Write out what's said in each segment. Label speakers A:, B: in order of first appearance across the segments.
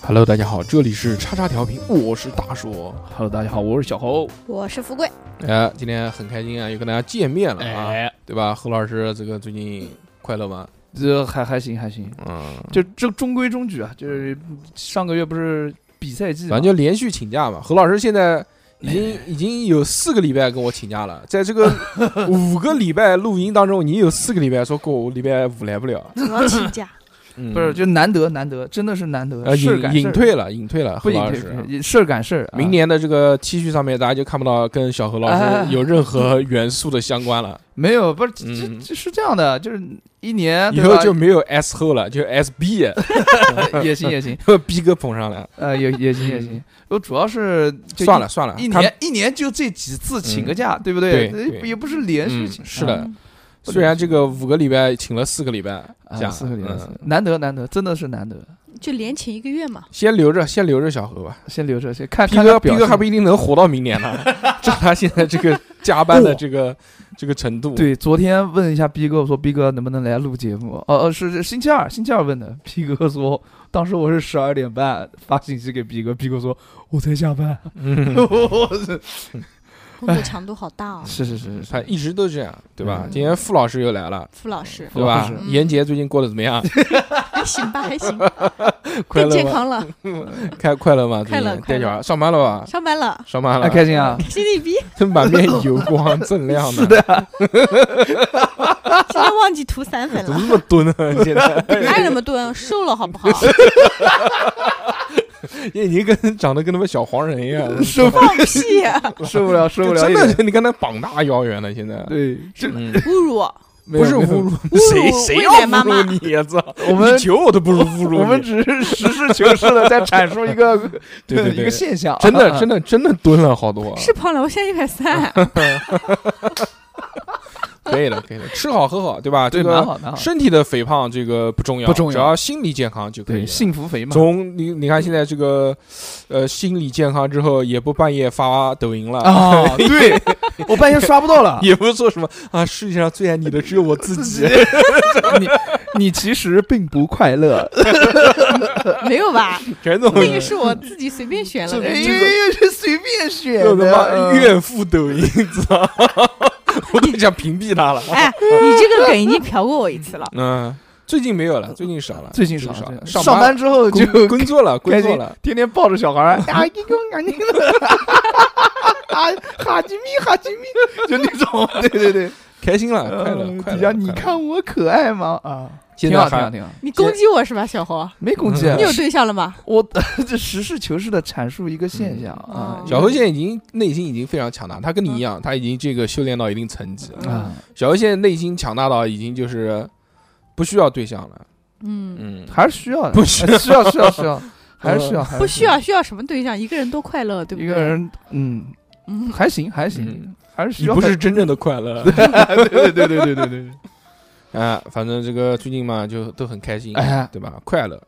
A: Hello，大家好，这里是叉叉调频，我是大硕。
B: Hello，大家好，我是小侯。
C: 我是富贵，
A: 哎，今天很开心啊，又跟大家见面了啊，
B: 哎，
A: 对吧？侯老师，这个最近快乐吗？
B: 这还还行还行，
A: 嗯，
B: 就这中规中矩啊。就是上个月不是哎比赛季嘛，
A: 反正就连续请假嘛。侯老师现在已经已经有四个礼拜跟我请假了，在这 个五个礼拜录音当中，你有四个礼拜说过我礼拜五来不了，
C: 主要请假，
A: 嗯
B: 不是就难得难得，真的是难得。
A: 呃
B: 事儿
A: 隐
B: 赶事
A: 隐
B: 儿
A: 退了，隐退了，
B: 不
A: 何
B: 隐
A: 老
B: 退
A: 师。，
B: 也事儿赶事儿啊。
A: 明年的这个 T 恤上面，大家就看不到跟小何老
B: 哎
A: 师有任何 元素的相关了，
B: 没有，不是这
A: 嗯
B: 这这是这样的，就是一年
A: 以
B: 啊对
A: 后
B: 吧呃
A: 就没有 S 后了，就 SB。
B: 也行也行，
A: 逼哥捧上来，
B: 呃也也行也行。我主要是就
A: 嗯
B: 一
A: 算了算了，
B: 一
A: 他嗯
B: 年一年就这几次请个假，对不
A: 对对
B: 也不是连续
A: 嗯
B: 请，
A: 是的
B: 啊，
A: 虽然这个五个礼拜请了四个礼拜
B: 啊
A: 假，
B: 四个礼拜
A: 嗯
B: 四个，难得难得，真的是难得。
C: 就连请一个月嘛。
A: 先留着，先留着小何吧。
B: 先留着，先看
A: 逼
B: 看
A: 哥，
B: 看
A: 逼
B: 表
A: 哥还
B: 现
A: 不一定能活到明年呢， 照他现在这个加班的这个这个程度，，
B: 对，昨天问一下逼哥，我说逼哥能不能来录节目？哦哦，是是星期二，星期二问的。逼哥说，当时我是十二点半发信息给逼哥，逼哥说我在下班。
A: 嗯
C: 工作强度好大哦，
B: 是是是是，
A: 他一直都这样，对吧？
B: 嗯
A: 今天傅老师又来了。
C: 付老师
B: 傅
A: 对吧
B: 老师？
C: 嗯
A: 严杰最近过得怎么 样？
C: 还行吧，还行，
A: 快
C: 更
A: 乐
C: 健
A: 吗？
C: 康了，
A: 开快乐吗？最
C: 快乐
A: 近
C: 快
A: 带
C: 乐
A: 小孩上班了吧？
C: 上班了，
A: 上班
B: 啊，
A: 了，
B: 开心啊！
C: 心里逼，
A: 满面油光，锃亮 的。是的，
C: 现在忘记涂散粉
A: 怎么
C: 了，
A: 那么蹲啊？现 在
C: 爱什么蹲，瘦了好不好？
A: 已经跟长得跟他们小黄人一样，
B: 受
C: 放屁，
B: 受不了，受不了
A: 真
B: 一
A: 的
B: 点。
A: 是你看他膀大腰圆的，现在
B: 对，这
A: 嗯
C: 侮辱，
A: 不是侮
B: 我
A: 辱
B: 们，
A: 谁
C: 侮辱
A: 谁
C: 未
A: 要
C: 来妈
A: 侮辱你呀？操，
B: 我们
A: 你球我都不如侮辱你
B: 我们只是实事求是的在阐述一个
A: 对对
B: 一
A: 对
B: 个，现象，啊
A: 真的真的真的蹲了好多，
C: 是胖了，我现在一百三，
A: 可以了可以了，吃好喝好，对吧？
B: 啊对，
A: 这
B: 蛮
A: 个
B: 好蛮好。
A: 身体的啊肥胖这个不重要，
B: 不重要
A: 只要心理健康就可以
B: 对，
A: 了。
B: 幸福肥嘛，
A: 从你你看现在这个，呃，心理健康之后，也不半夜发抖音了，
B: 啊， 对，我半夜刷不到了。
A: 也不说什么啊，世界上最爱你的只有我自己。
B: 你你其实并不快乐，
C: 没有吧？
A: 全都
C: 那个是我自己随便
B: 哎
C: 选了哎的，
A: 这
B: 是随便选
A: 又他妈
B: 嗯
A: 怨妇抖音， 操！我都想屏蔽他了。
C: 哎，你这个梗已经嫖过我一次了，
A: 嗯，最近没有了，最近少了，
B: 最近
A: 少
B: 少
A: 了，
B: 上
A: 班
B: 班之后就
A: 工工作了，工
B: 开
A: 作
B: 心
A: 了。，
B: 天天抱着小孩儿， 啊，一个啊，一个，啊，哈基米，哈基米，就那种，对对对，
A: 开心了，快乐，
B: 嗯
A: 快
B: 底
A: 乐。
B: 下你
A: 快乐，
B: 看我可爱吗？啊，
A: 现
B: 挺
A: 在
B: 好，挺好，
A: 还
B: 挺好，
C: 你攻击我是吧，小侯？
B: 没攻击，
C: 你有对象了吗？
B: 我这实事求是的阐述一个现象
C: 嗯
B: 啊
C: 哦，
A: 小何现在已经内心已经非常强大，他跟你一样，他已经这个修炼到一定层级了。
B: 啊，
A: 小何现在内心强大到已经就是不需要对象了，
C: 嗯，
A: 嗯，
B: 还是需要的，嗯
A: 不需
B: 需要，需要，需 要，还是需要，还是
C: 不需要需要什么对象，一个人多快乐，对不
B: 一
C: 对？
B: 个，人，嗯，
C: 嗯，
B: 还行，还
A: 嗯
B: 行，还是需
A: 你
B: 要，
A: 不是真正的快乐
B: 对对对对对对，
A: 啊。反正这个最近嘛，就都很开心。
B: 哎，
A: 对吧？快乐。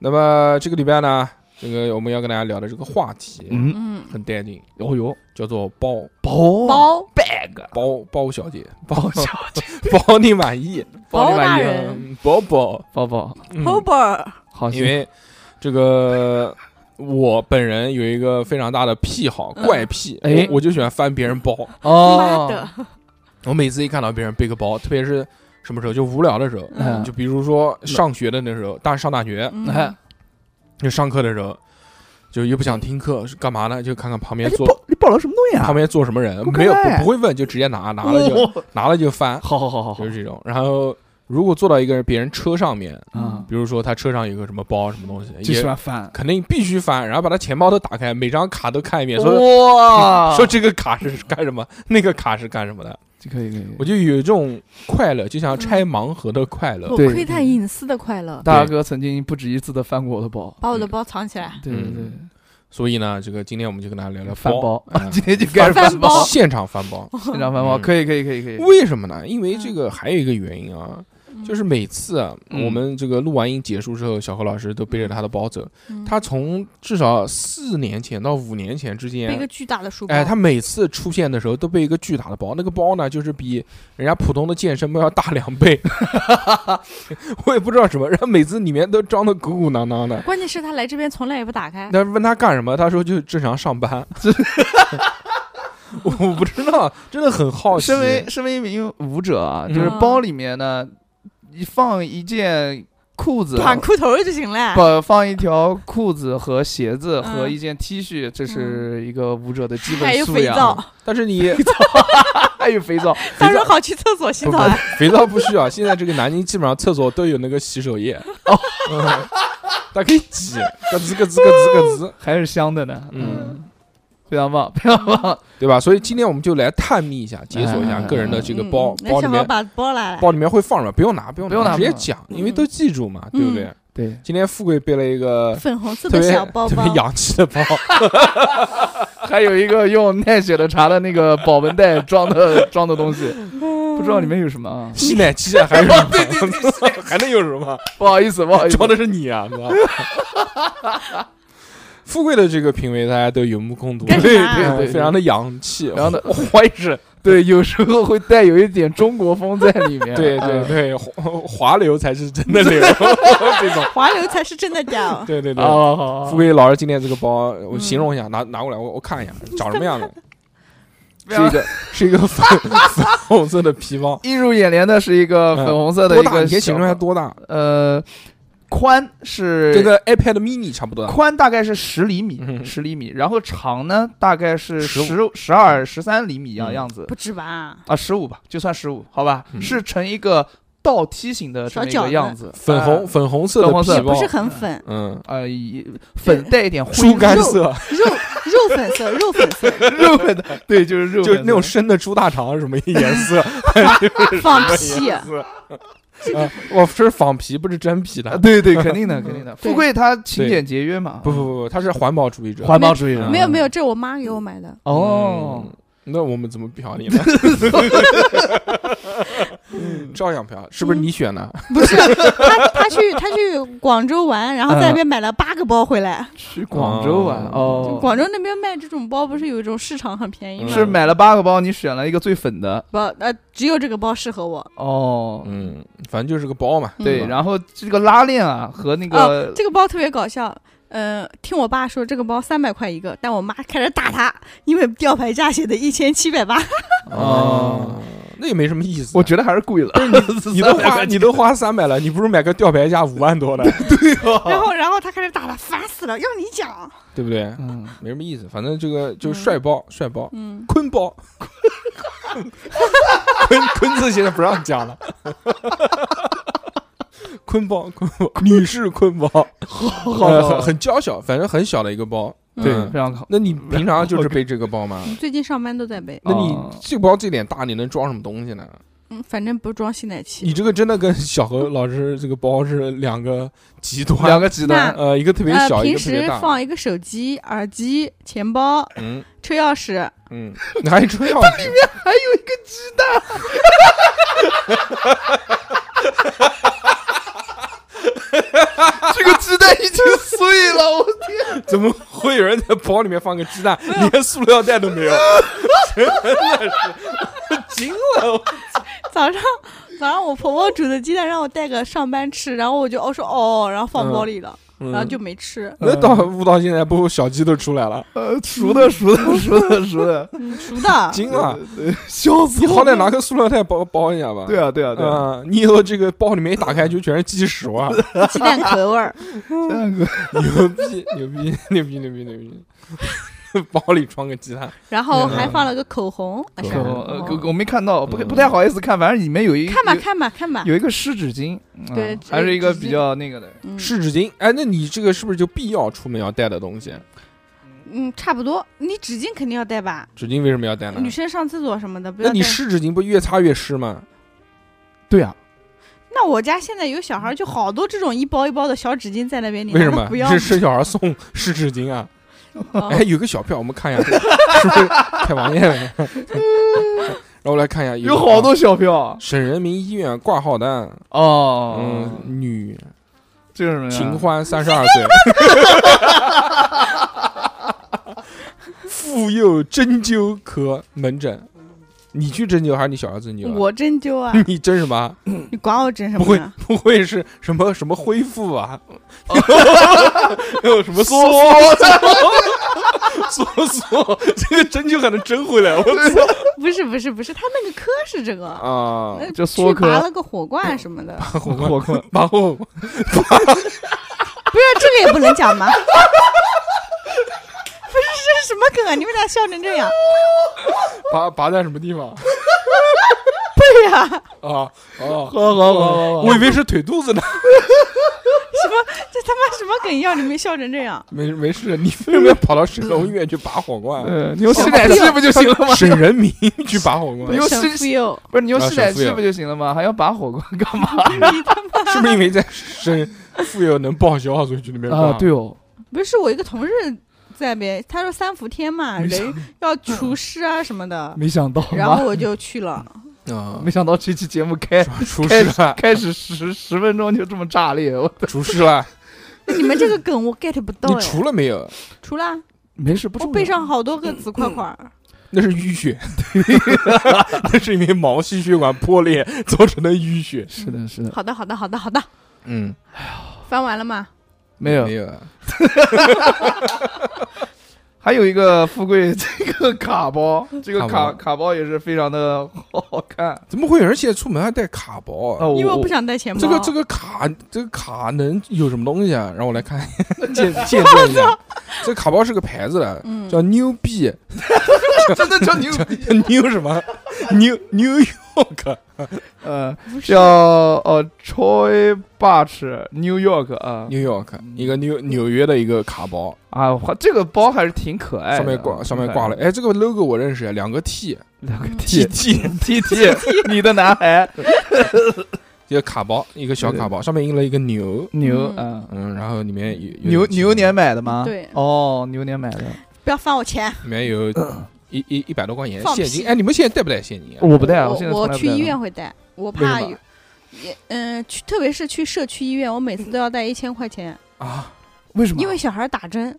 A: 那么这个礼拜呢，这个我们要跟大家聊的这个话题、
B: 嗯，
C: 嗯，
A: 很带劲，
B: 哦哟，
A: 叫做包
B: 包
C: 包
B: bag
A: 包包小姐，
B: 包小
A: 包你满意，
C: 包大
B: 玩意
C: 人
A: 嗯包包，
B: 包包
A: 嗯
C: h o b e r
B: 好
A: 因为这个我本人有一个非常大的癖好，
C: 嗯
A: 怪癖，
B: 哎
A: 我我就喜欢翻别人包。
B: 哦
C: 妈的，
A: 我每次一看到别人背个包，特别是什么时候，就无聊的时候，
B: 嗯
A: 就比如说上学的那时候，大上大学
C: 嗯
B: 哎
A: 就上课的时候，就又不想听课，是干嘛呢？就看看旁边
B: 哎你
A: 坐
B: 包你包了什么东西啊
A: 旁？边坐什么人，
B: 不
A: 没有
B: 看
A: 不不会问，就直接拿，拿了就
B: 哦
A: 拿了就翻，
B: 好好好好好
A: 就是这种。然后如果坐到一个人别人车上面，
B: 啊，
A: 比如说他车上有个什么包什么东西，
B: 就喜
A: 也
B: 欢翻，
A: 肯定必须翻，然后把他钱包都打开，每张卡都看一遍，说
B: 哇
A: 说这个卡是干什么， 那个卡是干什么的，
B: 这可以可以
A: 我，就有一种快乐，就
B: 嗯
A: 像拆盲盒的快乐
C: 我。
B: 对
C: 窥探隐私的快乐，
B: 大哥曾经不止一次的翻过我的包，
C: 把我的包藏起来。
B: 对对对，
A: 所以呢，这个今天我们就跟大家聊聊
B: 翻 包
A: 哎
B: 今天就开始嗯翻
C: 包
A: 现场翻包，
B: 现场翻包，
A: 嗯
B: 可以可以可以可以，
C: 嗯
A: 为什么呢？因为这个还有一个原因啊，就是每次啊，
B: 嗯
A: 我们这个录完音结束之后，小何老师都背着他的包走。
C: 嗯
A: 他从至少四年前到五年前之
C: 背个
A: 间，
C: 巨大的书包，
A: 哎，他每次出现的时候都背一个巨大的包，那个包呢，就是比人家普通的健身包要大两倍。 我也不知道什么，然后每次里面都装的鼓鼓囊囊的。
C: 关键是他来这边从来也不打开，
A: 那问他干什么？他说就正常上班。 我我不知道，真的很好奇。
B: 身为身为一名舞者啊，
A: 嗯
B: 就是包里面呢，一放一件裤子，
A: 啊
C: 短裤头就行了。
B: 不放一条裤子和鞋子和
C: 嗯
B: 一件 T 恤，这是一个舞者的基
C: 还
B: 本
C: 有
B: 素
C: 肥
B: 养。
C: 皂，
A: 但是你
B: 还有肥皂，
C: 到时候好去厕所洗澡啊。
A: 肥皂不需要，现在这个南京基本上厕所都有那个洗手液，
B: 哦
A: 嗯，它可以挤，咯吱咯吱咯吱咯吱，
B: 还是香的呢。
A: 嗯，
B: 非常棒，非常棒。
A: 对吧？所以今天我们就来探秘一下，解锁一
C: 哎
A: 下
B: 嗯
A: 个人的这个包包
C: 嗯那
A: 里
C: 小何
A: 面
C: 把包拿来，
A: 包里面会放什么？不用拿，不用
B: 不用拿
A: 直接
B: 不用
A: 讲，
C: 嗯
A: 因为都记住嘛，对不对？
B: 对，
A: 今天富贵背了一个
C: 粉红色
A: 特
C: 的
A: 别
C: 小包
A: 特
C: 包
A: 别，洋气的包，
B: 还有一个用奈雪的茶的那个保 温袋装的装的东西，不
C: 不
B: 知道里面有什么啊？
A: 吸奶器啊，还有什么？还能有什么？
B: 不好意思，不好意思
A: 装，的是你啊！是吧富贵的这个品味大家都有目共睹，
C: 干 什么啊
A: 嗯
B: 对对对
A: 非常的洋气，
B: 然后呢，
A: 怀是。
B: 对，有时候会带有一点中国风在里面。
A: 对对
B: 嗯，
A: 对，华华流才是真的 流，这种。。
C: 滑流才是真的屌
A: 对对对，
B: 哦，好
A: 啊富
B: 好，
A: 贵老师今天这个包，我
C: 嗯
A: 形容一下，拿拿过来，我我看一下，长什么样子？是一
B: 非常
A: 个是一个粉粉红色的皮 包，
B: 映入眼帘的是一个粉红色的
A: 多
B: 一
A: 大？嗯
B: 个
A: 你先
B: 小
A: 形容一下多大？
B: 呃，宽是
A: 跟个 iPad mini 差不多大。
B: 宽大概是十厘米，
A: 嗯
B: 十厘米，然后长呢大概是十
A: 15
B: 十二十三厘米样样子
C: 不止吧？
B: 啊，十五吧，就算十五，好吧，
A: 嗯
B: 是成一个倒梯形的这么一
C: 小
B: 个
C: 角
B: 样子，
A: 粉红
B: 呃。
A: 粉红色的
B: 粉红色
A: 皮
C: 不
A: 包
C: 是，很粉，
A: 嗯，
B: 呃，以粉带 一点灰
A: 猪肝色，
C: 肉肉粉色，肉粉色，
B: 肉粉的， 对，就是肉
A: 就
B: 粉
A: 是
B: 的，
A: 那种生的猪大肠什么颜色？
C: 放屁！
A: 哎啊我是仿皮，不是真皮
B: 啊，
A: 的。
B: 对对，肯 定的，肯定的。
C: 对
B: 富贵他勤俭节约嘛，
A: 呃不不不不，他是环保主义者。
B: 环保主义人
C: 没有没有，这我妈给我买的。
B: 哦
A: 嗯，那我们怎么嫖 你呢？照样嫖，是不是你选的？
C: 不是他，他去他去广州玩，然后在那边买了八个包回来。
B: 去广州玩
A: 嗯哦嗯
B: 哦，
C: 广州那边卖这种包，不是有一种市场很便宜吗？
B: 是买了八个包，你选了一个最粉的
C: 不，呃，只有这个包适合我。
B: 哦，
A: 嗯，反正就是个包嘛。
B: 对，
A: 嗯
B: 然后这个拉链啊和那
C: 哦
B: 个，
C: 这个包特别搞笑。呃，听我爸说这个包三百块一个，但我妈开始打他，因为吊牌价写的一千七百八。
B: 哦，
A: 那也没什么意思。
B: 我觉得还是贵了。
A: 你都花你都花三百了，你不如买个吊牌价五万 多的，
C: 然后，然后他开始打他，烦死了，让你讲。
A: 对不对？
B: 嗯，
A: 没什么意思，反正这个就是帅包，帅包，
C: 嗯，
A: 坤包，坤坤字现在不让讲了。坤包，坤包，女士坤包，
B: 好啊
A: 呃很很娇小，反正很小的一个包。
B: 对，
A: 嗯
B: 非常好。
A: 那你平常就是背这个包 吗？
C: 你嗯最近上班都在背，
A: 那你
B: 哦
A: 这个包这点大，你能装什么东西呢？
C: 嗯，反正不装吸奶
A: 你
C: 器。
A: 这个真的跟小何老师这个包是两个极
B: 两
A: 端，
B: 个极端，
A: 呃，一个特别
C: 呃，
A: 小，一
C: 平
A: 个特别
C: 时
A: 大。
C: 放一个手机、耳机、钱包、
A: 嗯
C: 车钥匙，
A: 嗯，你还吹钥匙？里面
B: 还有一个鸡蛋，这个鸡蛋已经碎了，我天！
A: 怎么会有人在包里面放个鸡蛋，连塑料袋都没 有？真的是，我惊了！我
C: 早上早上我婆婆煮的鸡蛋让我带个上班吃，然后我就哦说哦，然后放包里了，
A: 嗯
C: 然后就没吃。
A: 那到
B: 嗯
A: 悟到现在，不小鸡都出来了，
B: 呃，熟的，熟的，熟的，熟的，
C: 嗯，熟
B: 啊
C: 的，
A: 惊了！
B: 笑死
A: 你
B: 我
A: 好歹拿个塑料袋包包一下吧。
B: 对
A: 啊。
B: 啊，对啊，对啊！
A: 嗯，你以后这个包里面一打开就全是鸡屎啊！
C: 鸡蛋壳 味儿。
B: 蛋哥，
A: 牛逼，牛逼，牛逼，牛逼，牛逼！包里装个鸡蛋，
C: 然后还放了个口红，啊
A: 嗯口
C: 是
A: 红
C: 吧
B: 呃
C: 哦
B: 我我没看到，不
A: 嗯
B: 不太好意思看，反正里面有一
C: 看吧
B: 有
C: 看吧看吧，
B: 有一个湿纸巾，嗯
C: 对
B: 还是一个
C: 纸巾
B: 比较那个的，
C: 嗯
A: 湿纸巾。哎，那你这个是不是就必要出门要带的东西？
C: 嗯，差不多。你纸巾肯定要带吧？
A: 纸巾为什么要带呢
C: 女？生上厕所什么的不
A: 嗯
C: 要
A: 那
C: 带。
A: 你湿纸巾不越擦越湿吗？
B: 对啊，
C: 那我家现在有小孩，就好多这种一包一包的小纸巾在那边，你
A: 为
C: 难
A: 什
C: 道
A: 么
C: 不？要
A: 是
C: 吗？
A: 生小孩送湿纸巾啊？
C: 哦
A: 哎，有个小票，我们看一下，这个是不是开玩笑？然后我来看一下，
B: 有
A: 个
B: 好多小票啊
A: 省人民医院挂号单，
B: 哦，
A: 嗯，女
B: 这个什么呀？
A: 秦欢三十二岁，妇幼针灸科门诊，你去针灸还是你小儿子针灸啊？
C: 嗯我针灸 啊，
A: 你针什么？
C: 你管我针什
A: 不
C: 么
A: 会
C: 呢？
A: 不会是什么什么恢复啊？
B: 什么
A: 缩说说这个针灸还能针回来，我
B: 啊
A: 操
C: 不是不是不是，他那个科是这个，
A: 啊！
C: 呃
B: 就缩
C: 去
B: 科
C: 拔了个火罐什么的，
A: 我们
B: 火困，
A: 然后
C: 不是这个也不能讲吗？不是这是什么梗啊？你们俩笑成这样？
A: 拔拔在什么地方？
C: 对呀、
A: 啊哦，
B: 好好好好好
A: 我以为是腿肚子呢。
C: 什么这他妈什么梗要你们笑成这样？
A: 没没事，你为什么要跑到省农医院去拔火罐 啊？
B: 嗯，你用吸奶器不就行了吗？
A: 省人民 去拔火罐
B: 不，用
C: 神
B: 生
C: 妇
B: 气
C: 幼，
B: 不是你用吸奶
A: 啊小腹
B: 器
A: 有
B: 不就行了吗？还要拔火锅干嘛
C: 你他妈
A: 是不是因为在省富有能报销，所以去那边
B: 啊
A: 挂？？
B: 对哦，
C: 不是我一个同事在那边，他说三伏天嘛，人要除湿啊什么的，
B: 没想到
C: 然后我就去了。
A: 啊，
B: 没想到这期节目开
A: 出事了，
B: 开始十十分钟就这么炸裂，我
A: 出事了！
C: 那你们这个梗我 get 不到
A: 你
C: 哎，
A: 除了没有？
C: 除了啊
B: 没事，不
C: 我
B: 重
C: 背
B: 要。
C: 上好多个紫块块儿，
A: 那是淤血， 那是因为毛细血管破裂造成的淤血。
B: 是的，是的，
C: 好的，好的，好的，好的，
A: 嗯，
C: 翻完了吗？
B: 没有
A: 没，有啊，
B: 还有一个富贵 这个卡包，这个
A: 卡
B: 卡
A: 包
B: 卡包也是非常的好看。
A: 怎么会有人现在出门还带卡包
B: 啊，
A: 啊？
B: 我
C: 因为我不
B: 我
C: 想带钱包。
A: 这个这个卡这个卡能有什么东西啊？让我来看见见证一
B: 啊
A: 下。这卡包是个牌子的，
C: 嗯，
A: 叫 New B
B: 真的叫牛逼。
A: New 什么 New New York
B: 呃，
C: 不是
B: 叫呃 Troy Butch New York 啊
A: New York 一个纽纽约的一个卡包，
B: 啊，我这个包还是挺可爱的。
A: 上面挂上面挂了， 哎，这个 logo 我认识啊，两个 T 嗯
B: 两个
A: T
B: T
A: T
B: T T，你 的男孩
A: 一个卡包，一个小卡包，上面印了一个牛，
B: 牛
C: 嗯
B: 啊，
A: 嗯，然后里面有有
B: 牛
A: 点钱
B: 牛年买的吗？
C: 对
B: 哦，牛年买的，
C: 不要翻我钱，
A: 里面有一一一百多块钱
C: 放
A: 现
C: 屁
A: 金，哎，你们现在带不带现金啊？
B: 我不带，
C: 我
B: 现在从来不带
C: 去
B: 的
C: 医院会带，我
B: 为
C: 怕
B: 什么
C: 有。也嗯，去特别是去社区医院，我每次都要带一千块钱，
A: 啊，
B: 为什么？
C: 因为小孩打针，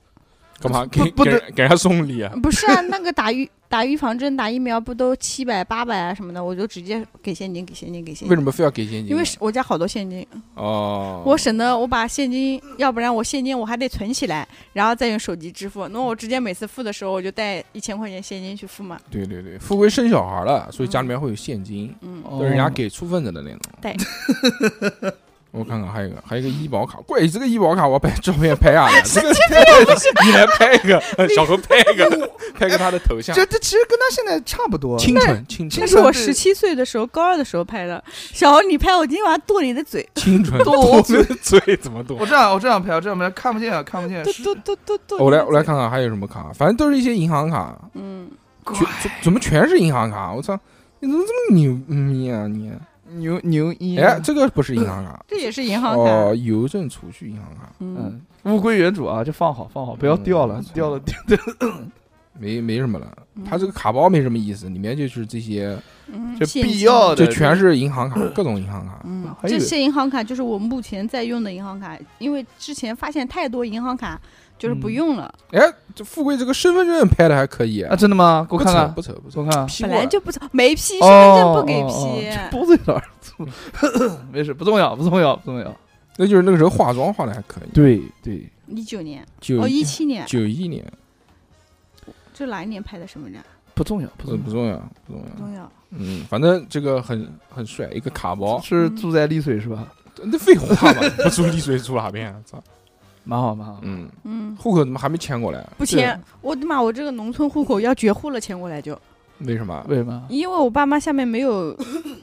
A: 干嘛
B: 不
A: 给
B: 不
A: 给
B: 得
A: 人给人家送礼啊？
C: 不是啊，那个打预打预防针、打疫苗不都七百、八百啊什么的，我就直接给现金，给现金，给现
A: 为
C: 金。
A: 什么非要给现金啊？
C: 因为是我家好多现金，
A: 哦，
C: 我省得我把现金，要不然我现金我还得存起来，然后再用手机支付。那我直接每次付的时候，我就带一千块钱现金去付嘛。
A: 对对对，富贵生小孩了，所以家里面会有现金，
C: 嗯，
A: 都是人家
B: 哦
A: 给出份子的那种。
C: 对，
A: 我看看还有一个，还有一个医保卡，怪这个医保卡我要把照片拍下 来，这个啊你来拍一个，小何拍一个，拍个他的头像，
B: 这这其实跟他现在差不多。
A: 清纯清
C: 那
A: 纯
C: 是我
B: 这
C: 十七岁的时候，高二的时候拍的。小欧，你拍我今天晚上剁你的嘴，
A: 清 纯，
B: 都
A: 我们的嘴怎么
B: 我
A: 动？
B: 这样我这样拍，我这样拍，看不见啊，看不 见。
C: 剁
B: 是
C: 剁剁剁剁。
A: 我来我来。看看还有什么卡，反正都是一些银行卡，
C: 嗯，
A: 全怎怎么全是银行卡？我操！你怎么这么牛逼啊你？
B: 牛牛一，
A: 哎，这个不是银行卡，
C: 这也是银行卡。
A: 哦，邮政储蓄银行卡，
C: 嗯，
B: 嗯，物归原主啊，就放好放好，不要掉了
A: 嗯，
B: 掉了掉掉了
A: 没没什么了。
C: 嗯
A: 它这个卡包没什么意思，里面就是这些，
C: 嗯
B: 就
C: 现
B: 必
C: 金
B: 要
A: 就
B: 的
A: 全是银行卡，各种银行卡。
C: 嗯，
B: 还有
C: 这些银行卡就是我目前在用的银行卡，因为之前发现太多银行卡就是不
B: 嗯
C: 用了，
A: 哎，这富贵这个身份证拍的还可以，
B: 啊，真的吗？
A: 不
B: 给我看看，
A: 不丑不丑
B: 给，我看看。
A: 批
C: 本
A: 过
C: 来就不没批，身份证
B: 嗯哦
C: 不给批。
B: 哦哦多嘴点儿， 没事，不重要，不重要，不重要。
A: 那就是那个时候化妆化的还可以。
B: 对对，
C: 一九年
A: 九
C: 哦，一七年，
A: 九一年，
C: 这哪一年拍的身份证？
B: 不重要，嗯不
A: 不
B: 重
A: 重不重要不重
C: 不
A: 要，
C: 重要。
A: 嗯，反正这个很很帅，一个卡
B: 要。
A: 包，
C: 嗯
B: 是住在丽水是吧？
A: 那废话嘛， 不出丽水住哪边啊？操，
B: 蛮好，蛮好。
A: 嗯，
C: 嗯，
A: 户口怎么还没迁过来？
C: 不签，我的妈！我这个农村户口要绝户了，迁过来就，
A: 为什么？
B: 为什么？
C: 因为我爸妈下面没有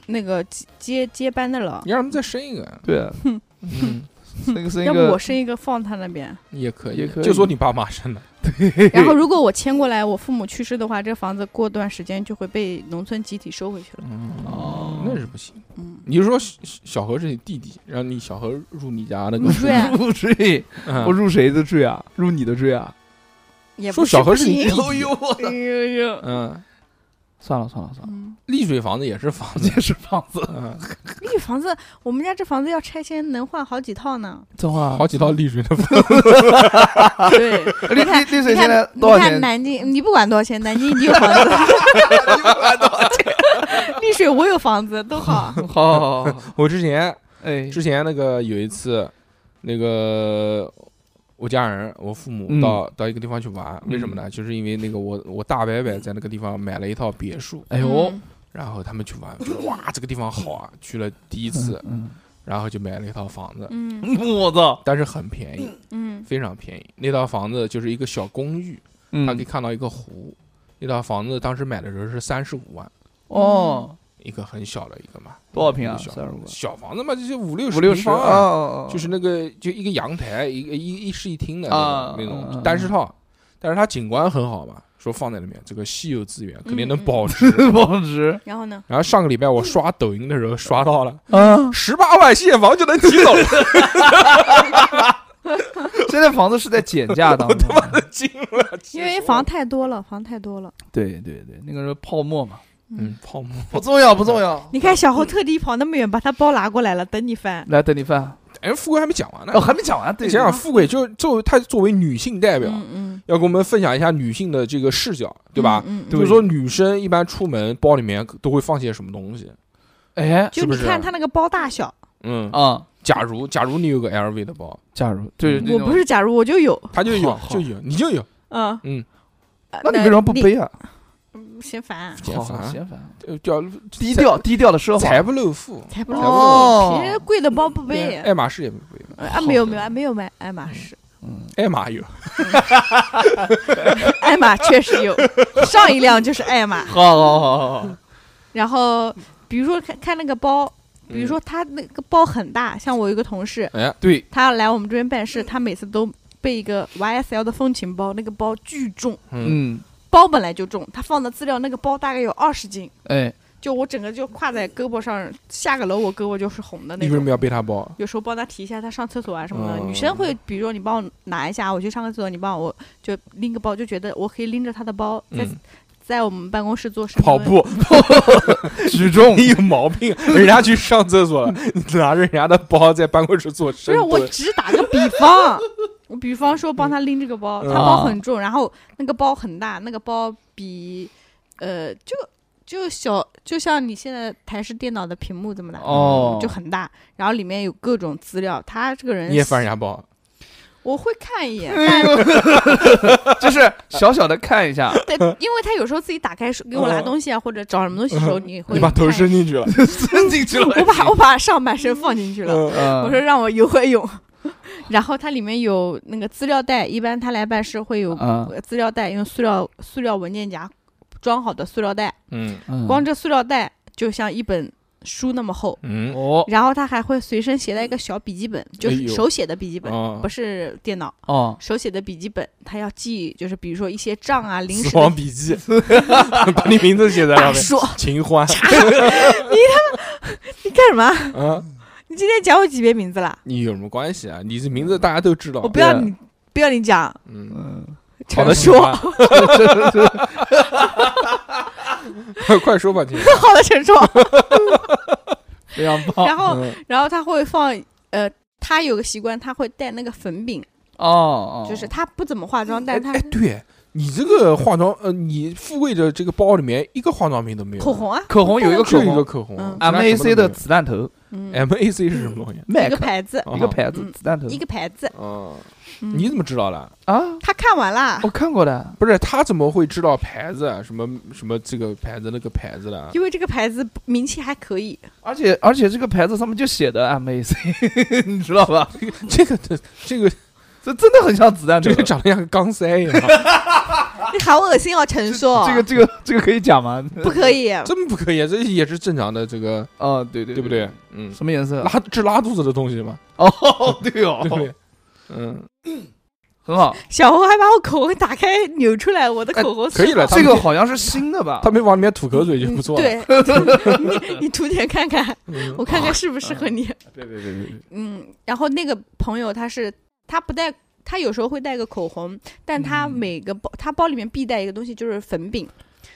C: 那个接接接班的了
A: 你，让他们再生一个，
B: 对啊，
A: 嗯，
B: 那个是一
C: 要不我
B: 个，
C: 生一个放他那边。
A: 也可以，啊
B: 也可以
A: 就说你爸妈生的，
C: 然后如果我迁过来，我父母去世的话，这房子过段时间就会被农村集体收回去了。
B: 哦
A: 那是不行。
C: 嗯，
A: 你是说小小何是你弟弟，让你小何入你家那个
C: 入？赘啊
B: 入赘，
A: 嗯
B: 我入谁的赘啊？入你的赘啊？
C: 也不
A: 说小何
C: 不
A: 是你
B: 哎
C: 行
A: 弟 弟，
B: 呦，
C: 哎哎呦呦，
A: 嗯，
B: 算了算了算 了，
C: 嗯，
A: 丽水房子也是房 子，
B: 也是房子，
A: 嗯，
C: 那个房子，我们家这房子要拆迁，能换好几套呢。
B: 真话。
A: 好几 套丽水的房，啊
C: 对，
B: 丽
C: 你看
B: 丽丽水
C: 你
B: 现在
C: 看，
B: 多少
C: 你看
B: 钱？
C: 南京，你不管多少钱，南京你有房子， 丽水我有房子，多好。
B: 好 好好好，好
A: 我之前
B: 哎，
A: 之前那个有一次，那个我家人，我父母
B: 嗯
A: 到、到一个地方去玩，为什么呢？就是因为那个我我大伯伯在那个地方买了一套别墅，
B: 哎呦，
C: 嗯，
A: 然后他们去玩，觉得哇这个地方好啊，去了第一次，
B: 嗯，
A: 然后就买了一套房子，
C: 嗯
B: 嗯 我操，
A: 但是很便宜，
C: 嗯
A: 非常便宜。那套房子就是一个小公寓，它可以
B: 嗯，
A: 看到一个湖。那套房子当时买的时候是三十五万，
B: 哦，
A: 一个很小的一个嘛，
B: 多少平啊
A: 一个小
B: 35万
A: 小房子嘛，就是五六
B: 五六
A: 平
B: 十
A: 方
B: 啊，
A: 啊，
B: 哦
A: 就是那个就一个阳台，一个一一室一厅的
B: 啊
A: 那种那
B: 嗯
A: 种
B: 嗯
A: 单室套，但是它景观很好嘛，说放在里面这个稀有资源肯定能
C: 嗯
A: 保 值。
B: 保值，
C: 然后呢？
A: 然后上个礼拜我刷抖音的时候刷到了
B: 嗯，
A: 十八万现房就能提走了，
B: 现在房子是在减价当 中，啊
A: 惊了，
C: 因为房太多了，房太多了。
B: 对对对，那个时候泡沫嘛，
A: 嗯，泡沫，
B: 不重要不重要，
C: 你看小侯特地跑那么远，把他包拿过来了，等你翻。
B: 来等你饭，
A: 哎，富贵还没讲完呢
B: 哦，，还没讲完，对，
A: 你想想富贵就作为她作为女性代表，
C: 嗯
A: 要给我们分享一下女性的这个视角，对吧？
C: 嗯嗯
A: 就是说，女生一般出门包里面都会放些什么东西？
B: 哎，
C: 就是
A: 不
C: 你
A: 是
C: 看他那个包大小，
A: 嗯，
B: 啊，
A: 假如假如你有个 LV 的包，
B: 假如对，
C: 我不，是假如我就有，
A: 他就有
B: 好好
A: 就有，你就有，
C: 嗯
A: 嗯，
C: 呃
B: 那你为什么不？背啊？
C: 你嫌烦，啊
A: 嫌
B: 好
A: 烦
B: 好嫌烦，
A: 呃叫
B: 低，调低调的奢
A: 财
B: 华，
A: 财不露富，
C: 才不
A: 哦
C: 露，别人贵的包不背
A: 连。爱马仕也没有，
B: 哎
C: 呃啊，没有没有，没有买爱马仕，
B: 嗯，
A: 爱马有，
C: 爱马确实 有，上一辆就是爱马。
B: 好好好好好，
C: 然后比如说看看那个包，比
B: 嗯
C: 如说他那个包很大，像我有一个同事，
A: 嗯，哎，
B: 对，
C: 他来我们这边办事，他每次都背一个 YSL 的风情包，那个包巨重，
A: 嗯，
B: 嗯，
C: 包本来就重，他放的资料那个包大概有二十斤，
B: 哎，
C: 就我整个就挎在胳膊上，下个楼我胳膊就是红的
A: 你
C: 那
A: 为什
C: 种
A: 么。要背他包？
C: 有时候帮他提一下他上厕所啊什么的，
A: 哦
C: 女生会比如说你帮我拿一下，我去上个厕所，你帮我就拎个包，就觉得我可以拎着他的包在、
A: 嗯
C: 在我们办公室做深
A: 跑
C: 蹲，
A: 步，
B: 举重
A: 你有毛 病！人家去上厕所，你拿着人家的包在办公室做
C: 不
A: 深
C: 是，我
A: 蹲，
C: 只打个比方，我比方说帮他拎这个 包，
A: 嗯
C: 他包很重，然后那个包很大，那个包比呃就就小，就像你现在台式电脑的屏幕这么大。
B: 哦，
C: 嗯就很大，然后里面有各种资料。他这个人，
A: 你也翻人家包，
C: 我会看一眼，但
A: 嗯
B: 就是小小的看一下，
C: 但因为他有时候自己打开手给我
A: 嗯
C: 拿东西啊，或者找什么东西的时候，你会
A: 你把头
C: 看一
A: 伸进去了，
B: 伸进去了，
C: 眼，我把我把上半身放进去了，
A: 嗯
B: 嗯，
C: 我说让我游会泳，然后它里面有那个资料袋，一般他来办事会有
B: 嗯
C: 呃资料袋，用塑料塑料文件夹装好的塑料袋，
A: 嗯
B: 嗯，
C: 光这塑料袋就像一本书那么厚。
A: 嗯，
B: 哦
C: 然后他还会随身携带一个小笔记本，就
A: 哎
C: 是
A: 呦
C: 手写的笔记本，
A: 哦
C: 不是电脑
B: 哦，
C: 手写的笔记本。他要记，就是比如说一些账啊、临时
A: 死亡
C: 的
A: 笔 记， 把你名字写在
C: 大
A: 上面，
C: 说。
A: 秦欢，
C: 你干什么？
A: 嗯，
C: 你今天讲我几遍名字了？
A: 你有什么关系啊？你这名字大家都知道
C: 我，不要
B: 对
C: 你，不要你讲，
A: 嗯，
B: 嗯，
A: 好
C: 陈
A: 的，秦
C: 说，
A: 欢，快说吧， 秦欢，
C: 好的，陈说。
B: 非常棒
C: 然后，
A: 嗯
C: 然后他会放呃。他有个习惯，他会带那个粉饼，
B: 哦，
C: 就是他不怎么化妆，但
A: 哎
C: 是他
A: 哎，对你这个化妆，呃，你富贵的这个包里面一个化妆品都没有，
C: 口红啊，
B: 口红有一个哎
A: 就
B: 口
A: 一个
B: 红
A: 口红
C: 嗯
A: 其他什么
B: ，MAC
A: 都
B: 的
A: 没
B: 子弹头，
C: 嗯，
A: 有 MAC 是什么东西？
C: 一
B: 麦
C: 个
B: 克
C: 牌子，
B: 一个牌子
C: 嗯
B: 子弹头
C: 一个牌子。
A: 哦，
C: 嗯
A: 你怎么知道的？
B: 啊，
C: 他看完了，
B: 我看过的，
A: 不是他怎么会知道牌子啊？什么什么这个牌子那个牌子的？
C: 因为这个牌子名气还可以，
B: 而且而且这个牌子上面就写的 MAC，你 知道吧？
A: 这个这这个
B: 这真的很像子弹头
A: 这。个长得像个钢塞一啊样，
C: 你好恶心哦，陈硕，
B: 这个这个这个可以讲吗？
C: 不可以，
A: 真不可以，啊这也是正常的这个，
B: 哦，对对
A: 对不对？？嗯，
B: 什么颜色？
A: 拉治拉肚子的东西嘛，
B: 哦， 对哦
A: 对不，对？嗯，
B: 很好。
C: 小红还把我口红打开扭出来，我的
B: 哎
C: 口红
A: 可以了，
B: 这个好像是新的吧？
A: 他没往里面吐口水就不错了。
C: 嗯对， 你你涂点看看，
A: 嗯，
C: 我看看适不适合你。
A: 对对对对，
C: 嗯，然后那个朋友他是他不带，他有时候会带个口红，但他
B: 嗯
C: 每个包他包里面必带一个东西，就是粉饼。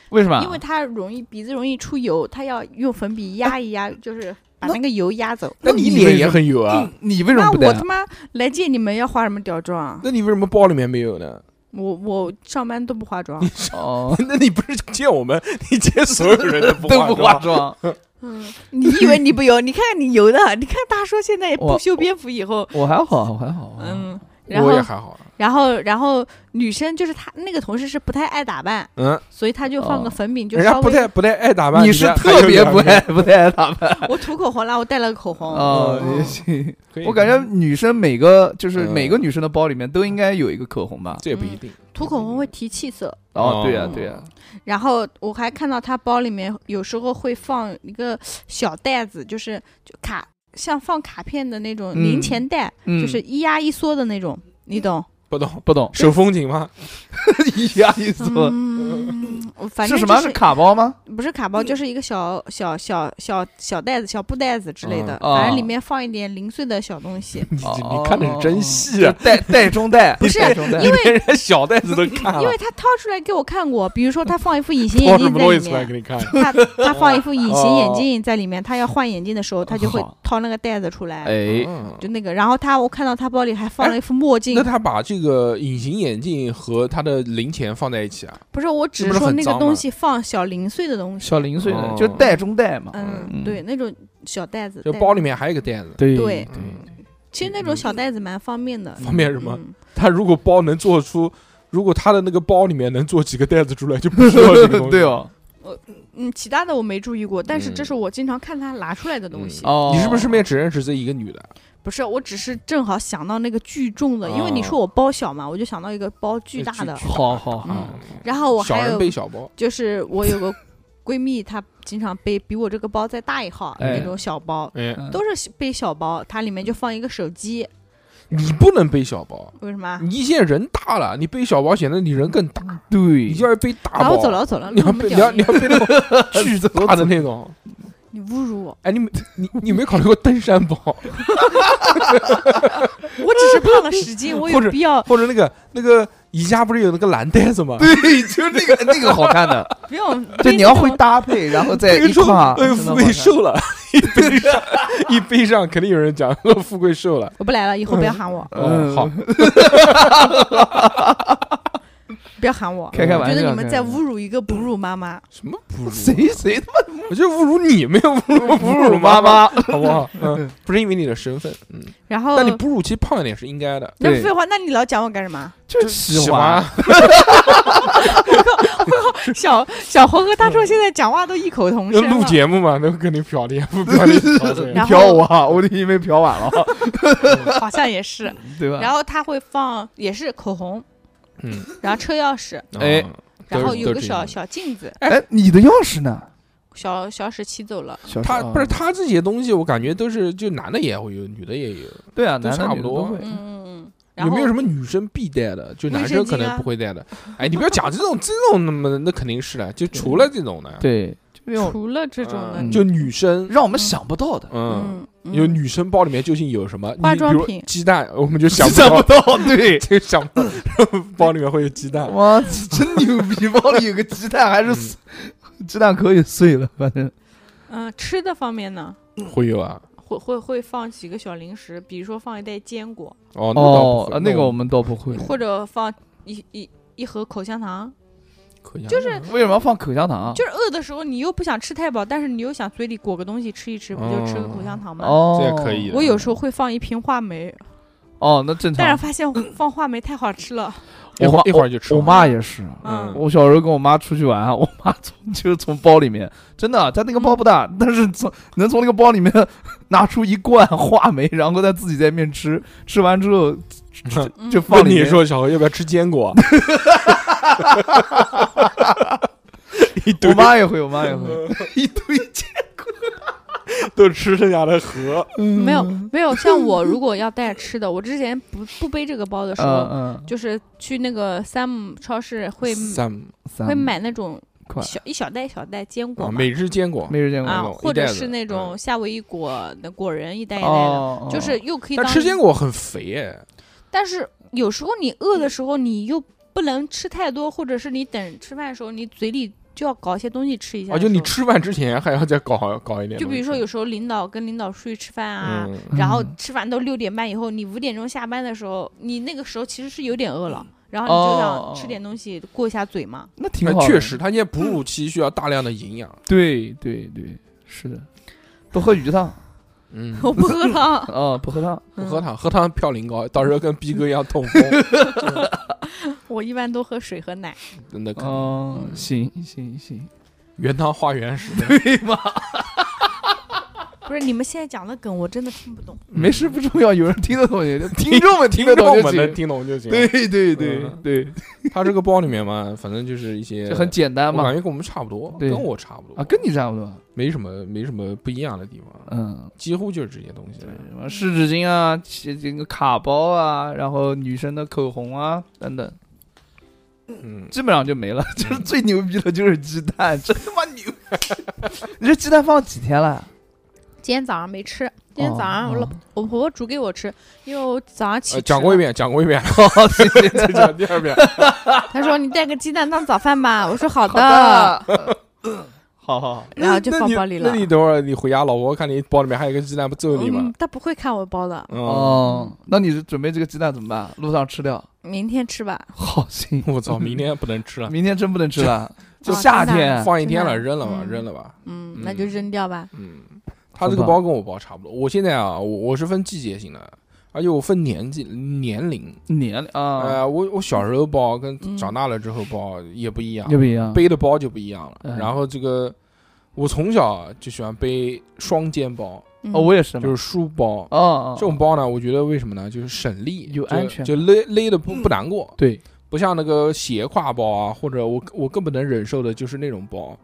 B: 为什
A: 啊
B: 么？
C: 因为它容易鼻子容易出油，它要用粉笔压一压，就是把
B: 那
C: 那个油压走。
A: 哎那
B: 你
A: 你
B: 为
A: 脸也
B: 什
A: 很油啊
B: 嗯？你为什
C: 那
B: 么不
C: 我
B: 戴
C: 他？妈来见你们要化什么屌妆啊？
A: 那你为什么包里面没有呢？
C: 我我上班都不化妆，
B: 哦，
A: 那你不是见我们， 你见所有人都不
B: 都不化
A: 妆？
B: 妆。
C: 嗯，你以为你不油？你看看你油的，你看大叔现在也
B: 我
C: 不修边幅以后，
B: 我还好，我还好。
C: 嗯，然后
A: 我也还好啊。
C: 然后然后女生就是她那个同事是不太爱打扮，
A: 嗯，
C: 所以她就放
B: 哦
C: 个粉饼，就
A: 人
C: 稍
A: 家不
C: 微
A: 太不太爱打扮，
B: 你是
A: 人家
B: 特别
A: 还有
B: 不
A: 两个
B: 爱不太爱打扮
C: 我涂口红了，我带了个口红，
B: 哦，
A: 嗯
B: 也行。
A: 可以
B: 我感觉女生每个就是
A: 嗯
B: 每个女生的包里面都应该有一个口红吧？
A: 这也不一定。
C: 涂口红会提气色。
B: 哦
A: 哦，
B: 对呀，对呀。
C: 然后我还看到她包里面有时候会放一个小袋子，就是就卡像放卡片的那种
B: 嗯
C: 零钱袋，
B: 嗯，
C: 就是一压一缩的那种，你懂？
A: 不懂，
B: 不懂
A: 手风琴吗？
B: 一压一缩
C: 嗯，我反
B: 是
C: 正
B: 什么？
C: 就是
B: 卡包吗？
C: 不是卡包，就是一个小小小小小袋子、小布袋子之类的，
B: 嗯哦
C: 反正里面放一点零碎的小东西。
A: 你
B: 哦
A: 你看的是真细
B: 就
A: 啊！
B: 袋袋中袋，
C: 不是
B: 袋中
A: 你
B: 袋。
A: 连人家小袋子都看了，
C: 因为他掏出来给我看过， 比如说他放一副隐形
A: 啊掏什
C: 眼镜
A: 么
C: 在
A: 东西
C: 里
A: 出来
C: 面
A: 给，你看？
C: 他他放一副隐形眼
B: 哦
C: 镜在里面，他要换眼镜的
A: 哦
C: 时候，他就会
B: 好
C: 掏那个袋子出来，
B: 哎，
A: 嗯
C: 就那个。然后他我看到他包里还放了一副墨镜
A: 那，他把这个隐形眼镜和他的零钱放在一起啊？
C: 不是，我只
A: 那不
C: 是
A: 是
C: 说
A: 很
C: 那个
A: 脏
C: 东
A: 吗
C: 西放小零碎的东西，
B: 小零碎的，
A: 哦
B: 就袋中袋嘛。嗯
C: 嗯，对，那种小袋子，
A: 啊就
C: 袋
A: 包
C: 子
A: 里面还有一个袋子，
B: 对
C: 对
A: 嗯
C: 其实那种小袋子蛮方便的，
A: 方便什么？
C: 嗯
A: 他如果包能做出，如果他的那个包里面能做几个袋子出来，就不需要这个东西。
B: 对哦，
C: 嗯，其他的我没注意过，但是这
A: 嗯
C: 是我经常看他拿出来的东
A: 嗯
C: 西。
B: 哦，
A: 你是不是身边只认识这一个女的？
C: 不是，我只是正好想到那个巨重的，因为你
A: 哦
C: 说我包小嘛，我就想到一个包巨大的。
B: 好好好
C: 嗯然后我
A: 啊小
C: 还
A: 人
C: 有
A: 背小包，
C: 就是我有个闺蜜，她经常背比我这个包再大一号
B: 哎
C: 那种小包，
A: 哎，
B: 嗯
C: 都是背小包，它里面就放一个手机，
A: 你不能背小包，
C: 为什么？
A: 你现在人大了，你背小包显得你人更大。
B: 对
A: 你要是背大
C: 嗯然
A: 包，
C: 后啊走了走嗯了，
A: 你
C: 录
A: 要
C: 什么
A: 背你要
C: 屌
A: 你
C: 音
A: 要背那 种巨大的那种。
C: 你侮辱我，
A: 哎，你没你你没考虑过登山包，
C: 我只是胖了十斤，我有
A: 或者
C: 必要
A: 或者那个那个宜家不是有那个蓝袋子吗？
B: 对，就是 那个那个好看的，
C: 不用
B: 就
C: 背
B: 你要
C: 那
B: 会
C: 种
B: 搭配，然后
A: 那
B: 再一啊
A: 个时候
B: 跨，
A: 呃，
B: 真的
A: 富
B: 好
A: 贵
B: 看
A: 瘦了，一背上一背上，肯定有人讲说富贵瘦了。
C: 我不来了，以后不要喊我，
A: 嗯，好，
C: 不要喊我。
B: 开开
C: 我
B: 玩
C: 觉
B: 笑，
C: 得你们在
B: 开玩笑
C: 侮辱一个哺乳妈妈。
A: 什么哺乳？
B: 谁谁他妈
A: 我就侮辱你，没有侮辱
B: 侮辱
A: 妈
B: 妈妈，
A: 好不好？嗯，不是因为你的身份，嗯，
C: 然后
A: 但你哺乳期胖一点是应该的。
C: 那
B: 对
C: 废话，那你老讲我干什 么？
B: 就
A: 喜
B: 欢
A: 欢，
C: 小小猴和大壮现在讲话都异口同
A: 就
C: 声
A: 录
C: 了。
A: 节目嘛，那肯定婊脸，不哦婊 脸。
C: 然后
B: 嫖我啊，我就因为嫖晚 了，
C: 好像也是。
B: 对吧？
C: 然后他会放也是口红，
A: 嗯，
C: 然后车钥匙，
B: 哎
A: 嗯，
C: 然后
A: 都是
C: 有
A: 都
C: 个
A: 是
C: 小
A: 这
C: 小镜子，
B: 哎，你的钥匙呢？
C: 小小史骑走了。
B: 小
A: 他
B: 时候
A: 不是他这些东西，我感觉都是就男的也会有，女的也有。
B: 对啊，
A: 都
B: 男的
A: 差
B: 女
A: 不
B: 的
A: 多
B: 都会
C: 嗯嗯嗯。然
A: 有
C: 后
A: 没有什么女生必带的？
C: 啊
A: 就男生可能不会带的。哎，你不要讲这种这种，那么那肯定是的。就除了这种的，
B: 对，就那种
C: 除了这种的，
A: 嗯就女生，
B: 让我们想不到的，
A: 嗯，
C: 嗯，嗯
A: 有女生包里面究竟有什么？你
C: 化妆
A: 比如
C: 品
A: 鸡蛋，我们就想
B: 想
A: 不到，，
B: 到，对
A: 就想不到包里面会有鸡蛋。
B: 哇，真牛逼！包里有个鸡蛋，还是碎
A: 嗯
B: 鸡蛋壳也碎了，反正
C: 嗯吃的方面呢，
A: 会有啊？
C: 会会会放几个小零食，比如说放一袋坚果，
A: 哦，那倒不
B: 哦
A: 会，
B: 呃那个我们倒不会。
C: 或者放一一一盒口香
A: 哦
C: 糖。
A: 可以啊
C: 就是
B: 为什么要放口香糖？啊
C: 就是饿的时候，你又不想吃太饱，但是你又想嘴里裹个东西吃一
A: 哦
C: 吃，不就吃个口香糖吗？
B: 哦，
A: 这个可以的
C: 我有时候会放一瓶话梅，
B: 哦，那正
C: 但是
B: 常。
C: 发现放话梅太好吃了。
A: 一会
B: 我
A: 儿一会儿就吃
B: 我
A: 完。
B: 妈也是，
A: 嗯
B: 我小时候跟我妈出去玩啊，我妈从 就是从包里面，真的，啊她那个包不
A: 嗯
B: 大，但是从能从那个包里面 拿出一罐话梅，然后她自己在面吃，吃完 之后
C: 嗯
B: 就
A: 问
B: 放里
A: 你
B: 面。
A: 说小何要不要吃坚 果？一
B: 我
A: 堆
B: 妈也会，我妈也会，
A: 嗯
B: 一堆钱。
A: 都吃剩下的盒，
C: 没有没有，像我如果要带吃的，我之前不不背这个包的时候，
B: 嗯
C: 就是去那个三姆超市会
A: 三
B: 嗯，
C: 会买那种
B: 块
C: 小一小袋一小袋坚果
A: 啊，
C: 嘛
A: 每日坚果
B: 没人见过。
C: 啊，
A: 那种
C: 或
A: 一袋
C: 者
A: 子嗯
C: 是那种夏威夷果的果仁一袋一袋的，
B: 哦，
C: 就是又可以
A: 但
C: 当
A: 吃坚果很肥哎，
C: 但是有时候你饿的时候，你又不能吃太多，或者是你等吃饭的时候，你嘴里就要搞一些东西吃一下
A: 啊，
C: 的时
A: 就
C: 候。
A: 你吃饭之前还要再搞搞一点东西吃。
C: 就比如说有时候领导跟领导出去吃饭啊，
A: 嗯，
C: 然后
B: 嗯
C: 吃完都六点半以后，你五点钟下班的时候，你那个时候其实是有点饿了，然后你就
B: 哦
C: 想吃点东西过一下嘴嘛。
B: 那挺
A: 那
B: 好的，
A: 哎确实，他现在哺乳期需要大量的营养。
B: 对对对，是的，多喝鱼 汤啊、
A: 嗯，
C: 我不饿了，
B: 不喝汤，
A: 不
C: 嗯
A: 喝汤，喝汤嘌呤高，到时候跟逼哥一样痛 风。
C: 我一般都喝水 和奶。
A: 真的可能，
B: 嗯、行行行，
A: 原汤化原食的。
B: 对嘛，
C: 不是你们现在讲的梗，我真的听不懂。
B: 没事不重要，有人听得懂也，听众们
A: 听
B: 得
A: 懂
B: 懂
A: 我
B: 就
A: 们能
B: 行。
A: 听懂就行。
B: 嗯 对，对对
A: 嗯
B: 对，
A: 他这个包里面嘛，反正就是一些
B: 就很简单
A: 我
B: 嘛
A: 感，觉跟我们差不多，
B: 对
A: 跟我差不多
B: 啊，跟你差不多，
A: 没什么没什么不一样的地方，
B: 嗯，
A: 几乎就是这些东西了。
B: 什么湿纸巾啊，这这个卡包啊，然后女生的口红啊等等，
A: 嗯，
B: 基本上就没了。 就是最牛逼的就是鸡蛋，这他妈 牛！你这鸡蛋放几天了？
C: 今天早上没吃，今天早上我老、
B: 哦
C: 我婆婆煮给我吃，因为我早上起、
A: 呃讲过一，遍，讲过一 遍，
B: 哦对对
A: 再
B: 对
A: 讲第二 遍。
C: 她说你带个鸡蛋当早饭吧，我说好的，
B: 好的，好好好，
C: 然后 就
A: 那
C: 放
A: 你
C: 包里了
A: 那你等会儿你回家，老婆看你包里面还有个鸡蛋，不揍你吗
C: 嗯？，她不会看我包的，
A: 嗯，
B: 哦，那你是准备这个鸡蛋怎么办？路上吃掉？
C: 明天吃吧。
B: 好行，
A: 我操，明天不能吃了，
B: 明天真不能吃了，就
C: 哦
B: 夏
C: 真的
B: 天。
A: 放一天
C: 真的
A: 了，扔了吧，
C: 嗯
A: 扔了吧。
C: 嗯
A: 嗯，
C: 那就扔掉吧。
A: 嗯，他这个包跟我包差不多。我现在啊，我我是分季节性的，而且我分年纪年龄。
B: 年龄啊，
A: 呃，我我小时候包跟
C: 嗯
A: 长大了之后包也不一样，
B: 又不一样。
A: 背的包就不一样了。
B: 嗯
A: 然后这个，我从小就喜欢背双肩包，
C: 嗯
B: 哦，我也是嘛，
A: 就是书包。
B: 哦哦，
A: 这种包呢，我觉得为什么呢？就是省力，
B: 有
A: 就
B: 安全感嗯
A: 就勒勒的不不难过，
B: 对，
A: 不像那个斜挎包啊，或者我我更不能忍受的就是那种包，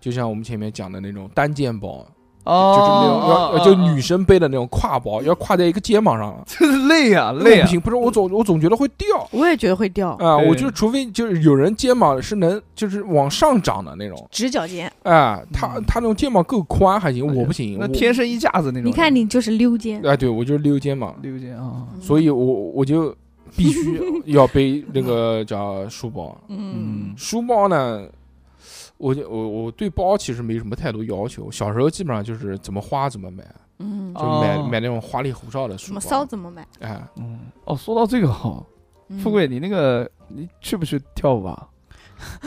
A: 就像我们前面讲的那种单肩包，就是那种要
B: 哦，
A: 要就 女生背的那种挎包，要挎在一个肩膀上了，
B: 就是累啊
A: 那
B: 累
A: 我
B: 啊
A: 不，行，不是我总我总觉得会掉。
C: 我也觉得会掉，
A: 啊、
B: 对
A: 我就除非就是有人肩膀是能就是往上涨的那种，
C: 直角肩。
A: 啊、他
B: 嗯
A: 他那种肩膀够宽还行，
C: 哎
A: 我不行，
B: 那
A: 我
B: 天生一架子那种。
C: 你看你就是溜嗯肩，
A: 哎，对我就是溜肩膀，
B: 溜肩啊，
A: 所以我我就必 须要背那个叫书包。
C: 嗯
B: 嗯，
A: 书包呢，我就我我对包其实没什么太多要求，小时候基本上就是怎么花怎么买，
C: 嗯
A: 就买、
B: 哦
A: 买那种花里胡哨的书
C: 什
A: 包。
C: 么骚怎么买？
A: 哎，
B: 嗯，哦，说到这个好，
C: 嗯
B: 富贵，你那个你去不去跳舞啊？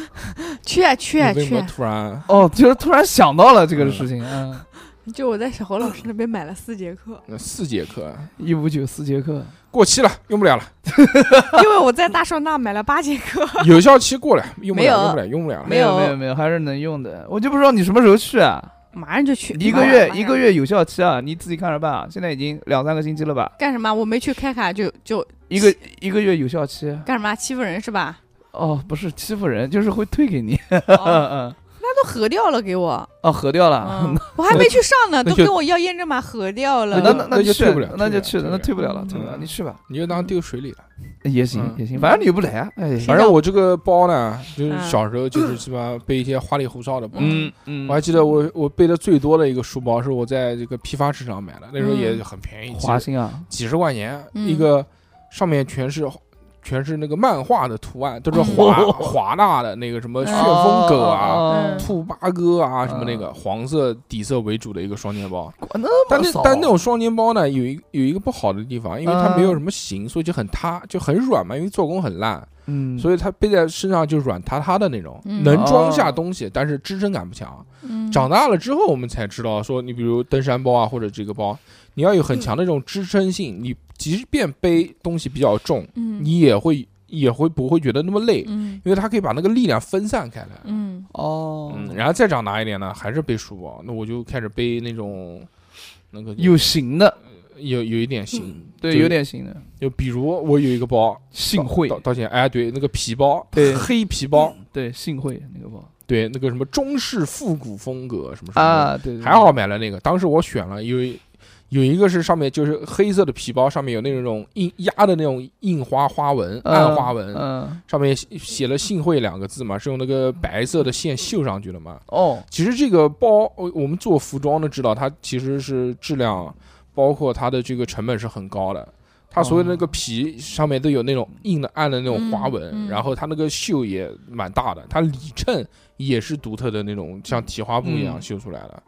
C: 去啊去啊
A: 你为什
C: 去
A: 么
C: 啊！
A: 突然？，
B: 哦，就是突然想到了这个事情，嗯，
C: 就我在小侯老师那边买了四节课
A: 呃四节课
B: 一五九四节课，
A: 过期了，用不了 了，
C: 因为我在大少纳买了八节 课。
A: 有效期过了，用不
C: 没有
A: 了，用不了，用不了了。
C: 没
B: 有
C: 有
B: 没没有，还是能用的。我就不知道你什么时候去啊？
C: 马上就去，
B: 一个
C: 马上
B: 月
C: 马上
B: 一个月有效期啊，你自己看着办啊。现在已经两三个星期了吧？
C: 干什么？我没去开卡就就
B: 一个一个月有效期
C: 干什么欺负人是吧？
B: 哦，不是欺负人，就是会退给你。
C: 哦
B: 嗯
C: 那都核掉了给我，
B: 哦，合掉了。
C: 嗯，我还没去上呢，
A: 那
C: 都
A: 就
C: 跟我要验证码核掉了。
B: 那
A: 那
B: 那
A: 那就
B: 去
A: 退不了
B: 那就
A: 退
B: 去
A: 不了
B: 那退
A: 退
B: 不
A: 不
B: 了
A: 了
B: 了，退不了，
A: 嗯
B: 你去吧，
A: 你就当丢水里了。
B: 也行
A: 嗯
B: 也行，反正你又不来啊，哎，
C: 是
A: 反正我这个包呢，就是
C: 嗯
A: 小时候就是基本上背一些花里胡哨的包。
B: 嗯嗯
A: 我还记得我我背的最多的一个书包是我在这个批发市场买的，那时候
B: 嗯
A: 也很便宜，
B: 华
A: 几
B: 兴啊，
A: 几十块钱
C: 嗯
A: 一个，上面全是全是那个漫画的图案， 都是华
B: 嗯
A: 华纳的那个什么哦旋风狗啊、
B: 哦，
C: 嗯
A: 兔八哥啊什么
B: 嗯
A: 那个黄色底色为主的一个双肩包。
B: 管那
A: 但
B: 么啊
A: 那
B: 少，
A: 但那种双肩包呢，有一有一个不好的地方，因为它没有什么型，所以就很塌，就很软嘛，因为做工很烂，
B: 嗯，
A: 所以它背在身上就软塌塌的那种，
C: 嗯哦
A: 能装下东西，但是支撑感不强。
C: 嗯
A: 长大了之后，我们才知道说，你比如登山包啊，或者这个包，你要有很强的这种支撑性，你即便背东西比较重，
C: 嗯
A: 你也会也会不会觉得那么累，
C: 嗯
A: 因为它可以把那个力量分散开来。
C: 嗯
B: 哦，
A: 嗯，然后再长大一点呢，还是背书包，那我就开始背那种那个
B: 有型的，
A: 有有一点型，
C: 嗯
B: 对，
A: 就
B: 有点型的，
A: 就比如我有一个包，
B: 幸会
A: 到，到现在哎，对，那个皮包，
B: 对
A: 黑皮包，
B: 对，幸会那个包
A: 对，那个什么中式复古风格什么什么的，
B: 啊，对，对
A: 还好，买了那个。当时我选了有一有一个是上面就是黑色的皮包，上面有那种印压的那种印花花纹、
B: 嗯
A: 暗花纹，
B: 嗯，
A: 上面写写了“幸会”两个字嘛，是用那个白色的线绣上去的嘛。
B: 哦，
A: 其实这个包，我我们做服装的知道，它其实是质量，包括它的这个成本是很高的。它所有的那个皮上面都有那种硬的暗的那种花纹，
C: 嗯嗯
A: 然后它那个锈也蛮大的，它里衬也是独特的那种像蹄花布一样
B: 嗯
A: 绣出来的，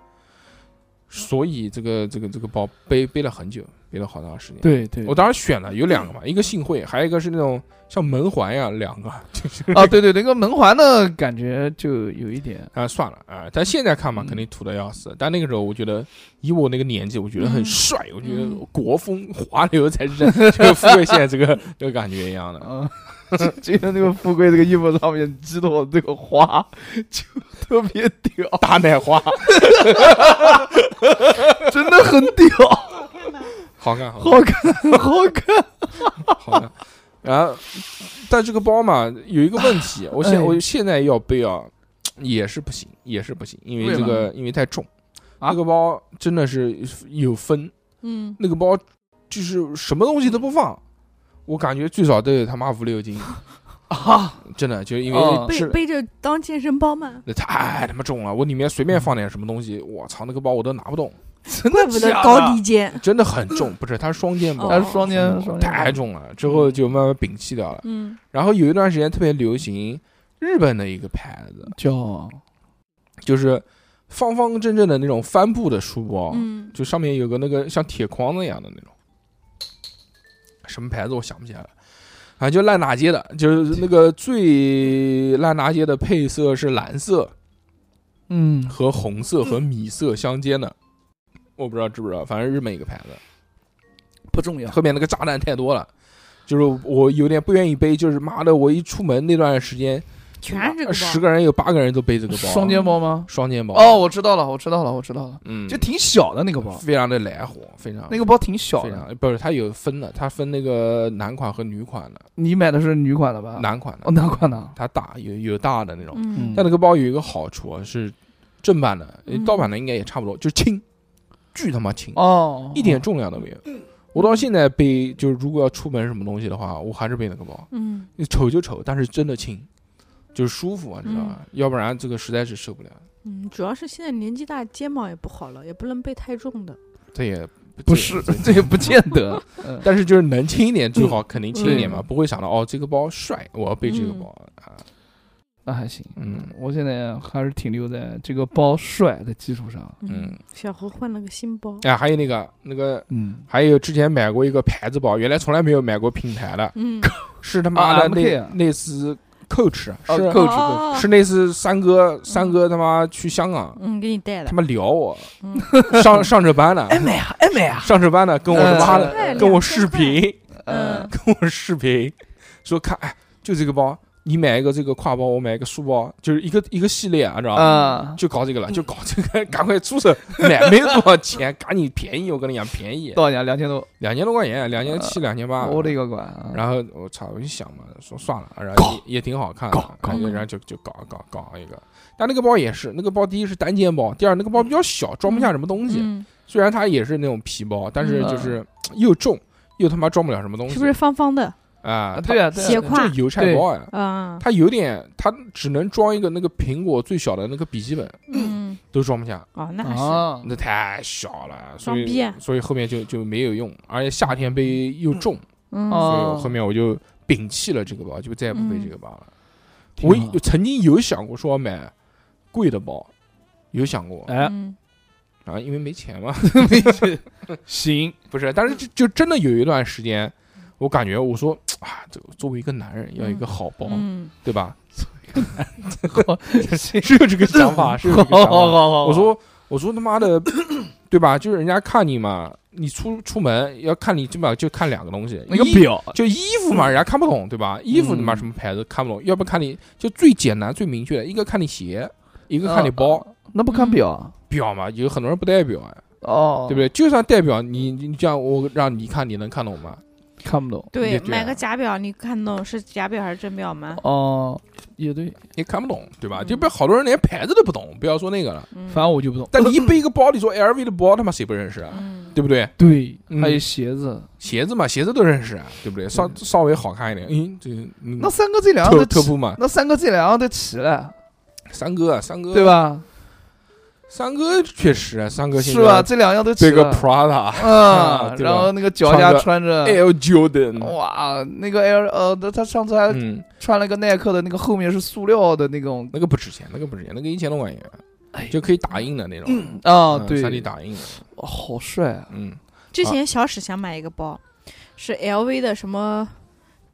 A: 所以这个这个这个包背背了很久，背了好长时间。
B: 对对
A: 我当时选了有两个嘛，一个幸会，还有一个是那种像门环呀，两个就是
B: 啊，对对，那个门环的感觉就有一点，
A: 啊算了啊，但现在看嘛，
B: 嗯
A: 肯定土的要死。但那个时候我觉得，以我那个年纪，我觉得很
C: 嗯
A: 帅，我觉得
C: 嗯
A: 国风华流才是真 就跟富贵现在这个这个感觉一样的。
B: 嗯，就 个那个富贵这个衣服上面激动这个花，就特别屌，
A: 大奶花，
B: 真的很屌，
A: 好看，好看，
B: 好看，好看。
A: 好看。然后，但这个包嘛，有一个问题，我现
B: 哎
A: 我现在要背啊，也是不行，也是不行，因为
B: 为
A: 这
B: 嘛
A: 个因为太重。
B: 啊
A: 那个包真的是有分，
C: 嗯，
A: 那个包就是什么东西都不放，我感觉最少都有他妈五六斤，
B: 啊，
A: 真的，就因
B: 哦
A: 为
C: 背
A: 是
C: 背着当健身包嘛，
A: 那太他妈重了，我里面随便放点什么东西，我操，那个包我都拿不动，
B: 真
C: 怪
B: 的
C: 不得
B: 假
C: 高
B: 的
C: 低？哦肩。
A: 真的很重，不是，它是双肩包
B: 它，是双肩
A: 嗯
B: 双肩
A: 太重了，之后就慢慢摒弃掉了。
B: 哦
C: 嗯，
A: 然后有一段时间特别流行日本的一个牌子，
B: 叫
A: 就是方方正正的那种帆布的书包，
C: 嗯，
A: 就上面有个那个像铁框子一样的那种，什么牌子我想不起来了。反正就烂大街的，就是那个最烂大街的配色是蓝色
B: 嗯
A: 和红色和米色相间的，我不知道知不知道，反正日本一个牌子，
B: 不重要
A: 后面那个炸弹太多了，就是我有点不愿意背，就是妈的，我一出门那段时间
C: 全是这个
B: 啊
A: 十
C: 包。
A: 个人有八个人都背这个包，啊
B: 双肩包吗？
A: 双肩包
B: 哦，，我知道了，我知道了，我知道了，
A: 嗯，
B: 就挺小的那个包，
A: 非常的来火，非常
B: 那个包挺小
A: 非
B: 的。
A: 常不是啊它有分的，它分那个男款和女款的，
B: 你买的是女款的吧？
A: 男款的
B: 哦，男款的。
A: 它大有有大的那种，
C: 嗯
B: 嗯
A: 但那个包有一个好处啊，是正版的，
C: 嗯
A: 盗版的应该也差不多，就轻，巨他妈轻，
B: 哦，
A: 一点重量都没有。我到现在背，就是如果要出门什么东西的话，我还是背那个包，
C: 嗯，
A: 丑就丑，但是真的轻，就是舒服啊，你知道
B: 嗯
A: 吧？要不然这个实在是受不了，
C: 嗯，主要是现在年纪大，肩膀也不好了，也不能背太重的。
A: 这也
B: 不是，这也不见 得。嗯
A: 但是就是能轻一点最好，肯定轻一点嘛，
B: 嗯
A: 不会想到哦，这个包帅，我要背这个
C: 嗯
A: 包啊。
B: 那还行。
A: 嗯
B: 我现在还是停留在这个包帅的基础上。
A: 嗯，，
C: 小何换了个新包。
A: 哎，还有那个那个，
B: 嗯，
A: 还有之前买过一个牌子包，原来从来没有买过品牌 的，
C: 嗯，
A: 是他妈的
B: 啊
A: 那
B: MK 啊
A: 那次 Coach，啊
B: 哦
A: 是
B: Coach 哦
C: 哦
A: 是那次三哥三哥他妈去香港，
C: 嗯，给你带的
A: 他。妈聊我
C: 嗯
A: 上上着班呢，
B: 买啊，哎买啊，
A: 上着班呢跟我他妈的
C: 哎
A: 跟我视频
C: 嗯
A: 嗯
B: 呃，
A: 跟我视频说看，哎，就这个包，你买一个这个挎包，我买一个书包，就是一个一个系列啊，知道吧？
B: 啊，
A: 就搞这个了，
C: 嗯
A: 就搞这个，赶快出手买，没多少钱，赶紧便宜，我跟你讲便宜，
B: 多少钱？两千多，
A: 两千多块钱，两千七、两千八。
B: 呃我勒个乖啊！
A: 然后我操，我一想嘛，说算了，然后也也挺好看的
B: 搞，搞
A: 然后
C: 嗯
A: 然后就就搞搞搞一个。但那个包也是，那个包第一是单肩包，第二那个包比较小，装不下什么东西。
C: 嗯，
A: 虽然它也是那种皮包，但是
B: 嗯
A: 就是又重又他妈装不了什么东西
C: 是不是方方的？
A: 啊？
B: 啊对啊，对啊
C: 斜
B: 对啊
C: 挎
A: 这邮差包呀，
C: 啊，
A: 它有点，它只能装一个那个苹果最小的那个笔记本，
C: 嗯，
A: 都装不下。
C: 哦，那是，
B: 啊，
A: 那太小了，所
C: 装逼
A: 以
C: 啊
A: 所以后面就就没有用，而且夏天背又重，
C: 嗯
B: 哦嗯
A: 所以我后面我就摒弃了这个包，就再也不背这个包了。
B: 挺
A: 我
B: 好
A: 有曾经有想过说买贵的包，有想过
B: 哎，
C: 嗯
A: 啊，因为没钱 嘛，
B: 行，
A: 不是，但是就就真的有一段时间，我感觉我说啊，这作为一个男人要一个好包，
C: 嗯，
A: 对吧？
B: 好，行
A: 嗯 是有这个想法，是有这个
B: 好
A: 想
B: 好
A: 法。
B: 好好，
A: 我说我说他妈的， 对吧？就是人家看你嘛，你出出门要看你，基本上就看两个东西，
B: 那个
A: 一
B: 表，
A: 就衣服嘛，人家看不懂，对吧？衣服
B: 嗯
A: 他妈什么牌子看不懂，要不看你就最简单最明确的，一个看你鞋，一个
B: 哦
A: 看你包。
B: 那不看表啊
A: 表嘛，有很多人不戴表啊，
B: 哦，
A: 对不对？就算戴表，你你这样我让你看，你能看懂吗？
B: 对？看不懂
A: 你
C: 对，
A: 就这样
C: 买个假表，你看懂是假表还是真表吗？
B: 哦，也对，
A: 你看不懂，对吧？
C: 嗯
A: 就被好多人连牌子都不懂，不要说那个了。
C: 嗯
B: 反，正我就不懂。
A: 但你一背一个包，你说 LV 的包，他妈谁不认识啊？
C: 嗯，
A: 对不对？
B: 对
A: 嗯，
B: 还有鞋子，
A: 鞋子嘛，鞋子都认识啊，对不对？稍
B: 对
A: 稍微好看一点，嗯，这嗯
B: 那三哥这两样
A: 特
B: 都
A: 特
B: 齐，
A: 步嘛，
B: 那三哥这两样都齐了，
A: 三哥啊，三哥
B: 对？吧？
A: 三哥确实啊，三哥现
B: 是
A: 在
B: 吧？这啊两样都齐
A: 背个
B: 了，
A: Prada、
B: 嗯，
A: 对吧哎
B: 然后那个脚下穿着，
A: Air Jordan，
B: 嗯哇，那个 Air 呃，他上次还
A: 嗯，
B: 穿了个耐克的那个后面是塑料的那种
A: 那个不值钱，那个不值钱，那个一千多块
B: 哎
A: 钱就可以打印的那种
B: 啊，
A: 嗯
B: 对，
A: 三 D 打印的，
B: 哇好帅啊！
A: 嗯，
C: 之前小史想买一个包，是 LV 的什么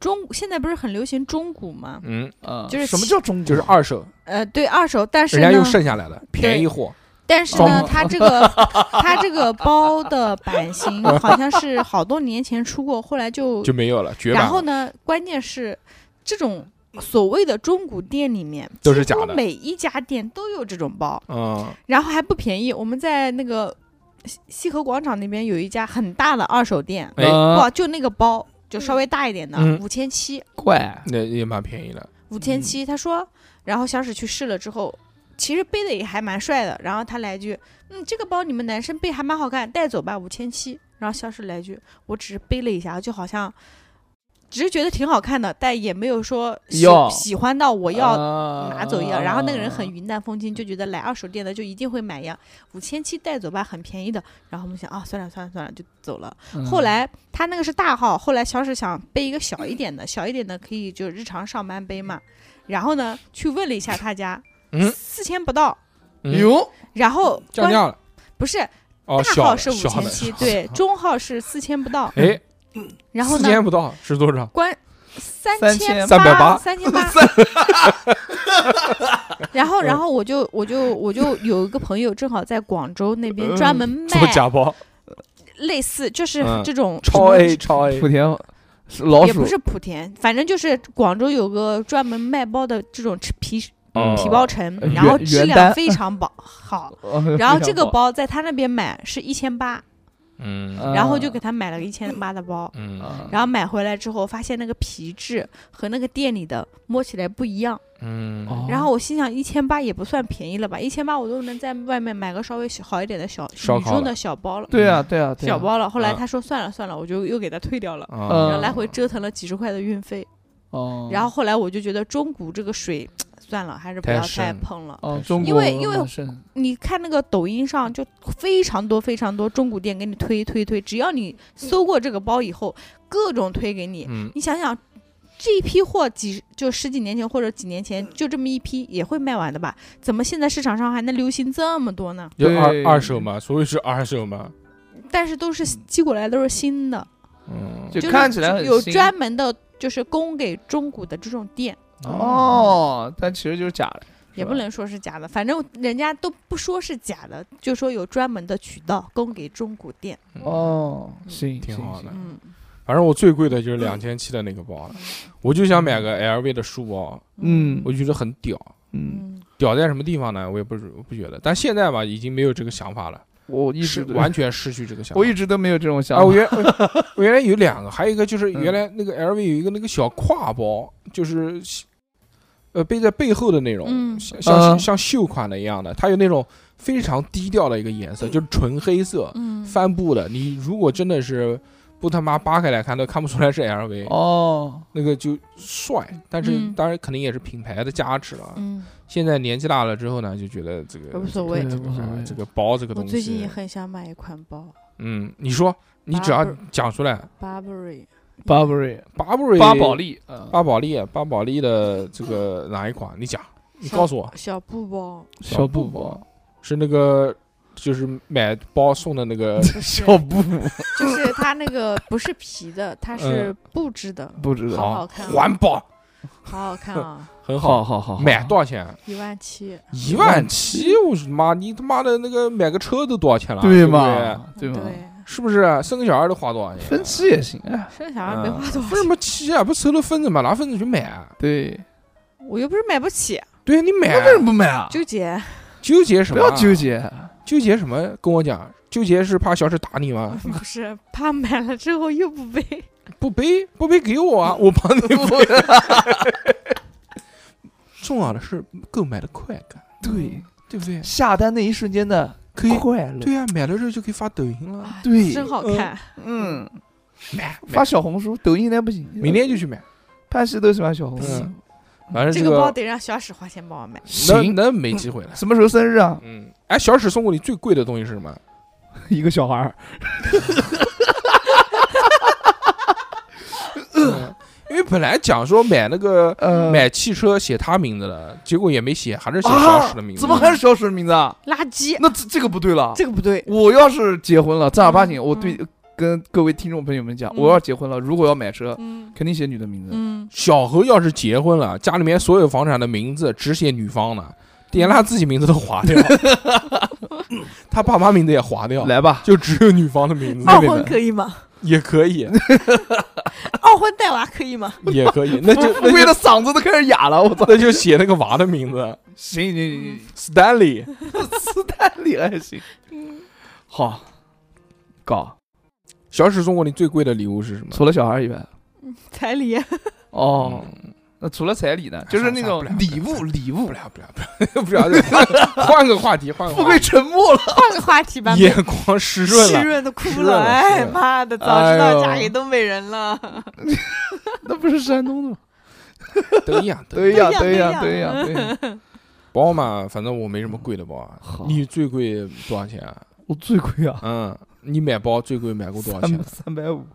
C: 中，现在不是很流行中古吗？
A: 嗯，
B: 啊，
C: 就是
B: 什么
C: 起
B: 叫中国？
A: 就是二手，
C: 呃，对，二手，但是
A: 人家
C: 呢
A: 又，剩下来的便宜货，
C: 但是
A: 装
C: 呢，
A: 潢
C: 它这个 它这个包的版型好像是好多年前出过，后来就
A: 就没有了，绝版了。
C: 然后呢，关键是这种所谓的中古店里面，
A: 都是
C: 几乎
A: 假的
C: 每一家店都有这种包，
A: 嗯，
C: 然后还不便宜。我们在那个西西河广场那边有一家很大的二手店，
A: 哎
B: 啊
C: 哇，就那个包就稍微大一点的
A: 嗯，
C: 五千七，
B: 怪
A: 那也蛮便宜的，
C: 五千七。他说，然后小史去试了之后。其实背的也还蛮帅的，然后他来一句：“嗯，这个包你们男生背还蛮好看，带走吧，五千七。”然后小史来一句：“我只是背了一下，就好像只是觉得挺好看的，但也没有说喜
B: 要
C: 喜欢到我要
B: 要
C: 拿走一样。”然后那
A: 啊
C: 个人很云淡风轻，就觉得来二手店的就一定会买呀，五千七带走吧，很便宜的。然后我们想啊，算了算了算了，就走了。
A: 嗯
C: 后来他那个是大号，后来小史想背一个小一点的，小一点的可以就日常上班背嘛。然后呢，去问了一下他家，
A: 嗯
C: 四千不到。
A: 嗯
B: 哟，
C: 然后
A: 降
C: 关
A: 价了。
C: 不是
A: 哦，
C: 大
A: 小
C: 号
A: 的
C: 是五
A: 小
C: 千
A: 的，
C: 七， 对，中号是四千不到。
A: 哎，
C: 然后
A: 四
C: 呢，
A: 千不到是多少？
C: 关三
B: 千
A: 380
C: 三千八。然
A: 嗯
C: 后，然后我就我就我就有一个朋友，正好在广州那
A: 嗯
C: 边专门
A: 做
C: 卖
A: 假包，
C: 类似，就是
A: 嗯
C: 这种
A: 超
C: 什么
A: A 超 A，
B: 莆嗯田是老
C: 也
B: 鼠
C: 不是莆田，反正就是广州有个专门卖包的这种吃皮
A: 嗯
C: 皮包城，
B: 呃
C: 然后
B: 原
C: 质
B: 原单
C: 量非常保好。
B: 呃，
C: 然后
B: 非常
C: 这个
B: 棒
C: 包在他那边买是一千八，
A: 嗯
B: 嗯
C: 然后就给他买了个一千八的包，
A: 嗯
B: 啊
C: 然后买回来之后发现那个皮质和那个店里的摸起来不一样，
A: 嗯，
B: 哦
C: 然后我心想一千八也不算便宜了吧，一千八我都能在外面买个稍微小好一点的小
A: 烧
C: 女
A: 烤
C: 中
A: 了
C: 的小包了，
B: 对啊对啊对啊
C: 小包了。后来
A: 嗯
C: 他说算了算了，我就又给他退掉了，
A: 啊
C: 然后
B: 嗯
C: 呃来回折腾了几十块的运费。
B: 哦，
C: 然后后来我就觉得中古这个水，算了，还是不
A: 太
C: 要
A: 深
C: 太碰了。
B: 哦，
A: 是
B: 中
C: 因
B: 国
C: 为因为
B: 纹身
C: 你看那个抖音上就非常多非常多中古店给你推推推，只要你搜过这个包以后，各种推给你。
A: 嗯，
C: 你想想，这一批货几就十几年前或者几年前就这么一批也会卖完的吧？怎么现在市场上还能流行这么多呢？
A: 就
B: 对
A: 二二手嘛，所以是二手嘛，
C: 但是都是寄过来都是新的，
A: 嗯，
B: 嗯就是看起来很
C: 有
B: 新
C: 专门的，就是供给中古的这种店。
B: 嗯
A: 嗯
B: 哦，但其实就是假的，是
C: 也
B: 吧
C: 不能说是假的，反正人家都不说是假的，就说有专门的渠道供给中古店。
B: 哦，行，
A: 挺
B: 行
A: 好的
B: 行
C: 嗯，
A: 反正我最贵的就是两千七的那个包了，我就想买个 LV 的书包，
B: 嗯
A: 我觉得很屌，
B: 嗯，
C: 嗯，
A: 屌在什么地方呢？我也不是我不觉得，但现在吧，已经没有这个想法了，
B: 我一
A: 是
B: 直
A: 完全失去这个想法
B: 我。一直都没有这种想
A: 啊，
B: 法
A: 我，原我原来有两 个，还有一个就是
B: 嗯
A: 原来那个 LV 有一个那个小挎包，就是呃背在背后的那种，
C: 嗯
A: 像像、
B: 嗯
A: 像袖款的一样的，它有那种非常低调的一个颜色，就是纯黑色、
C: 嗯，
A: 帆布的。你如果真的是不他妈扒开来看，都看不出来是 LV，、
B: 哦，
A: 那个就帅，但是、
C: 嗯
A: 当然肯定也是品牌的加持了。
C: 嗯，
A: 现在年纪大了之后呢，就觉得这个
C: 无所谓
A: 这个
B: 无所谓
A: 这个包这个
C: 我
A: 东西，
C: 最近也很想买一款包
A: 嗯，你说你只要
C: 巴布
A: 讲出来。
C: ，Burberry，
B: Burberry
A: 巴布瑞
B: 巴宝莉，嗯
A: 巴宝莉，巴宝莉的这 个哪一款？你讲，
B: 啊
A: 你告诉我，
C: 小布 包，
B: 小
A: 布
B: 布包，
A: 是那个就是买包送的那 个
C: 不是，
B: 布布
C: 就是它那个不是皮的，它是布质的，
B: 不知道，
C: 好
A: 好
C: 好看啊，
A: 环保，
C: 好好看啊，
A: 很
B: 好
A: 好。
B: 好好，
A: 买多少钱？
C: 一万七，
A: 一万七！我去妈，你他妈的那个买个车都多少钱了？
B: 啊对
A: 不
B: 嘛？对嘛？
C: 对，
A: 是不是生个小孩都花多少钱？
B: 分期也行啊，
C: 生小孩没花多少
A: 分什
C: 钱，
A: 么期啊？不收了分子嘛？拿分子去买啊？
B: 对，
C: 我又不是买不起，
A: 对你买啊
B: 为什么不买啊？
C: 纠结，
A: 纠结什
B: 不
A: 么啊？
B: 要纠结，
A: 纠结什么？跟我讲，纠结是怕小史打你吗？
C: 不是怕买了之后又不背，
A: 不背不背给我啊，我帮你背。重要的是购买的快感，
B: 对，
A: 对不对？
B: 下单那一瞬间的
A: 可以，
B: 快乐，
A: 对啊，买了之后就可以发抖音了，
C: 啊
B: 对
C: 真好
A: 嗯
C: 看，
B: 嗯，
A: 买
B: 发小红书、抖音那不行，
A: 明天就去买。
B: 潘西都喜欢小
A: 嗯
B: 红书，
A: 反正
C: 这个包得让小史花钱帮我买。
A: 能
B: 行，
A: 能没机会了。
B: 什么时候生日啊？
A: 嗯，哎，小史送过你最贵的东西是什么？
B: 一个小孩儿，
A: 嗯因为本来讲说买那个
B: 呃，
A: 买汽车写他名字了，结果也没写，还是写小
B: 啊
A: 史的名，字。
B: 怎么还是小史的名字啊？
C: 垃圾，
B: 那这这个不对了，
C: 这个不对。
B: 我要是结婚了，正儿八经，我对
C: 嗯
B: 跟各位听众朋友们讲，
C: 嗯
B: 我要结婚了，如果要买车，
C: 嗯
B: 肯定写女的名字。
C: 嗯，
A: 小何要是结婚了，家里面所有房产的名字只写女方的，连他自己名字都划掉，他爸妈名字也划掉，
B: 来吧，
A: 就只有女方的名字
B: 那
C: 二
B: 边的
C: 婚哦可以 吗？
A: 也可以，
C: 二婚带娃可以吗？
A: 也可以，那就
B: 富
A: 那
B: 贵
A: 就
B: 的嗓子都开始哑了，我操！
A: 那就写那个娃的名字
B: 行行行
A: ，Stanley。
B: 行，斯坦李还行，
C: 嗯，
B: 好，搞，
A: 小史送过你最贵的礼物是什么？
B: 除了小孩以外，
C: 彩礼。啊
B: 哦，
A: 嗯
B: 那除了彩礼呢，就是那种
A: 算了
B: 礼物，礼
A: 不
B: 物。
A: 聊不聊 不聊不聊，换 换个话题，换个
B: 富
A: 话
B: 贵
A: 题。
B: 沉默了，
C: 换个话题吧。
A: 眼光湿润
C: 湿
A: 了，
C: 润都哭
A: 湿润了湿
C: 哎
A: 润了
C: 妈的，早知
B: 哎
C: 道
B: 呦
C: 嫁给东北人了。
B: 那不是山东的吗？
A: 都一样，都一
B: 对
A: 样。
B: 呀，
C: 对
B: 对
C: 呀
B: 呀，对呀， 对呀。
A: 啊包嘛，反正我没什么贵的包啊。
B: 好
A: 你最贵多少钱啊？
B: 我最贵啊，
A: 嗯，你买包最贵买过多少钱啊
B: 三？三百五，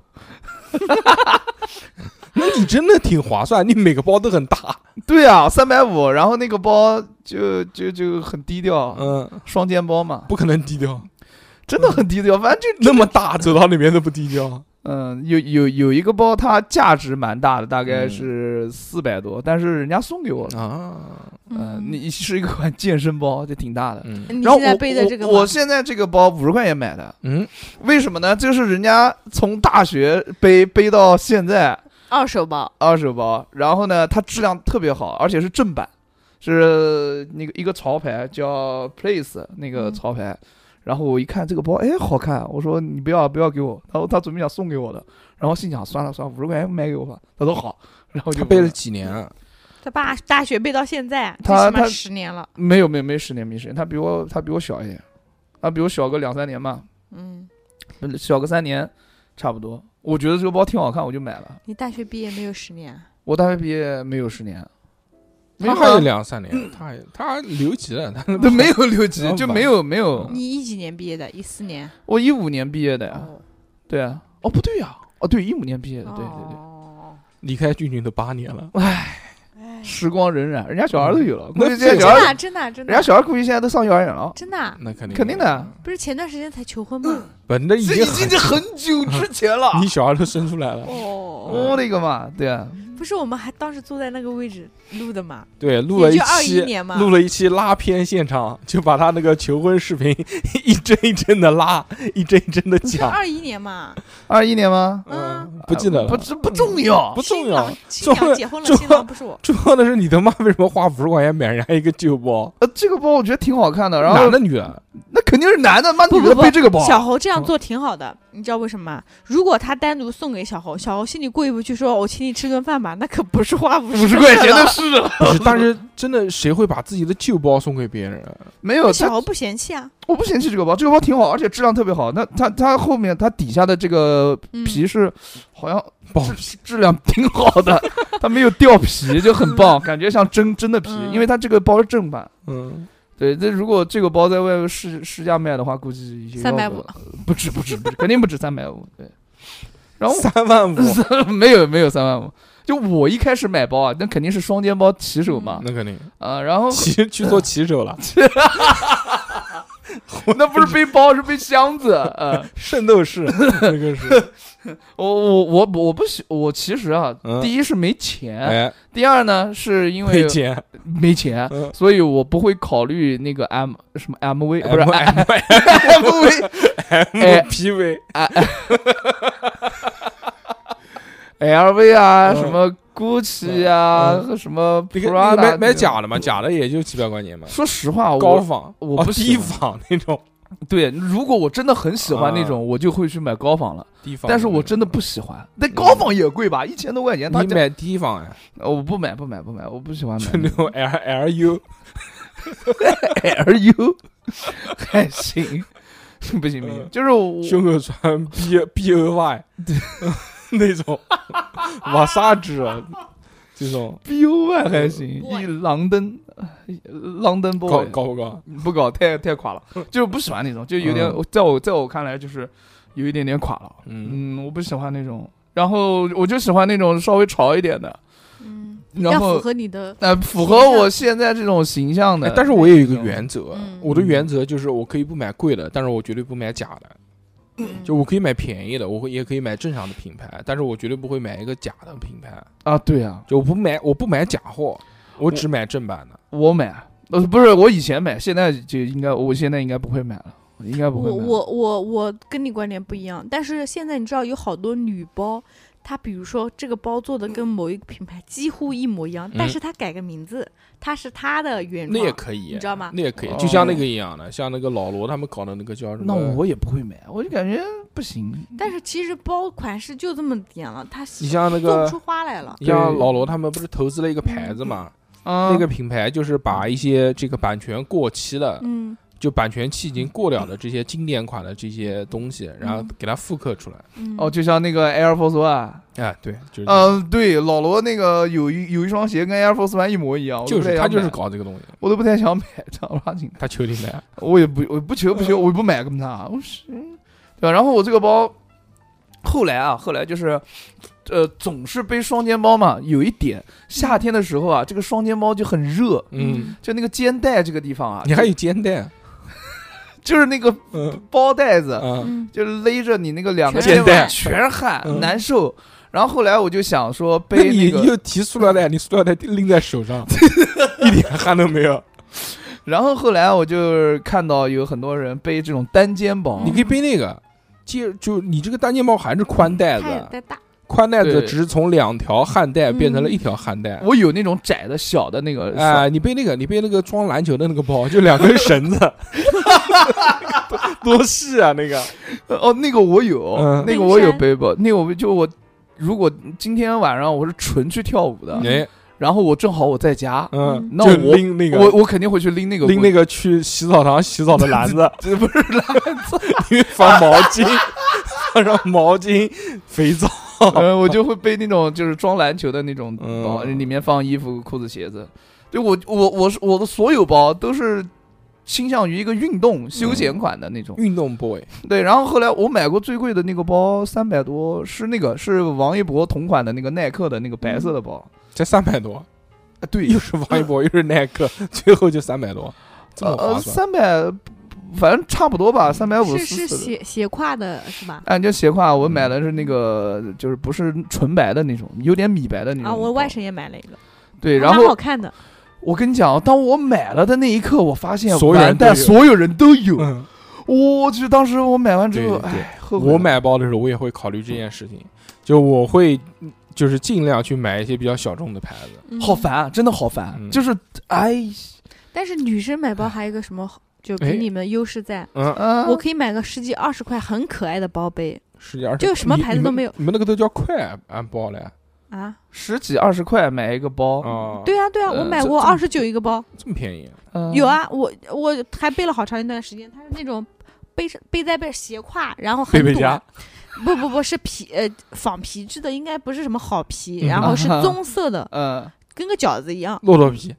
A: 那你真的挺划算，你每个包都很大。
B: 对啊，三百五，然后那个包就就就很低调，
A: 嗯，
B: 双肩包嘛，
A: 不可能低调，
B: 真的很低调，反正就
A: 那么大走到那边都不低调。
B: 嗯，有有有一个包，它价值蛮大的，大概
A: 嗯
B: 是四百多，但是人家送给我了。
A: 啊，
B: 嗯，你是一款健身包，就挺大的。
A: 嗯
C: 你
B: 然后
C: 现
B: 我
C: 在背着这个
B: 我我
C: 吗
B: 现在这个包五十块钱买的，
A: 嗯，
B: 为什么呢？就是人家从大学背背到现在
C: 二手包，
B: 二手包，然后呢，它质量特别好，而且是正版，是那个一个潮牌叫 Place 那个
C: 嗯
B: 潮牌。然后我一看这个包，哎，好看，我说你不要不要给我，然后他准备想送给我的，然后心想算了算了，五十块钱卖给我吧，他说好，然后就
A: 他背了
B: 买
A: 几年啊？
C: 他爸大学背到现在，最
B: 他
C: 起码
B: 他
C: 十年了。
B: 没有没有没十年没十年，他比我他比我小一点，他比我小个两三年吧，
C: 嗯，
B: 小个三年差不多。我觉得这个包挺好看，我就买了。
C: 你大学毕业没有十年啊？
B: 我大学毕业没有十年，没
A: 他
B: 有
A: 还有
B: 啊
A: 两三年，他还他还留级了，他
B: 都没有留级
A: 然，后
B: 就
A: 买
B: 没有没有。
C: 你一几年毕业的？一四年。
B: 我一五年毕业的呀，
C: 哦，
B: 对嗯啊，哦不对呀，哦对，一五年毕业的，对对对。
C: 哦
A: 离开俊俊都八年了。
C: 哎
B: 时光荏苒，人家小孩都有了，估
A: 那
B: 计现在
A: 这
B: 小
A: 个
B: 孩
C: 真的，啊真的啊真
B: 人家
C: 的啊
B: 小孩估计现在都上幼儿园了，
C: 真的啊，
A: 那肯定
B: 肯定的，
C: 不是前段时间才求婚吗？
A: 本嗯的已经很
B: 很 久之前了
A: 你小孩都生出来了。
C: 哦，
B: 我的个妈，对啊，
C: 不是我们还当时坐在那个位置录的吗？
A: 对，录了一
C: 也就
A: 期
C: 21年，嘛
A: 录了一期拉片现场，就把他那个求婚视频 一帧一帧的拉，一帧一帧的
C: 不是
A: 讲。
C: 二一年嘛？
B: 二一年吗？
A: 嗯
C: 嗯，
A: 不记得
B: 啊
A: 了嗯
B: 不。这不重要
A: 不，重要
C: 新郎新
A: 重
C: 娘结婚了，
A: 重
C: 新郎不是我。
A: 重要的是你他妈为什么花五十块钱买人家一个旧包？
B: 呃，这个包我觉得挺好看的，然
A: 男
B: 后
A: 的女 的？
B: 那肯定是男的，妈
C: 不
B: 女
C: 不
B: 的
C: 不
B: 背这个包，
C: 小侯这样做挺好的，你知道为什么吗？如果他单独送给小侯，小侯心里过意不去说，我请你吃顿饭吧，那可不是花五
B: 五
C: 十
B: 十块
C: 钱
B: 钱的
C: 了。
B: 事了，
A: 不是，但是真的谁会把自己的旧包送给别人？
B: 没有，
C: 小
B: 这
C: 侯不嫌弃啊，
B: 我不嫌弃这个包，这个包挺好，而且质量特别好。那它它后面它底下的这个
C: 嗯
B: 皮是好 像
A: 包
B: 质质量挺好 的，它没有掉皮，就很 棒，感觉像真真的皮，
C: 嗯
B: 因为它这个包是正版。
A: 嗯，
B: 对，这如果这个包在外面市市价卖的话，估计也要
C: 350
B: 个，不止不止不止，肯定不止三百五。对，然后
A: 三万五，
B: 嗯 没有没有三万五，就我一开始买包啊，那肯定是双肩包骑手嘛，
A: 那肯定
B: 啊，然 后
A: 骑去做骑手了，
B: 那不是背包是背箱子， 啊，
A: 圣斗 士那个是，
B: 我我我我不喜我其实啊，
A: 嗯
B: 第一是没钱，
A: 哎，
B: 第二呢是因为啊
A: 配件，
B: 没钱，
A: 嗯
B: 所以我不会考虑那个 M 什么 MV 不是哎
A: M
B: MV
A: M P V，
B: LV 啊，
A: 嗯
B: 什么 GUCCI 啊，
A: 嗯
B: 和什么
A: 那个那个
B: Prada
A: 买买
B: 这种
A: 假的嘛，假的也就几百块钱嘛，
B: 说实话，
A: 高
B: 我
A: 仿，
B: 我
A: 哦低
B: 不喜
A: 仿那种，
B: 对，如果我真的很喜欢那种，我就会去买高仿了。
A: 低啊仿，
B: 但是我真的不喜欢，但高仿也贵吧，一千多块钱。他
A: 嗯你买低仿哎，
B: 呃我不买，不买，不买，我不喜欢买
A: 就那种 L L U，
B: LU，还行，不行不行，
A: 嗯
B: 就是我
A: 胸口 穿 B B O Y 那种，瓦萨纸，啊这种
B: BOY 啊还行，
C: Boy
B: 一狼登，狼登
A: 高
B: boy
A: 高不高？
B: 不搞太太垮了，就是不喜欢那种，就有点
A: 嗯，
B: 在我在我看来就是有一点点垮了。
A: 嗯，
B: 嗯，我不喜欢那种，然后我就喜欢那种稍微潮一点的，
C: 嗯，
B: 然
C: 要
B: 后
C: 符合你的，
B: 呃，符合我现在这种形象的
A: 哎。但是我也有一个原则
C: 呃嗯，
A: 我的原则就是我可以不买贵的，但是我绝对不买假的。
C: 嗯
A: 就我可以买便宜的，我会也可以买正常的品牌，但是我绝对不会买一个假的品牌。
B: 啊，对啊，
A: 就我不买，我不买假货，我只买正版的。
B: 我买，呃，不是我以前买，现在就应该，我现在应该不会买了，应该不会
C: 我
B: 买了。
C: 我我我跟你观点不一样，但是现在你知道有好多女包，它比如说这个包做的跟某一个品牌几乎一模一样，但
A: 嗯
C: 是它改个名字，它是它的原
A: 那
C: 创，
A: 也可以，
C: 你知道吗
A: 那也可以
B: 哦，
A: 就像那个一样的，像那个老罗他们搞的那个叫什么？
B: 那我也不会买，我就感觉不行。
C: 但是其实包款式就这么点了，它
A: 你
C: 做
A: 像那
C: 不
A: 个，
C: 出花来了。
A: 你像老罗他们不是投资了一个牌子嘛？
B: 啊，
A: 那个品牌就是把
B: 嗯
A: 一些这个版权过期的，
C: 嗯
A: 就版权期已经过了
B: 嗯
A: 的这些经典款的这些东西，然后给它复刻出来。
C: 嗯
B: 哦，就像那个 Air Force One，
A: 哎，对，就是
B: 嗯、对，老罗那个有一有一双鞋跟 Air Force One 一模一样，我都
A: 就
B: 不太
A: 是
B: 想
A: 他就是
B: 买
A: 搞这个东西，
B: 我都不太想买，正儿八经的，
A: 他求你买。
B: 我也不我不求不求，我也不买，跟他，啊我是对吧？然后我这个包后来啊，后来就是。呃，总是背双肩包嘛，有一点夏天的时候啊，这个双肩包就很热，
A: 嗯，
B: 就那个肩带这个地方啊，
A: 你还有肩带，
B: 就是那个
A: 嗯
B: 包带子，
A: 嗯。
C: 嗯
B: 就是勒着你那个两个
A: 全是
B: 肩膀
A: 汗
B: 全是汗，
A: 嗯
B: 难受。然后后来我就想说
A: 那
B: 背
A: 你
B: 那个，
A: 又提塑料袋，你塑料袋拎在手 上，一点汗都没有。
B: 哦然后后来我就看到有很多人背这种单肩包，
A: 你可以背那个，接就你这个单肩包还是宽带
C: 太
A: 子，啊
C: 太大，
A: 宽带子
B: 嗯对嗯
A: 只是从两条汗带变成了一条汗带。
B: 我有那种窄的小的那个，
A: 哎、你背那个，你背那个装篮球的那个包，就两根绳子， 多多细啊那个。
B: 哦，那个我有，
A: 嗯
B: 那个我有
C: 冰山
B: 背包，那个我就我如果今天晚上我是纯去跳舞的，
A: 哎，
B: 然后我正好我在家，
A: 嗯，
B: 那
A: 就
B: 我
A: 拎那个，
B: 我我肯定会去拎那个
A: 拎那
B: 个
A: 个去洗澡堂洗澡的篮 子，
B: 不是篮子，
A: 因为放毛巾，放上毛巾、肥皂。
B: 呃，我就会背那种就是装篮球的那种包，
A: 嗯
B: 里面放衣服、裤子、鞋子。对我，我我是我的所有包都是倾向于一个运动
A: 嗯
B: 休闲款的那种。
A: 运动 boy，
B: 对，然后后来我买过最贵的那个包，三百多，是那个是王一博同款的那个耐克的那个白色的包。
A: 才三百多，
B: 啊对
A: 又，是王一博，又是耐 克，最后就三百多，这么
B: 呃，
A: 划算。
B: 三百，反正差不多吧，三百五
C: 是
B: 十
C: 是
B: 四。
C: 斜斜挎的是吧？
B: 按这斜挎，我买的是那个，
A: 嗯
B: 就是不是纯白的那种，有点米白的那种
C: 啊，
B: 包。
C: 我外甥也买了一个，
B: 对，
C: 还
B: 然后
C: 蛮好看的，
B: 我跟你讲，当我买了的那一刻，我发现
A: 所有人
B: 完蛋，
A: 都有
B: 所有人都有。
A: 嗯，
B: 我去，当时我买完之后，
A: 对对对
B: 哎，后悔了
A: 我买包的时候，我也会考虑这件事情，就我会嗯就是尽量去买一些比较小众的牌子。
C: 嗯
B: 好烦啊，真的好烦，
A: 嗯
B: 就是哎，
C: 但是女生买包还有一个什么好，就
A: 哎
C: 比你们优势在，
A: 嗯，
B: 啊
C: 我可以买个十几二十块很可爱的包背
A: 十几二十，
C: 就什么牌子都没有
A: 你你们。你们那个都叫快安包嘞？
C: 啊。
B: 十几二十块买一个包，
A: 啊，，
C: 对啊，对啊，
B: 呃
C: 我买
B: 这
C: 过
B: 这
C: 二十九一个包，
A: 这么便宜，
B: 嗯
C: 有，啊，我我还背了好长一段时间。它是那种背上背在背斜挎，然后很
A: 贝贝
C: 短
A: 家，
C: 不不不是皮呃仿皮质的，应该不是什么好皮，
A: 嗯
C: 然后是
B: 啊
C: 棕色的，
B: 嗯
C: 跟个饺子一样。
A: 骆驼皮。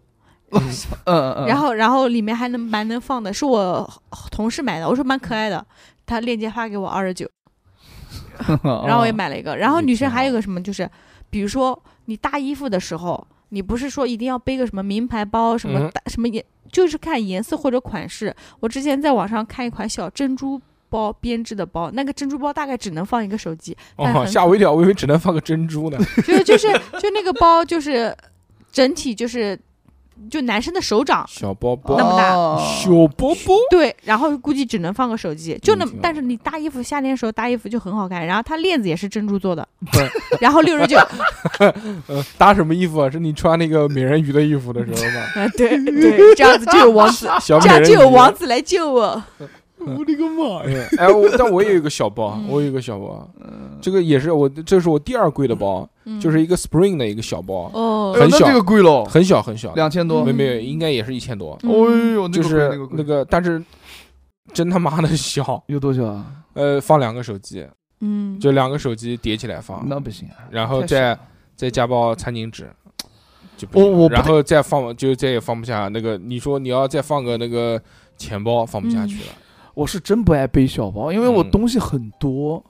B: 嗯嗯，
C: 然后然后里面还能蛮能放的，是我同事买的，我说蛮可爱的，他链接发给我二十九，
B: 后
C: 然后我也，买了一个。然后
A: 也
C: 女生
A: 哦挺
C: 还有个什么，就是比如说你搭衣服的时候，你不是说一定要背个什么名牌包，什么
A: 嗯
C: 搭、什么颜，就是看颜色或者款式。我之前在网上看一款小珍珠包编织的包，那个珍珠包大概只能放一个手机，但很
A: 哦，吓我一跳，我以为只能放个珍珠 呢。
C: 就是就是就那个包就是整体就是就男生的手掌。
A: 小包包
C: 那，么大
B: 哦
A: 小包包，
C: 对，然后估计只能放个手机，就那么
A: 嗯挺好，
C: 但是你搭衣服，夏天的时候搭衣服就很好看。然后它链子也是珍珠做的， 然后六十九，
A: 呃，搭什么衣服啊？是你穿那个美人鱼的衣服的时候吗？
C: 啊，对 对，这样子就 有王子，
A: 小美
C: 这样
A: 人
C: 就
A: 鱼。
C: 有王子来救我。
B: 我的个妈呀，
A: 哎，我但我也有一个小包啊，
C: 嗯
A: 我有一个小包啊，这个也是我，这是我第二贵的包，
C: 嗯
A: 就是一个 Spring 的一个小包，
B: 哎
C: 哦，
B: 呦
A: 很
B: 那
A: 小
B: 这个贵了，
A: 很小很小，
B: 两千多
A: 没，
C: 嗯
A: 没有，应该也是一千多，
B: 哎
C: 嗯
B: 呦，那
A: 就
B: 个贵
A: 是
B: 那个
A: 那
B: 贵
A: 个，但是真他妈的小，
B: 有多小啊？
A: 呃，放两个手机，
C: 嗯，
A: 就两个手机叠起来放，
B: 那不行啊，
A: 然后
B: 太小
A: 再
B: 了
A: 再加包餐巾纸，就不行
B: 我我不
A: 然后再放就再也放不下那个，你说你要再放个那个钱包，放不下去了。
B: 我是真不爱背小包，因为我
A: 嗯
B: 东西很多。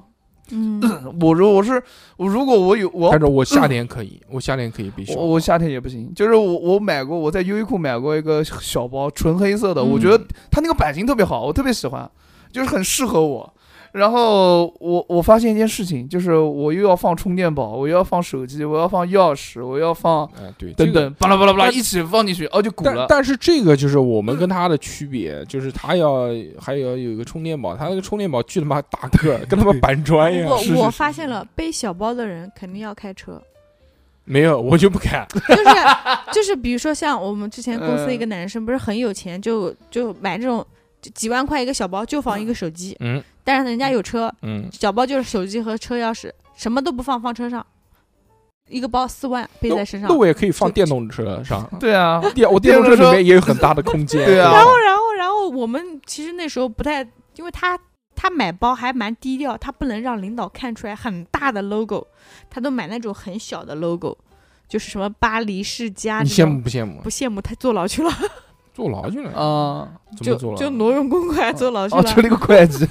C: 嗯，
B: 我如我是我，如果我有我
A: 但是我夏天可以，我夏天可以背小包
B: 哦我我夏天也不行，就是我我买过，我在优衣库买过一个小包，纯黑色的，我觉得它那个版型特别好，我特别喜欢，就是很适合我。然后我我发现一件事情，就是我又要放充电宝，我又要放手机，我要放钥匙，我要放
A: 哎，对，
B: 等
A: 这个
B: 等，巴拉巴拉巴拉
A: 但
B: 一起放进去，哦就鼓
A: 但
B: 了。
A: 但是这个就是我们跟他的区别，就是他要还要有一个充电宝，他那个充电宝巨他妈大 个儿，跟他妈板砖一样。
C: 我
B: 哎是是
C: 我
B: 是
C: 发现了，背小包的人肯定要开车，
A: 没有，我就不敢。
C: 就是 就是，比如说像我们之前公司一
B: 嗯
C: 个男生，不是很有钱，就就买这种就几万块一个小包，就放一个手机，
A: 嗯
C: 但是人家有车，
A: 嗯，
C: 小包就是手机和车钥匙，什么都不放，放车上，一个包四万背在身上
A: 那，我也可以放电动车上，
B: 对啊，
A: 电我电动车里面也有很大的空 间。
B: 对啊
A: 吧
C: 然后，然后，然后我们其实那时候不太，因为他他买包还蛮低调，他不能让领导看出来很大的 logo，他都买那种很小的 logo，就是什么巴黎世家
A: 你
C: 这
A: 羡
C: 种。
A: 慕不羡慕
C: 不？羡慕他坐牢去了，
A: 坐牢去了，
B: 啊、
A: 怎
C: 就
A: 么坐牢？
C: 就挪用公款坐牢去
B: 哦，
C: 了。
B: 就那个会 计，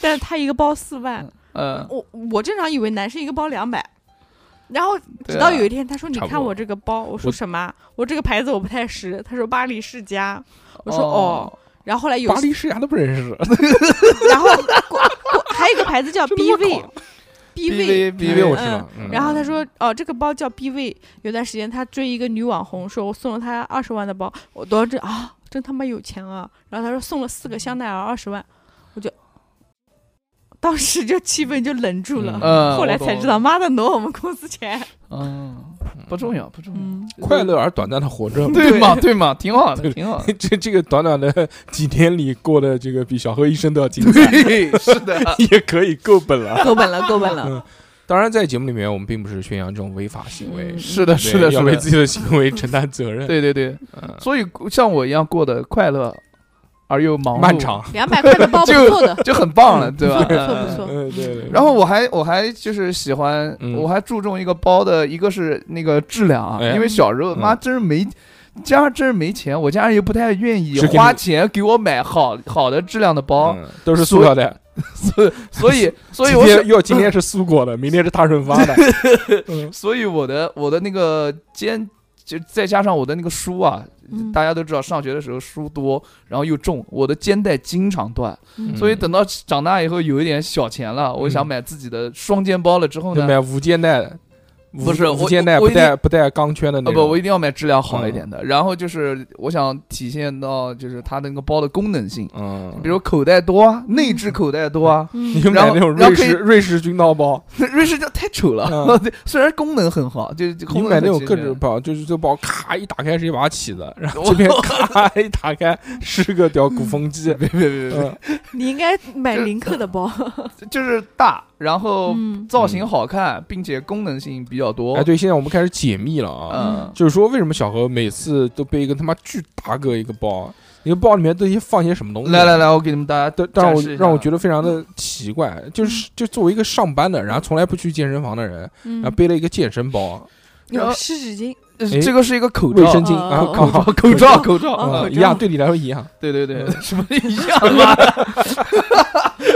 C: 但是他一个包四万，
B: 嗯，
C: 我我正常以为男生一个包两百，然后
B: 对
C: 直到
B: 啊
C: 有一天他说你
A: 差不
C: 看
A: 多
C: 我这个包，我说
A: 我
C: 什么？我这个牌子我不太识。他说巴黎世家，我说哦，然后后来有
A: 巴黎世家都不认 识，
C: 然后过过还有一个牌子叫 BV。BV，
B: ，BV
A: 因为
B: BV
A: 我
B: 我
A: 知道。嗯
C: 然后他说：“哦，这个包叫 BV。有段时间他追一个女网红，说我送了她二十万的包，我当时啊，真他妈有钱啊！然后他说送了四个香奈儿二十万，我就当时就气氛就冷住了。
B: 嗯，
C: 后来
B: 我懂
C: 才知道，，妈的挪我们公司钱。
B: 嗯，不重要不重要，
C: 嗯，
A: 快乐而短暂的活着嘛。
B: 对嘛 对嘛，挺好的
A: 对
B: 挺好的。
A: 这这个短短 的几天里过的这个比小何一生都要精彩，
B: 对，是 的，
A: 也可以够本了。
C: 够本了，够本了。
A: 嗯当然，在节目里面，我们并不是宣扬这种违法行为
C: 嗯，
B: 是的，
A: 对
B: 是的，
A: 要
B: 是
A: 为
B: 的，
A: 自己的行为承担责任。
B: 对对对。
A: 嗯，
B: 所以像我一样过得快乐而又忙碌
A: 漫，长，
C: 两百块的包不
B: 就
C: 错的，
B: 就很棒了，对吧？
C: 不错不
B: 嗯
C: 错。
A: 嗯，对对。
B: 然后我还我还就是喜欢，
A: 嗯
B: 我还注重一个包的，一个是那个质量啊，
A: 哎
B: 因为小时候
A: 嗯
B: 妈真是没。家真是没钱，我家人又不太愿意
A: 是给你
B: 花钱给我买好好的质量的包，
A: 嗯都是塑料的，
B: 所 以所以
A: 今
B: 我
A: 天
B: 小
A: 要今天是苏果的，明天是大润发的，嗯
B: 所以我的我的那个肩就再加上我的那个书啊，
C: 嗯
B: 大家都知道上学的时候书多，然后又重，我的肩带经常断，
C: 嗯
B: 所以等到长大以后有一点小钱了，我想买自己的双肩包了之
A: 嗯
B: 后
A: 就
B: 呢，
A: 买无肩带的，无
B: 不是我
A: 无肩带
B: 我
A: 不
B: 我一定
A: 带不带钢圈的
B: 啊
A: 那
B: 不，我
A: 种。
B: 一定要买质量好一点
A: 嗯
B: 的。然后就是我想体现到就是它的那个包的功能性，
A: 嗯，
B: 比如口袋多啊，内置口袋多啊，
A: 你
C: 嗯
A: 就买
B: 然后
A: 那种
B: 然
A: 瑞
B: 后可以
A: 士瑞士军刀包，
B: 瑞士这太丑了，
A: 嗯
B: 对 虽然功能很好，就
A: 你买那种各种
B: 种
A: 包，就是这包咔一打开是一把起子，然后这边咔一打开是个屌鼓风机。
B: 别别别别
A: 嗯，
C: 你应该买林克的包。
B: 别，就是大，然后
C: 嗯
B: 造型好看，并且功能性比较多。
A: 哎，对，现在我们开始解密了啊，
B: 嗯，
A: 就是说为什么小何每次都背一个他妈巨大个一个包，那个包里面都一放些什么
C: 嗯
A: 东西？
B: 来来来，我给你们大家
A: 但但让
B: 展
A: 我
B: 示一下嗯
A: 让我觉得非常的奇怪，就是就作为一个上班的，然后从来不去健身房的人，
C: 嗯
A: 然
B: 啊
A: 后，背了一个健身包、
C: 有湿纸巾。
A: 哎
B: 呃这个是一个口
A: 卫
B: 罩，
A: 生巾
C: 哦
A: 啊，
C: 哦
A: 口罩、
B: 口罩，口罩，
C: 哦
A: 啊
B: 嗯
A: 一样，对你来说一样。
B: 对对对，
A: 嗯
B: 什么啊 一样吗？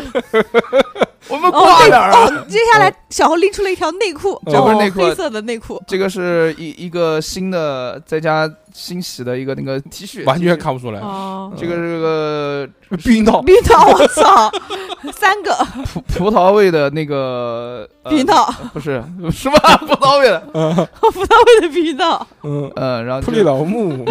B: 我们
C: 哦，
B: 挂
C: 对
B: 哪儿啊？
C: 哦，接下来小红拎出了一条内
A: 哦
C: 裤，哦
B: 这不是内裤啊
C: 黑色的内裤，
B: 这个是一一个新的，在家新洗的一个 那个 T 恤，
A: 完
B: T
A: 全
B: 恤
A: 看不出来。
C: 哦，
B: 这个是个
A: 避孕套，
C: 避孕套，我操，三个
A: 嗯
B: 葡葡萄味的那个呃
C: 避孕套，
B: 不是 什么葡萄味的，
A: 嗯
C: 我不到位的避孕套，
A: 嗯，
B: 嗯， 然后
A: 普
B: 就
A: 里老木，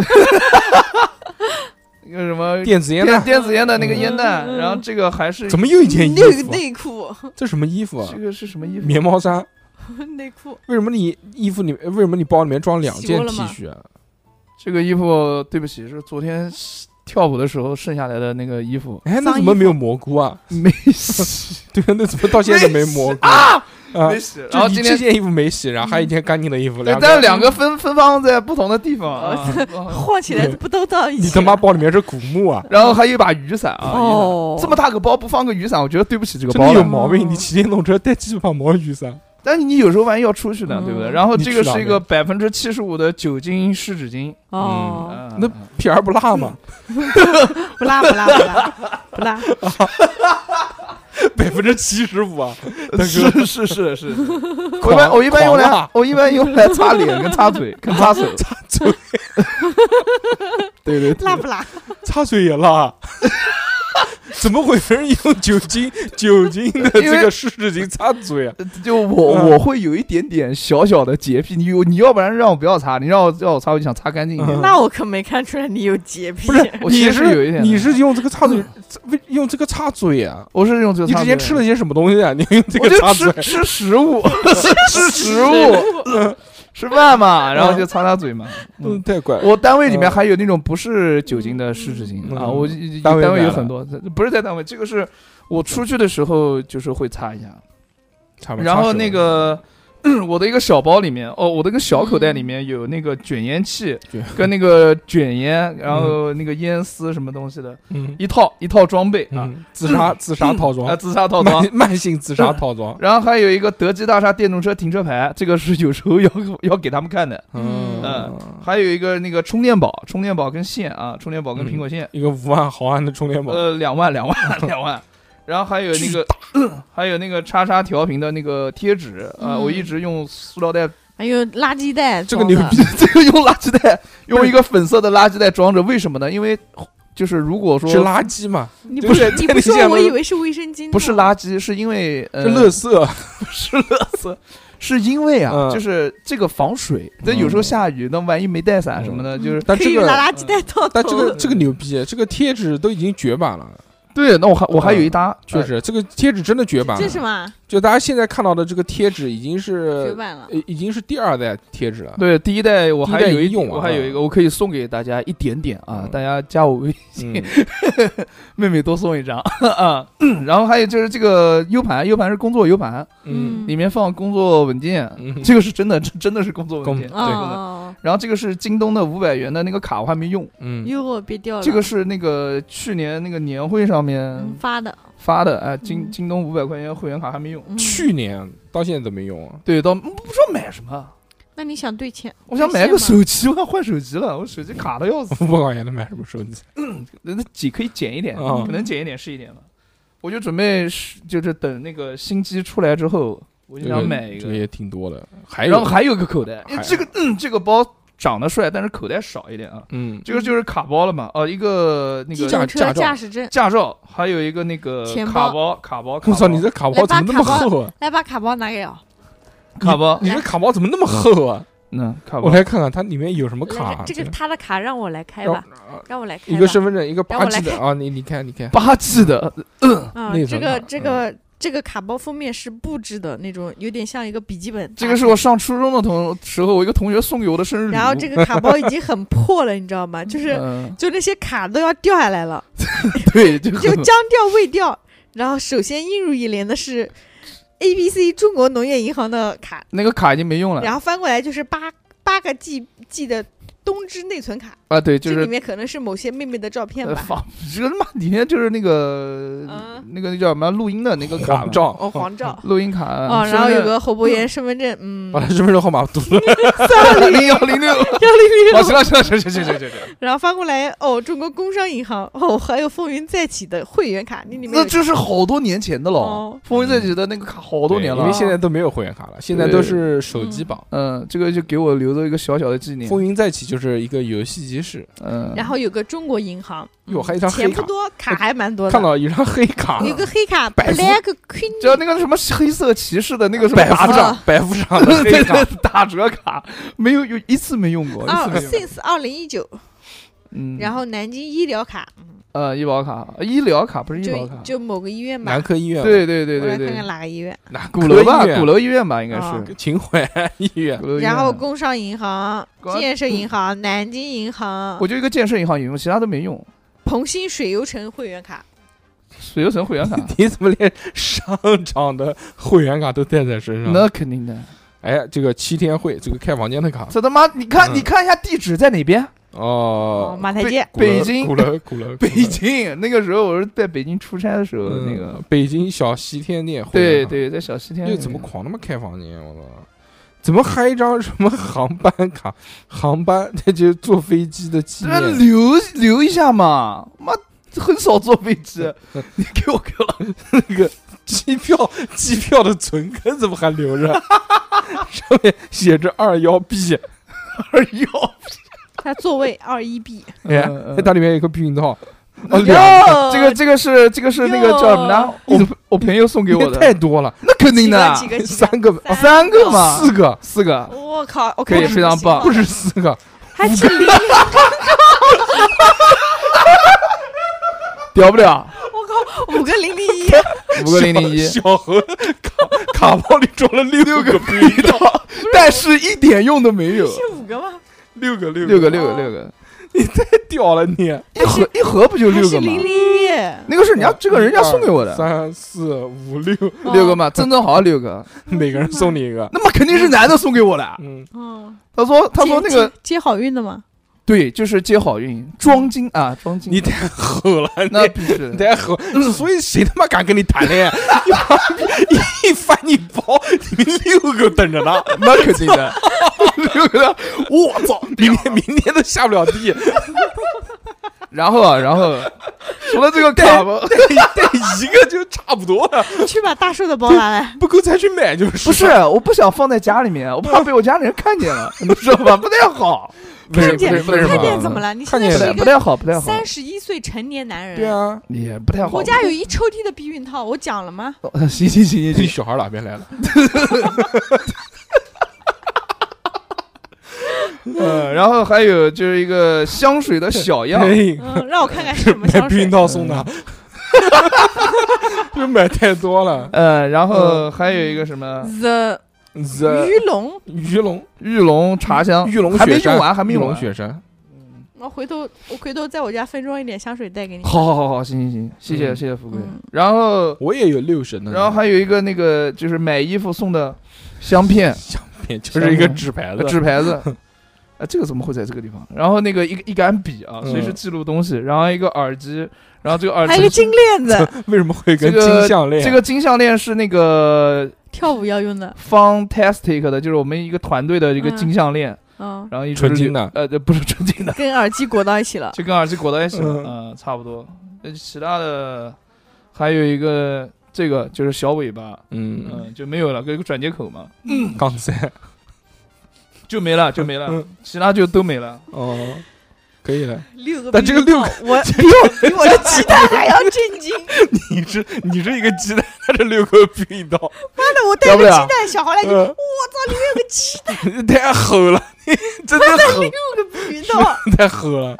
B: 那个什么
A: 电子烟
B: 电
A: 弹，
B: 电子烟的那个
A: 嗯
B: 烟弹，
C: 嗯嗯
B: 然后这个还是
A: 怎么又一件衣
C: 内
A: 服啊？
C: 内裤，
A: 这什么衣服啊
B: 这？个是什么衣服？
A: 棉毛衫？
C: 内裤，
A: 为什么你衣服里为什么你包里面装两
C: 洗
A: 件
C: 过了
A: T
C: 吗
A: 恤啊？
B: 这个衣服对不起，是昨天跳舞的时候剩下来的那个衣服，
A: 哎，那
C: 脏
A: 怎么
C: 衣
A: 没有蘑菇啊？
B: 没洗
A: 对啊，那怎么到现在没蘑菇啊？啊
B: 没，洗，然
A: 就
B: 后
A: 你
B: 今
A: 这
B: 天
A: 件衣服没洗，然后还有一件干净的衣服，
B: 对，
A: 两
B: 但是
A: 个。
B: 两个分分放在不同的地方啊。
C: 晃起来
A: 对
C: 不都到一起？
A: 哦你他妈包里面是古墓啊？
B: 然后还有一把雨伞啊，
C: 哦
B: 雨伞这么大个包不放个雨伞，我觉得对不起这个
A: 真的
B: 包
A: 有
B: 了。
A: 毛病！你骑电动车带几把毛雨伞？
B: 但是你有时候万一要出去呢，
C: 嗯
B: 对不对？然后这个
A: 你去哪
B: 是
A: 里
B: 一个百分之七十五的酒精湿纸巾，
C: 哦，
B: 啊
A: 那屁儿不辣嘛，
C: 不辣不辣不辣不辣，
A: 百分之七十五啊，大哥
B: 呃 是是是是 是，我一般我一般用
A: 狂啊
B: 来
A: 辣
B: 我一般用来擦脸跟擦嘴 跟擦手，
A: 对对对，
C: 辣 不辣？
A: 擦嘴也辣。怎么会有人用酒精酒精的
B: 因为
A: 这个湿纸巾擦嘴啊？
B: 就我
A: 嗯
B: 我会有一点点小小的洁癖，你有你要不然让我不要擦，你让我让我擦，我就想擦干净一点
A: 嗯。
C: 那我可没看出来你有洁癖
A: 不。是，
B: 我其
A: 你
B: 实是有一点
A: 是
B: 的
A: 你是用这个擦嘴，为用这个擦嘴啊？
B: 我是用这个
A: 你
B: 擦
A: 之
B: 嘴
A: 前吃了些什么东西啊？你用这
B: 我
A: 个擦
B: 就
A: 嘴
B: 吃，吃食 物，吃食物， 吃饭嘛，然后就擦擦嘴嘛。嗯
A: 嗯，太怪了。
B: 我单位里面还有那种不是酒精的湿纸巾
A: 嗯
B: 啊，我
A: 单位
B: 单位
A: 买
B: 有
A: 了
B: 很多，不是在单位，这个是我出去的时候就是会擦一下。
A: 差不多
B: 然
A: 啊擦
B: 后
A: 手
B: 那个 我的一个小包里面，哦，我的一个小口袋里面有那个卷烟器
A: 卷
B: 跟那个卷烟，然后那个烟丝什么东西的，
A: 嗯
B: 一套一套装备啊，
A: 嗯，自杀自杀套装
B: 啊，，自杀套装。 嗯
A: 慢慢性自杀套装。
B: 然后还有一个德基大厦电动车停车牌，这个是有时候要 要给他们看的。
A: 嗯
B: 嗯还有一个那个充电宝，充电宝跟线啊，充电宝跟苹果线，
A: 一个五万毫安的充电宝，
B: 呃，两万两万 两万。然后还有那个，还有那个叉叉调频的那个贴纸啊，
C: 嗯
B: 我一直用塑料袋
C: 还有哎垃圾袋
A: 这个
C: 装
A: 牛
C: 的
A: 逼，
B: 这个用垃圾袋，用一个粉色的垃圾袋装着，为什么呢？因为就是如果说
A: 是垃圾嘛？
C: 你
A: 对
C: 不
A: 不对
C: 你
A: 这
C: 不
A: 个
C: 说
A: 现在，
C: 我
A: 都是
C: 以为是卫生巾呢。
B: 不是垃圾，是因为呃
A: 是垃圾，
B: 是垃圾，是因为啊，
A: 嗯
B: 就是这个防水。那有时候下雨，那万一没带伞什么的，就是
A: 但
C: 可
A: 这
C: 以拿
A: 个嗯
C: 垃圾袋到头。
A: 但这个这个牛逼，这个贴纸都已经绝版
C: 哎
A: 了，
B: 对。那我还我还有一搭，
A: 嗯确
B: 呃
A: 实这个贴纸真的绝版
C: 这是
A: 了。
C: 嘛？
A: 就大家现在看到的这个贴纸已经
C: 绝
A: 是
C: 版了。
A: 呃已经是第二代贴纸了。
B: 对第一代我还
A: 第一代
B: 有
A: 已
B: 一
A: 经用完了啊
B: 我还有一个我可以送给大家一点点啊，
A: 嗯
B: 大家加我微信，
A: 嗯，
B: 妹妹多送一张 啊。然后还有就是这个 U 盘，U 盘是工作 U 盘，
A: 嗯
B: 里面放工作文件，
A: 嗯
B: 这个是真的， 这真的是工作文
A: 工
B: 件，
A: 对
C: 哦哦，
B: 然后这个是京东的五百元的那个卡，我还没用。
C: 哦
A: 嗯，
C: 哟，我别掉了。
B: 这个是那个去年那个年会上面
C: 嗯发的，
B: 发的，哎，京
C: 嗯
B: 京东五百块钱会员卡还没用。
C: 嗯
A: 去年到现在都没用啊。。
B: 对，到不知道买什么，
C: 那你想兑现？
B: 我想买个手机，我要换手机了，我手机卡的要死
A: 五百块钱能买什么手机？
B: 那那减可以减一点，
A: 啊
B: 可能减一点是一点吧。我就准备是就是等那个新机出来之后，我就
A: 这
B: 想
A: 个
B: 买一
A: 这
B: 个
A: 个。也挺多的，还
B: 然后
A: 有
B: 还有一个口袋
A: 还，
B: 这个嗯这个包长得帅，但是口袋少一点啊。
A: 嗯，
B: 这个就是卡包了嘛，哦，一个那
C: 机
B: 个
A: 架
C: 动车
A: 驾照
C: 驾驶证，
B: 驾照，还有一个那个
C: 钱包
B: 卡包，卡包。
A: 我
B: 卡
A: 操，
B: 包
A: 你这卡包怎么那么厚啊？
C: 来把卡包拿给我。
B: 卡包，
A: 你这卡包怎么那么厚啊？
B: 嗯，卡
A: 我
B: 包。
A: 来看看它里面有什么卡啊
C: 来，。这个
A: 真的
C: 他的卡让我来开吧，让我来开
A: 哦一
C: 吧。
A: 个身份证，一个
C: 让
A: 八
C: 我来
A: G 的啊，你你看你看，
B: 八 G 的，
C: 啊
A: 内，
C: 这
A: 存
C: 个
A: 卡
C: 这个这个卡包封面是布置的那种，有点像一个笔记本。
B: 这个是我上初中的同时候，我一个同学送给我的生日礼物。
C: 然后这个卡包已经很破了，你知道吗？就是
B: 嗯，
C: 就那些卡都要掉下来了，
B: 对，就
C: 就
B: 很
C: 将掉未掉。然后首先映入眼帘的是 A B C 中国农业银行的卡，
B: 那个卡已经没 用了
C: 然后翻过来就是八八个 G G 的东芝内存卡，
B: 啊，对，就
C: 这里
B: 是
C: 面可能是某些妹妹的照片
B: 呃
C: 吧。
B: 放这个他妈里面就是那个
C: 嗯
B: 那个叫什么录音的那个卡
A: 网，账
C: 哦，黄照。
B: 录音卡
C: 哦，然后有个侯伯
B: 嗯
C: 言身份证， 嗯，
A: 把他身份证号码读了，
B: 零幺零六，
C: 幺零
B: 哦，
C: 零
B: 行了行了行了行了行了行了行了，
C: 然后翻过来，哦，中国工商银行，哦，还有风云再起的会员卡，那里面
B: 那
C: 有
B: 这是好多年前的了
C: 哦，
B: 风云再起的那个卡好多年
A: 因
B: 了啊
A: 为。现在都没有会员卡了，现在都是手机榜。
B: 嗯，这个就给我留着一个小小的纪念。
A: 风云再起就是一个游戏机室，
B: 嗯，
C: 然后有个中国银 行，嗯
A: 哟还有一张黑
C: 钱不
A: 卡
C: 多，卡还蛮多的，
A: 看到一张黑卡，
B: 啊
C: 有个黑卡
A: 百富
C: ，Black Queen，
B: 就那个什么黑色骑士的那个什么
A: 百
B: 打
A: 夫
B: 折
A: 长，百夫长 的黑卡，
B: 打折卡，没有有一次没用过，一次
C: 二
B: 没用过。
C: since 哦二零一九，
B: 嗯，
C: 然后南京医疗卡，
B: 呃，医保卡，呃医疗卡不是医
C: 就
B: 保卡，
C: 就某个医院吧
A: 南，科医院，，
B: 对对对
C: 我来
B: 对
C: 看看
B: 对，
C: 哪个医院，
A: 南
B: 鼓楼吧
A: 科医，院哦
B: 鼓楼医院吧，应该
C: 啊
B: 是。
A: 秦淮医院，
B: 鼓楼医院
C: 然后工商银行
B: 工、
C: 建设银行、南京银行
B: 我、就一个建设银行有用，其他都没用。
C: 鹏鑫水游城会员卡，
B: 水游城会员卡，
A: 你怎么连商场的会员卡都带在身上？
B: 那肯定的。
A: 哎，这个七天会，这个开房间的卡，
B: 这他妈，你看
A: 嗯
B: 你看一下地址在哪边？
A: 哦，
C: 马台街，
A: 鼓楼
B: 北京
A: 鼓楼鼓楼，
B: 北
A: 鼓楼
B: 京那个时候我是在北京出差的时候，那个
A: 嗯北京小西天店，
B: 对，对，在小西天
A: 又怎么狂他妈开房间？我操！怎么还一张什么航班卡？航班那就是坐飞机的纪
B: 那
A: 念，
B: 留留一下嘛，妈很少坐飞 机，你给我给我
A: 那个机票机票的存根怎么还留着？ 上面写着二幺 B，
B: 二幺，
C: 它座位二一 B。
A: 哎
B: 嗯嗯，
A: 它里面有一个避孕 套， 哦，两
C: 哟，
B: 这个这个是这个是那个叫什么呢？我
A: 哟
B: 我朋友送给我
A: 太
B: 的，
A: 多了，
B: 那肯定的，啊
C: 几个几个几
A: 三个
C: 个
B: 哦三个嘛，
A: 四个
B: 四个，
C: 我靠，我
B: 可以
C: 看着
B: 非
C: 不
B: 常
C: 行
B: 棒
C: 了
A: 不止四 个，
C: 还是零，
B: 屌不屌？
C: 我靠，五个零 零一，
B: 五个零零一，
A: 小何卡卡包里装了六个避孕套，
B: 但是一点用都没有，
C: 是五个吗？
A: 六个六
B: 六个六个六个，
A: 掉了你，
B: 一盒一盒不就
C: 还
B: 六
C: 是
B: 个吗
C: 零？零一，
B: 那个是人家这个人家送给
A: 一二
B: 我的，
A: 三四五六，
C: 哦
B: 六个？嘛，正正好好六个，
A: 每个人送你一个。
B: 嗯那么肯定是男的送给我的。
A: 嗯，
C: 嗯，
B: 他说他说那
C: 接
B: 个
C: 接接好运的吗？
B: 对，就是接好运，装金啊，装金，
A: 你太狠了，
B: 那必须的
A: 你太狠，所以谁他妈敢跟你谈恋爱？一翻你包，你们六个等着呢。
B: 那肯定 的，六个，我操！
A: 明天明天都下不了地，
B: 然后啊，然后除了这个卡包，
A: 带一个就差不多了，
C: 去把大树的包拿来。
A: 不够再去买就是。
B: 不是，我不想放在家里面，我怕被我家里人看见了，你知道吧？ 不太 好，
A: 为什
C: 看见
A: 么？为什
C: 看见
A: 么？
C: 怎么了？你
A: 看
C: 现
A: 见
C: 在
B: 不太
C: 是一
B: 不
C: 个
B: 太好，不太好，
C: 三十一岁成年男人。
A: 对。啊，
B: 也不太好。
C: 我家有一抽屉的避孕套，我讲了吗？
B: 哦行行行行
A: 你
B: 行，
A: 小孩哪边来了？
B: 嗯，然后还有就是一个香水的小样，
C: 嗯，让我看看是 什么
A: 买
C: 香
A: 避孕
C: 水。
A: 套送的，就买太多了。
B: 呃，然后还有一个什么
C: The
A: 这
C: 鱼龙，
A: 鱼龙
B: 玉龙茶香，
A: 玉龙
B: 还没
A: 雪山
B: 用完，还没
A: 玉
B: 用
A: 龙
B: 完。
A: 雪山，
C: 我回头我回头在我家分装一点香水带给你。
B: 好好好好，行行行，谢谢
A: 嗯
B: 谢谢富贵
C: 嗯。
B: 然后
A: 我也有六神的。
B: 然后还有一个那个就是买衣服送的香片呃
A: 就是一个纸牌子，
B: 纸牌子，啊，这个怎么会在这个地方？然后那个一个一杆笔啊，
A: 嗯
B: 随时记录东西，然后一个耳机，然后这个耳
C: 还有一个
B: 机
C: 金链 子，
A: 为什么会跟
B: 这个
A: 金项链？
B: 这个金项链是那个
C: 跳舞要用的。
B: Fantastic 的，就是我们一个团队的一个
C: 嗯
B: 金项链，
C: 嗯，
B: 然后一直
A: 纯金的
B: 呃，不是纯 金的，
C: 跟耳机裹到一起了。
B: 就跟耳机裹在一起了，
A: 嗯
B: 嗯，差不多。呃其他的还有一个这个就是小尾巴，
A: 嗯，
B: 嗯，就没有了，跟一个转接口嘛。
A: 刚才
B: 就没了，就没了
A: 嗯，
B: 其他就都没了。
A: 哦，可以了。
C: 六个避孕套，
A: 但这个六个
C: 我比我 比我的鸡蛋还要震 惊。妈
A: 你是你是一个鸡蛋，他是六个避孕套，
C: 的，我带
B: 要
C: 个
B: 不了
C: 鸡蛋，小孩来就
A: 呃
C: 哎我操，里面有个鸡蛋，
A: 太狠了， 你真的狠，
C: 六个避孕套，
A: 太狠了。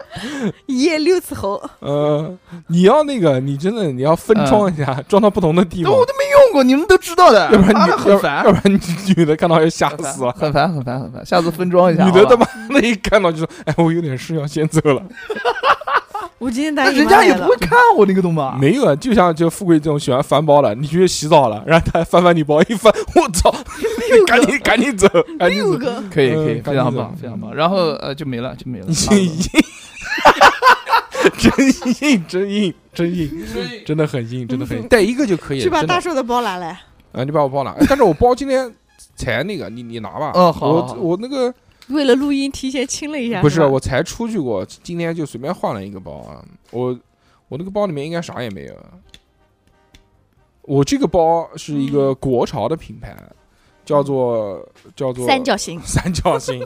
C: 一夜六次猴。
A: 呃，你要那个，你真的你要分装一下，装到不同的地
B: 都
A: 方，
B: 我都没用过，你们都知道的。
A: 要不然
B: 妈
A: 你
B: 的很
A: 要
B: 烦
A: 要，不然你女的看到要吓
B: 很
A: 死
B: 烦，
A: 了。
B: 很烦，很烦，很烦。下次分装一下。
A: 女的
B: 好
A: 他
B: 吧？
A: 妈那一看到就说：“哎，我有点事要先走了。
C: 我今天打
B: 那
C: 你妈
B: 人家也
C: 来
B: 不
C: 了
B: 会看我那个懂”吗？
A: 没有啊，就像就富贵这种喜欢翻包的，你去洗澡了，然后他翻翻你包，一翻，我操，
C: 六
A: 赶
C: 个
A: 紧赶紧走，赶紧
C: 六
A: 走。
C: 个，
B: 可以，
A: 嗯
B: 可以，
A: 赶
B: 非常
A: 紧
B: 棒，
A: 走
B: 非常棒。然后呃，就没了，就没了。
A: 硬硬，真硬，真硬，真硬，真的很硬，真的很硬，带一个就可以
C: 去把
A: 哎真的
C: 大。树的包拿来。
A: 啊，你把我包拿，哎 但是我包今天才那个，你你拿吧。
B: 哦好好好
A: 我我那个
C: 为了录音，提前清了一下。
A: 不
C: 是
A: 是，
C: 吧
A: 我才出去过，今天就随便换了一个包啊。我我那个包里面应该啥也没有。我这个包是一
C: 嗯
A: 个国潮的品牌，叫做叫做
C: 三角形，
A: 三角形，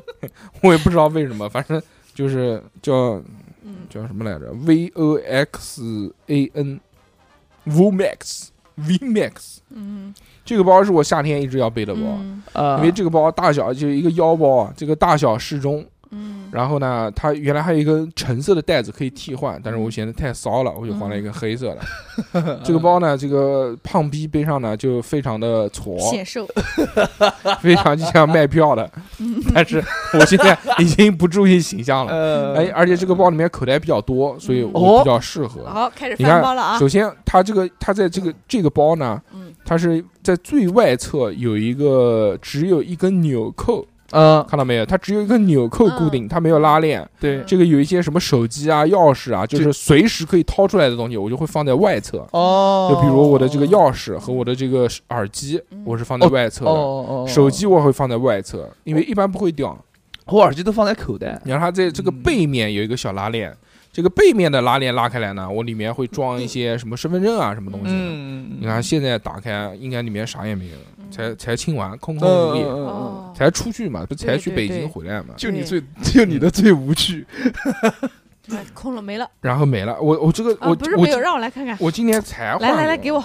A: 我也不知道为什么，反正就是叫
C: 嗯，
A: 叫什么来着？V O X A N Vomax Vmax
C: 嗯
A: 这个包是我夏天一直要背的包，
C: 嗯
B: 啊，
A: 因为这个包大小就是一个腰包啊，这个大小适中。
C: 嗯，
A: 然后呢，它原来还有一根橙色的带子可以替换，但是
C: 嗯
A: 我嫌得太骚了，我就换了一个黑色的。 这个包呢，这个胖逼背上呢就非常的矬，
C: 显瘦，
A: 非常就像卖票 的。但是我现在已经不注意形象 了。
B: 呃，
A: 哎，而且这个包里面口袋比较多，所以我
B: 哦
A: 比较适合。
C: 好，开始
A: 你看
C: 翻包了啊。
A: 首先，它这个它在这个这个包呢，
C: 嗯
A: 它是在最外侧有一个只有一根纽扣，
B: 嗯，
A: 看到没有？它只有一个纽扣固定，它没有拉链。
B: 对，
A: 这个有一些什么手机啊、钥匙啊，就
B: 这
A: 是随时可以掏出来的东西，我就会放在外侧。
B: 哦，
A: 就比如我的这个钥匙和我的这个耳机，
C: 嗯
A: 我是放在外侧
B: 哦
A: 的。
B: 哦哦，哦
A: 手，机我会放在外侧，因为
C: 哦
A: 一般不会掉。
B: 我耳机都放在口袋，
A: 你让它在这个背面有一个小拉
C: 嗯
A: 链，这个背面的拉链拉开来呢，我里面会装一
C: 嗯
A: 些什么身份证啊、什么东西的。
B: 嗯，
A: 你看现在打开，应该里面啥也没有，才才清完，空
B: 嗯，
A: 空如
B: 嗯，
A: 也，
B: 嗯嗯
C: 哦，
A: 才出去嘛，不才去
C: 对对
A: 北京
C: 对
A: 回来嘛，
B: 就你最， 就你的最无趣，
C: 哎空了没了
A: 然后没了。我我这个
C: 啊！
A: 我
C: 不是
A: 我
C: 没有，让我来看看，
A: 我今天才
C: 来
A: 换
C: 来来，
A: 过
C: 给我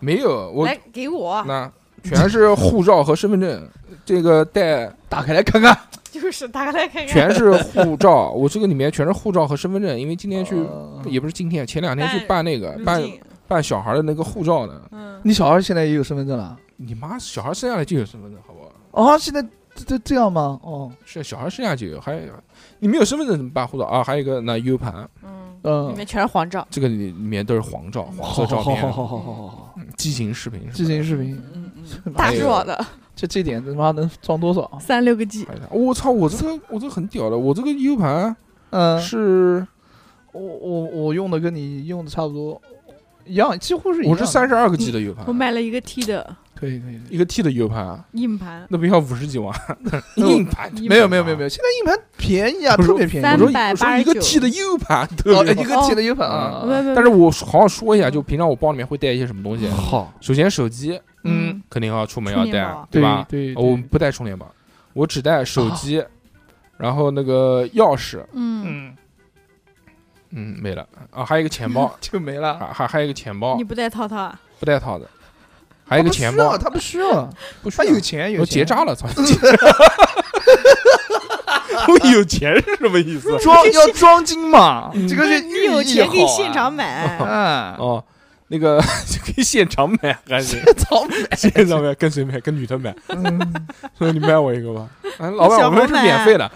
A: 没有我
C: 来给我，
A: 那全是护照和身份证，这个带
B: 打开来看看，
C: 就是打开来看看。
A: 全是护照，我这个里面全是护照和身份证，因为今天去
B: 哦
A: 也不是今天，前两天去办那个
C: 入
A: 办
C: 境
A: 办小孩的那个护照呢。
C: 嗯，
B: 你小孩现在也有身份证了？
A: 你妈小孩生下来就有身份证，好不好？
B: 哦，现在这这这样吗？哦，
A: 是小孩生下来就有，还有你没有身份证怎么办护照啊？还有一个那 U 盘，
C: 嗯，里
B: 嗯，
C: 面全是黄照。
A: 这个里里面都是黄照、黄
B: 好
A: 色
B: 好
A: 照
B: 好
A: 片
B: 好、好好好好好，
A: 嗯激情视频什
B: 激
A: 么的。
B: 情视频，哎
C: 嗯嗯，
B: 妈
C: 大
A: 还
C: 致
A: 有
C: 网的
B: 这这点他妈能装多少？
C: 三六个
B: 哎
C: G，
A: 还有啥我操！我这个我这个很屌的，我这个 U 盘
B: 嗯，
A: 是
B: 我我我用的跟你用的差不多，一样，几乎是一样
A: 我
B: 的。
A: 是三十二个 G 的 U 盘
C: 嗯我，买了一个 T 的
B: 可以可以。可以
A: 一个 T 的 U 盘，
C: 硬盘，
A: 那不要五十几万
C: 嗯
B: 那 我
A: 硬盘？
C: 硬
B: 没有没有没有没有，现在硬盘便宜啊，
A: 不是
B: 特别便宜。
A: 我
C: 三
A: 说
C: 百
A: 我说一个 T 的 U 盘都
B: 哦，
A: 没有
B: 一个 T 的 U 盘啊
C: 我。没有没有，
A: 但是我好好说一下，就平常我包里面会带一些什么东西。
B: 好，
A: 首先手机
B: 嗯，
A: 肯定要出门要
C: 充电
A: 带
C: 宝啊，
A: 对吧？
B: 对，哦
A: 我不带充电宝，我只带手机，然后那个钥匙，
C: 嗯，
B: 嗯，
A: 嗯，没了啊，还有一个钱包，
B: 哦
A: 啊
B: 就没了。
A: 还还还有一个钱包
C: 你，不带套套啊？
A: 不带套的，还有一个钱包，
B: 他不需要，他不需要，
A: 不需
B: 他
A: 要
B: 有钱有
A: 我
B: 钱
A: 结。扎了，操！我有钱是什么意思？
B: 装 要装金嘛，这个
C: 嗯那
B: 是
C: 你有
B: 寓意
C: 钱可以
B: 好啊
C: 现 场买，
B: 啊，
A: 哦，那个 就可以现场买还是？
B: 草莓，
A: 现场买跟谁买？跟女的买。 说你卖我一个吧。啊，老板，
C: 小
A: 我们是
C: 红
A: 免
C: 买
A: 费的。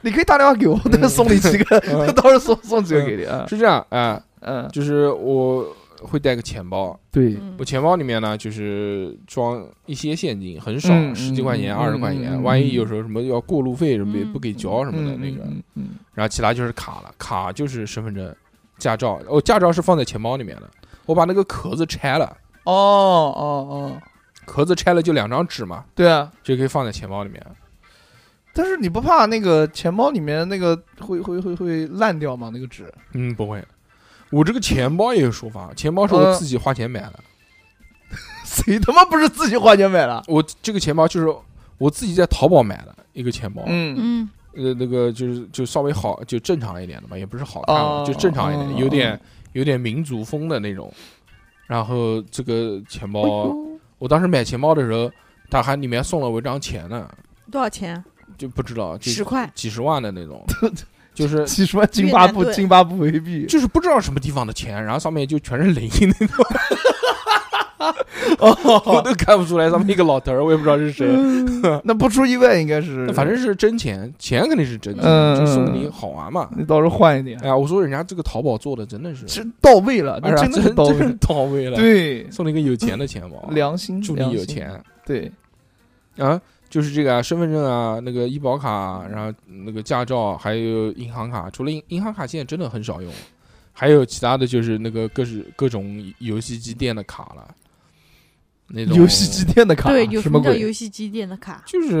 B: 你可以打电话给我，但是送你几个，
A: 嗯
B: 到时候送送几个给你啊。
A: 是这样啊，
B: 嗯，
A: 就是我会带个钱包，
B: 对，
C: 嗯
A: 我钱包里面呢就是装一些现金，很少，
B: 嗯
A: 十几块钱、
B: 嗯
A: 二十块钱，
B: 嗯嗯
A: 万一有时候什么要过路费什么的
C: 嗯
A: 不给交什么的那个，
B: 嗯，嗯
A: 然后其他就是卡了，卡就是身份证、驾照，我、驾照是放在钱包里面的，我把那个壳子拆了，
B: 哦哦哦，
A: 壳子拆了就两张纸嘛，
B: 对啊，
A: 就可以放在钱包里面。
B: 但是你不怕那个钱包里面那个会会会会烂掉吗？那个纸？
A: 嗯，不会。我这个钱包也有说法，钱包是我
B: 呃
A: 自己花钱买的，
B: 谁他妈不是自己花钱买的？
A: 我这个钱包就是我自己在淘宝买的一个钱包，
B: 嗯，
C: 嗯，
A: 呃，那个就是就稍微好，就正常一点的嘛，也不是好看嘛，
B: 哦
A: 就正常一点，
B: 哦
A: 有点有点民族风的那种。然后这个钱
B: 哎
A: 包，我当时买钱包的时候，他还里面送了我一张钱呢，
C: 多少钱？
A: 就不知道就
C: 十块，
A: 几十万的那 种，就是
B: 七十万津巴布
C: 嗯越南盾
B: 津巴布韦 币。
A: 就是不知道什么地方的钱，然后上面就全是零，我
B: 哦，嗯
A: 都看不出来上面一个老头儿，我也不知道是谁。
B: 那不出意外应该是，
A: 反正是真钱，钱肯定是真钱，
B: 嗯
A: 就送
B: 嗯
A: 你好玩嘛。
B: 你到时候换一点
A: 哎，呀，我说人家这个淘宝做的真的是，
B: 是到位了，
A: 哎
B: 那
A: 呀
B: 真的是
A: 真
B: 到位
A: 真
B: 了
A: 是，到位了，
B: 对，
A: 送了一个有钱的钱包，啊
B: 良心，
A: 哦祝你
B: 良
A: 有
B: 心，
A: 钱
B: 对，
A: 啊！就是这个啊，身份证啊，那个医保卡啊，然后那个驾照，还有银行卡。除了银银行卡，现在真的很少用了，还有其他的就是那个各式各种游戏机店的卡了，那种
B: 游戏机店的卡，
C: 对，有
B: 什
C: 什
B: 么
C: 么叫
B: 鬼？
C: 游戏机店的卡？
A: 就是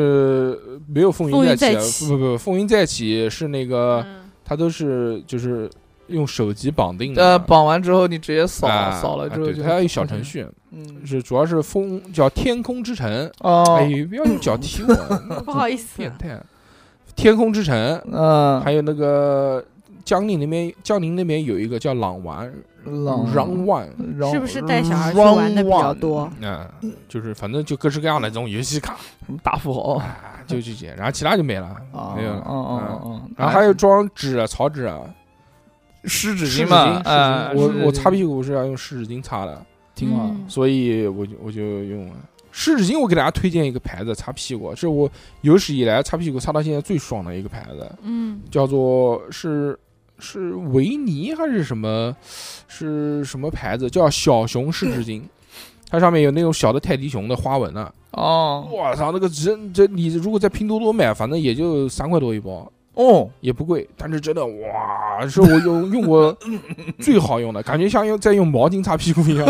A: 呃没有风
C: 风
A: 云
C: 云
A: 再
C: 再
A: 起
C: 起
A: 啊，不不不，风云再起是那个。
C: 嗯
A: 它都是就是用手机绑定的，
B: 呃，绑完之后你直接扫
A: 啊
B: 扫了之后
A: 对
B: 就
A: 它有一小程，序，
B: 嗯，
A: 是主要是风叫天空之城，
B: 哦
A: 哎，，不要用脚 踢我，
C: 不好意思，
A: 变态！天空之城，
B: 嗯，
A: 还有那个江宁那边，江宁那边有一个叫朗玩
B: 狼
A: ，Run One，
B: 狼
C: 是不是带小孩去玩的比较多？？
A: 嗯，就是反正就各式各样的这种游戏卡，
B: 什么大富豪
A: 啊就这些，然后其他就没了，
B: 啊，
A: 没有了。
B: 嗯嗯嗯，
A: 然后还有装纸、啊草纸、
B: 湿纸
A: 湿纸
B: 巾
A: 巾
B: 嘛，
A: 湿纸
B: 哎
A: 巾，，我我擦
B: 屁
A: 屁股是要用湿纸巾擦的，
B: 挺好，
C: 嗯
A: 所以我就我就用了湿纸巾。我给大家推荐一个牌子，擦屁股，这是我有史以来擦屁股擦到现在最爽的一个牌子，
C: 嗯，
A: 叫做是是维尼还是什么，是什么牌子？叫小熊湿纸巾。它上面有那种小的泰迪熊的花纹啊，
B: 哦
A: 我操，那个真这你如果在拼多多买，反正也就三块多一包，
B: 哦，
A: 也不贵，但是真的哇，是我用用过最好用的，感觉像用在用毛巾擦屁股一样，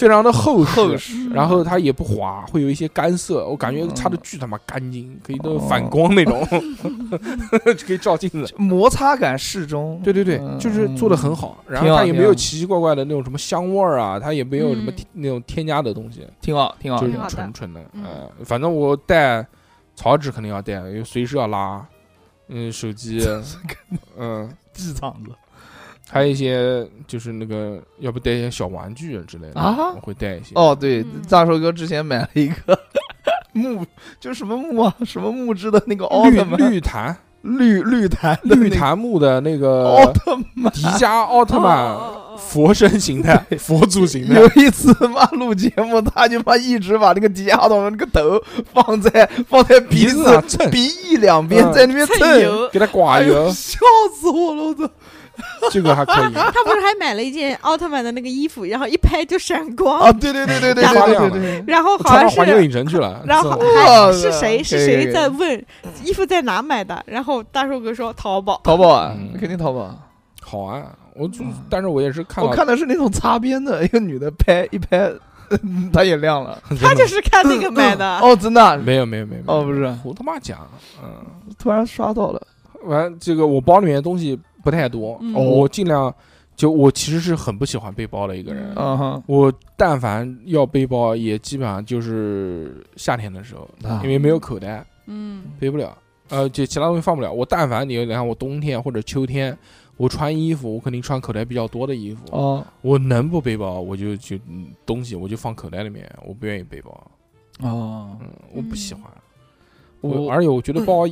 A: 非常的厚
B: 厚
A: 实。
B: 实，
A: 然后它也不滑，会有一些干涩，我感觉擦的巨他妈干净，可以都反光那种， 可以照镜子。
B: 摩擦感适中，
A: 对对对，
B: 嗯
A: 就是做的很好，然后
B: 挺好
A: 它也没
B: 挺好
A: 有奇奇怪怪的那种什么香味儿啊，它也没有什么
C: 嗯
A: 添那种添加的东西，
B: 挺好，啊挺好
A: 就，是
C: 挺好的
A: 纯纯的。
C: 嗯
A: 呃，反正我带草纸肯定要带，因为随时要拉。嗯，手 机，嗯，
B: 记场子
A: 还有一些就是那个，要不带一些小玩具之类的
B: 啊
A: 我会带一些。
B: 哦，对
C: 嗯，
B: 大寿哥之前买了一个 木，就是什么木啊，什么木质的那个奥
A: 绿
B: 特曼，
A: 绿檀
B: 绿绿檀的
A: 绿
B: 那个
A: 檀木的那
B: 奥
A: 个
B: 特曼。
A: 迪迦奥特曼，佛身形态、佛祖形态
B: 有，一次妈录节目，他就妈一直把那个迪亚的那个头放在放在鼻
A: 鼻
B: 子
A: 子啊蹭，
B: 鼻翼两边
A: 嗯
B: 在那边
C: 蹭
B: 蹭，
C: 油。啊
A: 给它刮
B: 哎呦，
A: 油，
B: 笑死我了！我操，
A: 这个还可以。
C: 他不是还买了一件奥特曼的那个衣服，然后一拍就闪光，
B: 啊，对对对对对
A: 发
B: 对
A: 亮
B: 对
A: 了
B: 对对，
C: 然后
A: 我
C: 好
A: 穿
C: 像
A: 到环球
C: 是，
A: 影城去了，
C: 然后
A: 这
B: 哇
C: 还是谁
B: 可以
C: 是
B: 可以
C: 谁在问衣服在哪买的，然后大寿哥说淘宝。
B: 淘宝啊
A: 嗯，
B: 肯定淘宝。
A: 好玩。我就，但是我也是看
B: 嗯我
A: 到，
B: 看的是那种擦边的，一个女的拍一拍， 嗯她也亮了。
C: 他就是看那 个买的，
B: 哦，真的啊？
A: 没有没有没有，没有
B: 哦，不是，
A: 胡他妈讲，嗯。
B: 突然刷到了。
A: 完，这个我包里面的东西不太多，
C: 嗯
B: 哦
A: 我尽量就我其实是很不喜欢背包的一个人。
C: 嗯
B: 嗯哼，
A: 我但凡要背包，也基本上就是夏天的时候，
B: 啊
A: 因为没有口袋，
C: 嗯
A: 背不了。呃，就其他东西放不了。我但凡你你看，我冬天或者秋天，我穿衣服，我肯定穿口袋比较多的衣服。
B: 哦
A: 我能不背包，我就就嗯东西我就放口袋里面，我不愿意背包。
B: 哦，
A: 嗯，我不喜
C: 嗯
A: 欢。我
B: 我
A: 而且我觉得包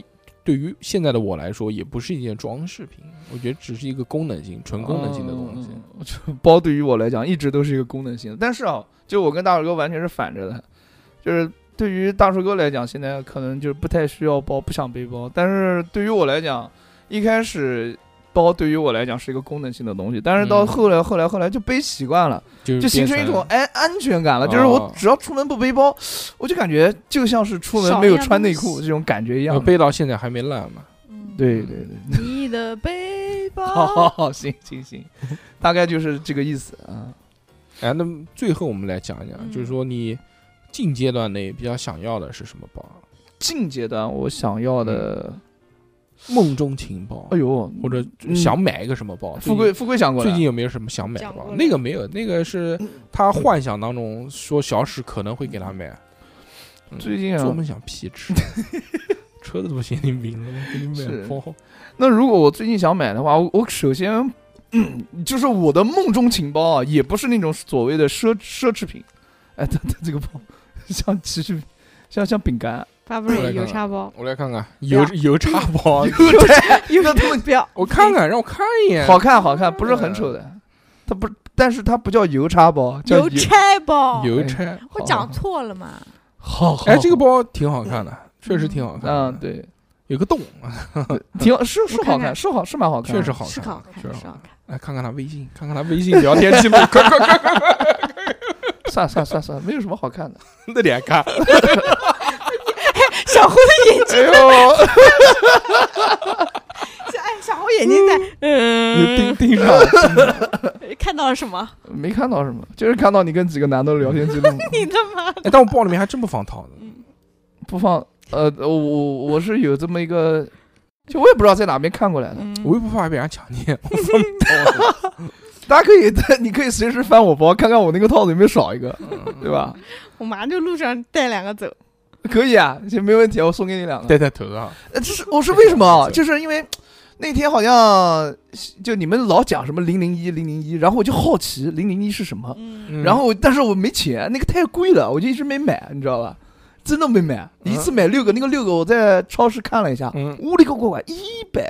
A: 对于现在的我来说，也不是一件装饰品，我觉得只是一个功能性、纯功能性的东西。
B: 嗯嗯嗯包对于我来讲一直都是一个功能性的，但是啊，就我跟大树哥完全是反着的，就是对于大树哥来讲，现在可能就是不太需要包，不想背包，但是对于我来讲，一开始。包对于我来讲是一个功能性的东西，但是到
A: 嗯
B: 后来后来后来就背习惯了，
A: 就
B: 嗯就形成一种安安全感了。就是
A: 哦
B: 我只要出门不背包，我就感觉就像是出门
C: 少
B: 没有
C: 一样
B: 穿内
C: 东西
B: 裤这种感觉一
A: 呃
B: 样。
A: 背到现在还没烂嘛。
C: 嗯，
B: 对对对，
C: 你的背
B: 好好
C: 包。
B: 好，行行行，大概就是这个意思啊。
A: 哎，那么最后我们来讲一讲，
C: 嗯
A: 就是说你近阶段内比较想要的是什么包？
B: 近阶段我想要的，
A: 梦中情包，
B: 嗯哎呦，
A: 嗯或者
B: 嗯
A: 想买一个什么包？
B: 富
A: 最
B: 贵富贵想
A: 近
B: 过
A: 最
B: 来
A: 近，有没有什么想买的
C: 讲
A: 包
C: 过？了嗯
A: 那个没有，那个是他幻想当中说小史可能会给他买，嗯
B: 最近啊
A: 做梦想屁 吃，车子都不嫌你名了，给你买
B: 是
A: 包。
B: 那如果我最近想买的话，我我首先，嗯，就是我的梦中情包啊，也不是那种所谓的奢奢侈品，哎，它它这个包 像其实像像饼干，
C: 巴布
A: 我来
C: 瑞
A: 看
C: 油
A: 看
C: 叉包，
A: 我来看看
C: 对
A: 油
C: 啊
A: 油叉 包，
C: 油
B: 那他们
C: 不要，
A: 我看看，让我看一眼。
B: 好看好看，不是很丑
A: 嗯
B: 的，它不，但是它不叫油叉包，叫
C: 邮 差包。
A: 邮差，
B: 哎
C: 我讲错了嘛？
B: 好，好
A: 哎，这个包挺好看的，确实挺好看的。
B: 嗯，对，
A: 有个洞，
B: 挺好是是
C: 我
B: 好
C: 看看
B: 看，是好是蛮好看
A: 确
B: 的，
A: 实好
C: 是好
A: 看，
C: 看
A: 确，实
C: 是
A: 好
C: 好
A: 看。
C: 看。
A: 来看看他微信，看看他微信聊天 记录，快快快，
B: 算算算算，没有什么好看的。
A: 那你还看？
C: 小胡的眼睛，
B: 哎呦，
C: 哎，小胡眼睛在，
A: 盯
C: 嗯，
A: 盯 上了，
C: 看到了什么？
B: 没看到什么，就是看到你跟几个男的聊天记录，
C: 你他妈的！
A: 哎，但我包里面还真不放套子，
B: 嗯不放。呃，我我我是有这么一个，就我也不知道在哪边看过来的。
C: 嗯
A: 我又不怕被人家抢 劫。
B: 大家可以，你可以随时翻我包，看看我那个套子有没有少一个，对吧？
C: 我马上就路上带两个走。
B: 可以啊，这没问题啊，我送给你两个。
A: 戴在头上，
B: 呃，这是我是为什么 啊？就是因为那天好像就你们老讲什么零零一零零一，然后我就好奇零零一是什么。
C: 嗯，
A: 嗯
B: 然后我但是我没钱，那个太贵了，我就一直没买，你知道吧？真的没买，
A: 嗯
B: 一次买六个，那个六个我在超市看了一下，
A: 嗯
B: 我勒个乖乖，一百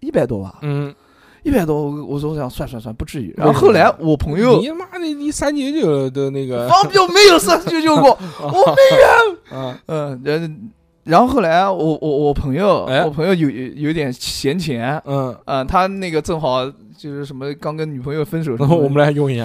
B: 一百多吧，
A: 嗯，
B: 一百多，我我说我想算算算，不至于。
A: 为什么
B: 然后后来我朋友
A: 你他妈的，你三九九的那个
B: 方彪没有三九九过，我没有，
A: 啊，
B: 嗯，然后然后后来我我我朋友，
A: 哎
B: 我朋友有有有点闲钱，
A: 嗯，
B: 嗯，他那个正好就是什么刚跟女朋友分手什么
A: 然
B: 的，
A: 后我们来用一 下，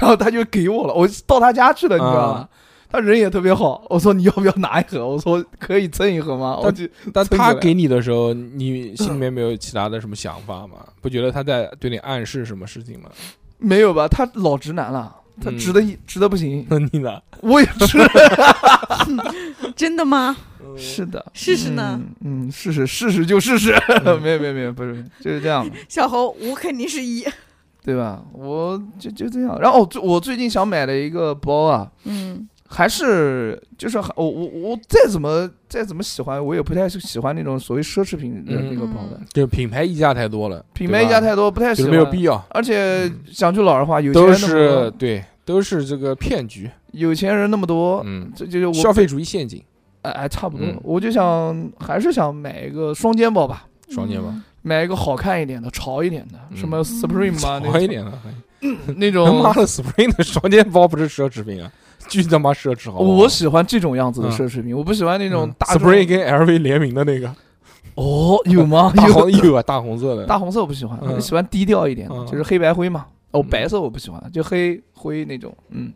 B: 然后他就给我了，我到他家去了，你知道
A: 啊
B: 吗？他人也特别好，我说你要不要拿一盒？我说可以蹭一盒吗？我就
A: 但
B: 蹭
A: 他
B: 过来
A: 给你的时候，你心里面没有其他的什么想法吗？不觉得他在对你暗示什么事 情吗？
B: 没有吧，他老直男了，他直的
A: 嗯
B: 直的不行，
A: 那你呢？
B: 我也 直。
C: 真的吗？
B: 是的，
C: 试试呢？
B: 嗯？嗯，试试试试就试试，
A: 嗯
B: 没有没有没有，不是就是这样的，
C: 小猴，我肯定是一。
B: 对吧？我就就这样。然后我最我最近想买的一个包啊，
C: 嗯，
B: 还是就是还我我我再怎么再怎么喜欢，我也不太喜欢那种所谓奢侈品的那个包的，
C: 嗯
A: 就品牌溢价太多了，
B: 品牌溢
A: 对
B: 价
A: 吧
B: 太多，不太喜
A: 就是
B: 欢，
A: 没有必要，
B: 而且讲句老实话，有
A: 嗯
B: 钱
A: 都
B: 人那么
A: 是
B: 多，
A: 对，都是这个骗局，
B: 有钱人那么多，
A: 嗯，
B: 这就是我
A: 消费主义陷阱，
B: 哎哎差不多
A: 嗯，
B: 我就想还是想买一个双肩包吧，
A: 双肩包
C: 嗯
B: 买一个好看一点的、潮一点的，
A: 嗯
B: 什么 Supreme 啊，那
A: 好
B: 种
A: 一点了。
B: 那
A: 他妈
B: 种。
A: 的，Spring 的双肩包不是奢侈品啊，巨他妈奢侈好不好
B: 我喜欢这种样子
A: 嗯
B: 的奢侈品，我不喜欢那
A: 那
B: 种大众
A: Spring 跟 LV 联名的那 个
B: 哦，有吗？
A: 大
B: 有
A: 红有啊，大红色的，
B: 大红色我不喜欢，
A: 嗯
B: 我喜欢低调一点的，
A: 嗯
B: 就是黑白灰嘛。哦，
A: 嗯
B: 白色我不喜欢，就黑灰那种。嗯，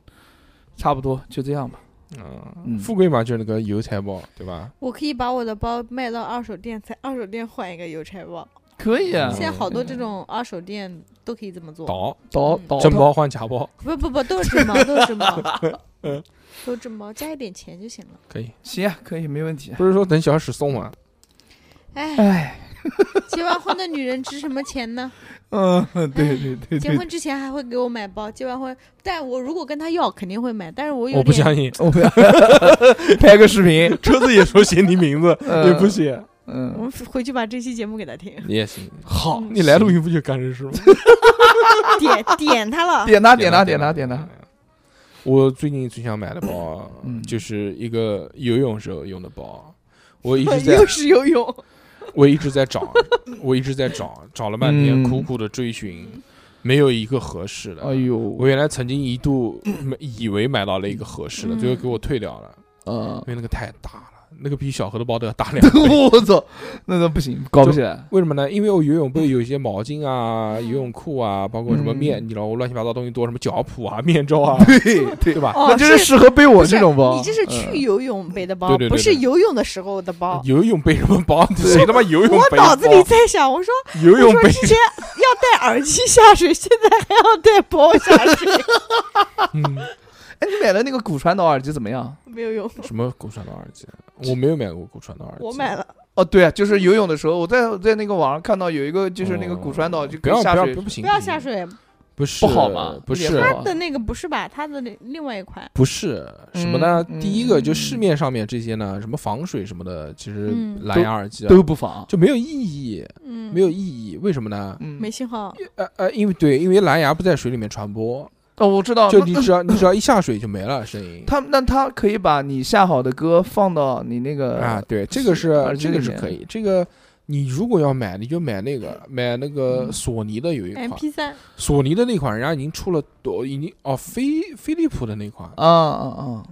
B: 差不多就这样吧。
A: 嗯，
B: 嗯
A: 富贵嘛就是那个邮差包，对吧？
C: 我可以把我的包卖到二手店，在二手店换一个邮差包。
B: 可以啊
A: 嗯
C: 现，在好多这种嗯二手店都可以这么
B: 哦
C: 做，
A: 倒
B: 倒倒
A: 真包换假包，
C: 不不不，都是真包，都是真包，
A: 嗯
C: 都是真包，加一点钱就行了。
A: 可 以，
B: 行啊，可以，没问题。
A: 不是说等小史送吗？嗯
C: 哎，
B: 哎，
C: 结完婚的女人值什么钱呢？
B: 嗯，对对对
C: 结
B: 对，
C: 婚之前还会给我买包，结完婚，但我如果跟他要，肯定会买，但是我有
A: 我不
C: 点
A: 相信，
B: 我们 拍个视频，
A: 车子也说写你名字，
B: 嗯
A: 也不写，
C: 我
B: 嗯，
C: 们回去把这期节目给他听，
A: 也行。
B: 好，
A: 你来录音不就干这事吗？
C: 点点他了。
B: 点他 点他点他点他。。
A: 我最近最想买的包啊
B: 嗯，
A: 就是一个游泳时候用的包。啊我一直在
C: 又是游泳，
A: 我一直在找，我一直在找，找了半天，
B: 嗯
A: 苦苦的追寻，没有一个合适的。
B: 哎呦，
A: 我原来曾经一度买以为买到了一个合适的，
C: 嗯
A: 最后给我退掉了，
B: 嗯
A: 因，为那个太大了，那个比小荷的包都要大两倍。
B: 我操，那那不行，搞不起来。
A: 为什么呢？因为我游泳不是有一些毛巾啊、游泳裤啊，包括什么面，
B: 嗯
A: 你知道我乱七八糟东西多，什么脚蹼啊、面罩啊，
B: 对对
A: 对，吧？
C: 哦
B: 那就是适合背我这种包。
C: 你这是去
B: 嗯
C: 游泳背的包，
A: 对对对
C: 不是
A: 对
C: 游泳的时候的
B: 哦
C: 包。
A: 游泳背什么包？谁他妈 游泳
C: 我
A: 背
C: 脑
A: 包？
C: 子里在想，我说
A: 游泳
C: 我说
A: 背
C: 之前要戴耳机下水，现在还要戴包下水，
A: 嗯
B: 哎，你买的那个骨传导耳机怎么样？
C: 没有用。
A: 什么骨传导耳机？啊我没有买过骨传导耳机，
C: 我买了，
B: 哦，对啊，就是游泳的时候，我在我在那个网上看到有一个， 就是那个骨传导
A: 哦
B: 就
A: 不
B: 可
A: 要不
B: 以下
A: 要
B: 水
A: 不，行，
C: 不要下水。
A: 不是
B: 不好吗
A: 不
B: 也
A: 是
B: 不
C: 它
B: 好
C: 的那个不是吧？它的那另外一款，
A: 不是什么呢？
B: 嗯
A: 第一个
B: 嗯
A: 就市面上面这些呢，什么防水什么的，其实
C: 嗯
A: 蓝牙耳机啊
B: 都不防，
A: 就没有意义，
C: 嗯，
A: 没有意义。为什么呢？
B: 嗯，
C: 没信号。
A: 呃呃，因为对，因为蓝牙不在水里面传播，
B: 哦，我知道，
A: 就
B: 那
A: 你
B: 那
A: 只要你只要一下水就没了声音。
B: 他那他可以把你下好的歌放到你那个
A: 啊，，对，这个是
B: 耳机
A: 这个
B: 里
A: 是
B: 面
A: 可以，这个你如果要买，你就买那个买那个
B: 嗯
A: 索尼的有一款，
C: MP 三，
A: 索尼的那款人家已经出了多已经哦飞飞利浦的那款，
B: 啊啊啊，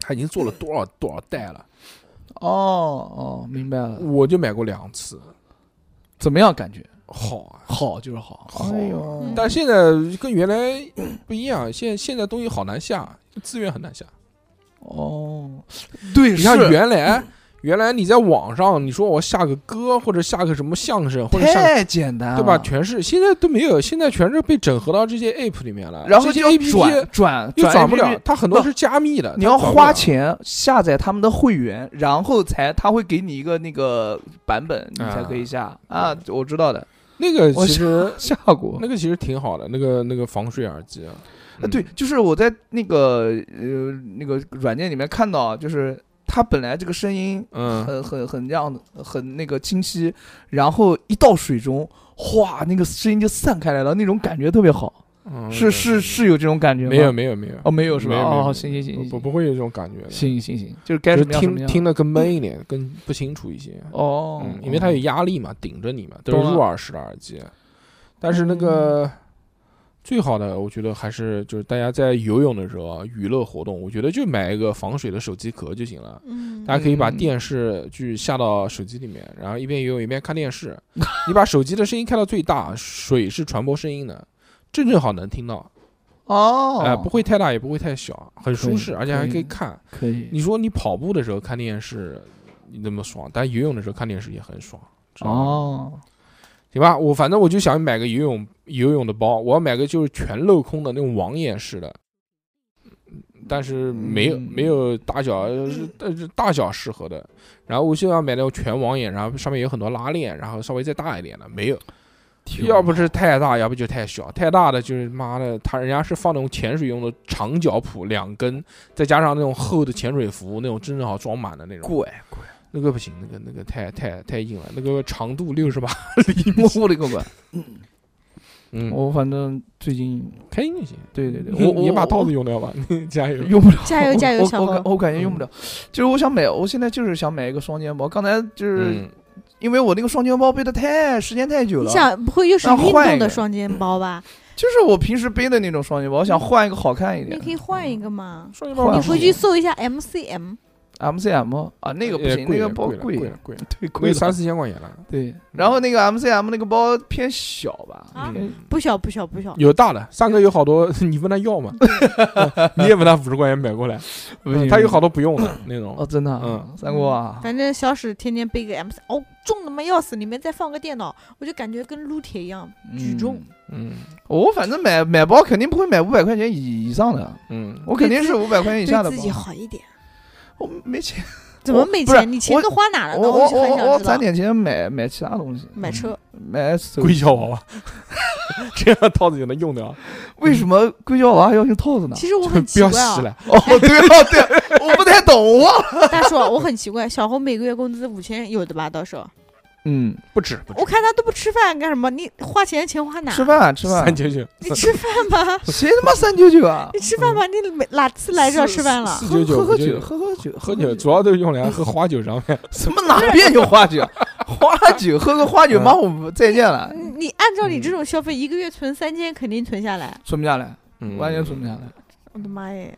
A: 他已经做了多少多少代了，
B: 哦哦，明白了，
A: 我就买过两次，
B: 怎么样感觉？
A: 好啊。
B: 好就是好，
A: 好
B: 哎呦，
A: 但现在跟原来不一样，现现在东西好难下，资源很难下。
B: 哦，对，
A: 你像
B: 是
A: 原来，原来你在网上，你说我下个歌或者下个什么相声或者下个，
B: 太简单了，
A: 对吧？全是现在都没有，现在全是被整合到这些 app 里面了。
B: 然后
A: 这
B: 就
A: 些
B: 要
A: app
B: 转转
A: 又转不
B: APP
A: 了，它很多
B: 不
A: 是加密的，
B: 你
A: 它
B: 要
A: 转不
B: 花
A: 了。
B: 钱下载他们的会员，然后才他会给你一个那个版本，你才可以下啊我知道的，
A: 那个
B: 我
A: 其实
B: 下过
A: 那。个其实挺好的，那个那个防水耳机啊。
B: 啊对，就是我在那个呃那个软件里面看到，就是它本来这个声音
A: 嗯，嗯，
B: 很很很这样的，很那个清晰，然后一到水中，哗，那个声音就散开来了，那种感觉特别好。
A: 嗯
B: 是是，是有这种感觉吗？
A: 没有没有没有，
B: 哦，没有是吧？
A: 没有没有
B: 哦，行行行
A: 不不
B: 行
A: 不会有这种感觉的。
B: 行行行，就是该
A: 就是
B: 什么样什么
A: 听
B: 样嗯
A: 听得更闷一点，更不清楚一些。
B: 哦
A: 嗯，，因为它有压力嘛，顶着你嘛，都是
B: 懂了
A: 入耳式的耳机。但是那个最好的，我觉得还是就是大家在游泳的时候啊，娱乐活动，我觉得就买一个防水的手机壳就行了。
C: 嗯，
A: 大家可以把电视去下到手机里面，然后一边游泳一边看电视。你把手机的声音开到最大，水是传播声音的，正正好能听到，
B: 哦，
A: 哎、不会太大也不会太小，很舒适，而且还可以看。
B: 可以
A: 你说你跑步的时候看电视，你那么爽，但游泳的时候看电视也很爽，知道吗？
B: 哦，
A: 行吧，我反正我就想买个游泳游泳的包，我要买个就是全镂空的那种网眼式的，但是没有、
B: 嗯
A: 没有大小，呃是但是大小适合的。然后我就要买那种全网眼，然后上面有很多拉链，然后稍微再大一点的，没有，要不是太大，要不就太小。太大的就是妈的，他人家是放那种潜水用的长脚蹼两根，再加上那种厚的潜水服，那种真正好装满的那种，
B: 贵贵，
A: 那个不行，那个那个太太太硬了，那个长度六十八厘米，
B: 我我的个乖！
A: 嗯，
B: 我反正最近
A: 开心就行。
B: 对对对，
A: 你
B: 我我
A: 你把套
B: 我
A: 子用掉吧， 你加油。
B: 用不了，
C: 加油
B: 我
C: 加油
B: 我
C: 小
B: 我
C: 猴
B: 感我感觉
A: 嗯
B: 用不了，就是我想买，我现在就是想买一个双肩包。刚才就是
A: 嗯，
B: 因为我那个双肩包背的太时间太久
C: 你
B: 了，
C: 想不会又是
B: 那
C: 运
B: 换
C: 动
B: 一
C: 的
B: 个
C: 双肩包吧？
B: 就是我平时背的那种双肩包，我想换一个好看一
C: 你
A: 啊
B: 点
C: 可以换一个嘛。
A: 双肩
B: 包换
C: 你
B: 不
C: 回去搜一下 MCM，
B: MCM 啊，那个不行，那个包
A: 贵
B: 贵
A: 了，，贵了，
B: 对
A: 贵
B: 贵
A: 了三
B: 了。
A: 四千块钱了。
B: 对，然后那个 MCM 那个包偏小吧
C: 啊，
B: 偏
C: 不小不小不小，
A: 有大的，三哥有好多， 你问他要嘛，你也问他五十块钱买过来，
B: 不行
A: 他有好多不用的那
B: 哦，
A: 种。
B: 真的啊，
A: 嗯
B: 三哥啊，
C: 反正小史天天背个 M，哦，重的嘛要死，里面再放个电脑，我就感觉跟撸铁一样。举重
B: 嗯
A: 嗯
B: 我反正买买包肯定不会买五百块钱以以上的，
A: 嗯，
B: 我肯定是五百块钱以下的
C: 对
B: 包
C: 自己。好一点。
B: 我没钱，
C: 怎么
B: 我
C: 没
B: 不是
C: 钱？你钱
B: 我
C: 都花哪了呢？
B: 我我
C: 就很
B: 我
C: 想
B: 我
C: 知道
B: 攒。嗯点钱买买其他东西，
C: 买车，
B: 买手
A: 硅
B: 机。
A: 嗯胶娃娃，这样套子就能用掉，
B: 为什么硅胶娃娃要用套子呢？
C: 其实 我
A: 就
C: 很
A: 不
C: 奇
A: 要
C: 怪
A: 洗
C: 啊，
A: 了。
B: 哦，对哦对，我不太懂，我忘了。
C: 大叔，我很奇怪，小红每个月工资五千有的吧？到时候
B: 嗯，
A: 不止不止
C: 我，看他都不吃饭干什么？你花钱钱花哪？
B: 吃饭吃饭
A: 三，九九，
C: 你吃饭吧，
B: 谁他妈三九九啊
C: 你？吃饭吧，你每哪次来这儿吃饭了？
A: 四
B: 喝
A: 九九
B: 喝
A: 五
B: 喝
A: 九
B: 酒，
A: 九，
B: 喝喝酒，
A: 喝酒主要都是用来喝花酒上面。
B: 什么哪边有 花酒？花酒喝个花酒，
A: 嗯
B: 妈我们再见了，
C: 你你按照
B: 嗯
C: 你这种消费，一个月存三千肯定存下来。
B: 存不下来，
A: 嗯
B: 完全存不下来。
C: 我的妈耶！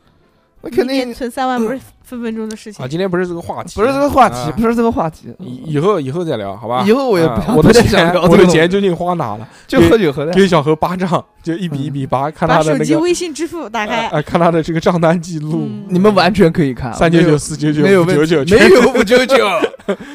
B: 我
C: 一
B: 肯定嗯
C: 年存三万不是分分钟的事情
A: 啊，。今天不是这个话题，
B: 不是这个话题，
A: 啊
B: 不是这个话题。
A: 以以后以后再聊，好吧？
B: 以后我也不
A: 啊
B: 要
A: 我的
B: 不再想
A: 钱，
B: 聊
A: 我
B: 这
A: 的
B: 个
A: 钱究竟花哪了？
B: 就喝酒喝的。
A: 给小何八账，就一
B: 嗯
A: 笔一笔八，看
C: 把
A: 他的
C: 手
A: 那
C: 机
A: 个
C: 微信支付打开，
A: 啊，看他的这个账单记录，
C: 嗯
B: 你们完全可以看，
A: 三九九、四九九、
B: 没有
A: 五
B: 没
A: 九
B: 有
A: 九，全
B: 问题，没有五 九九，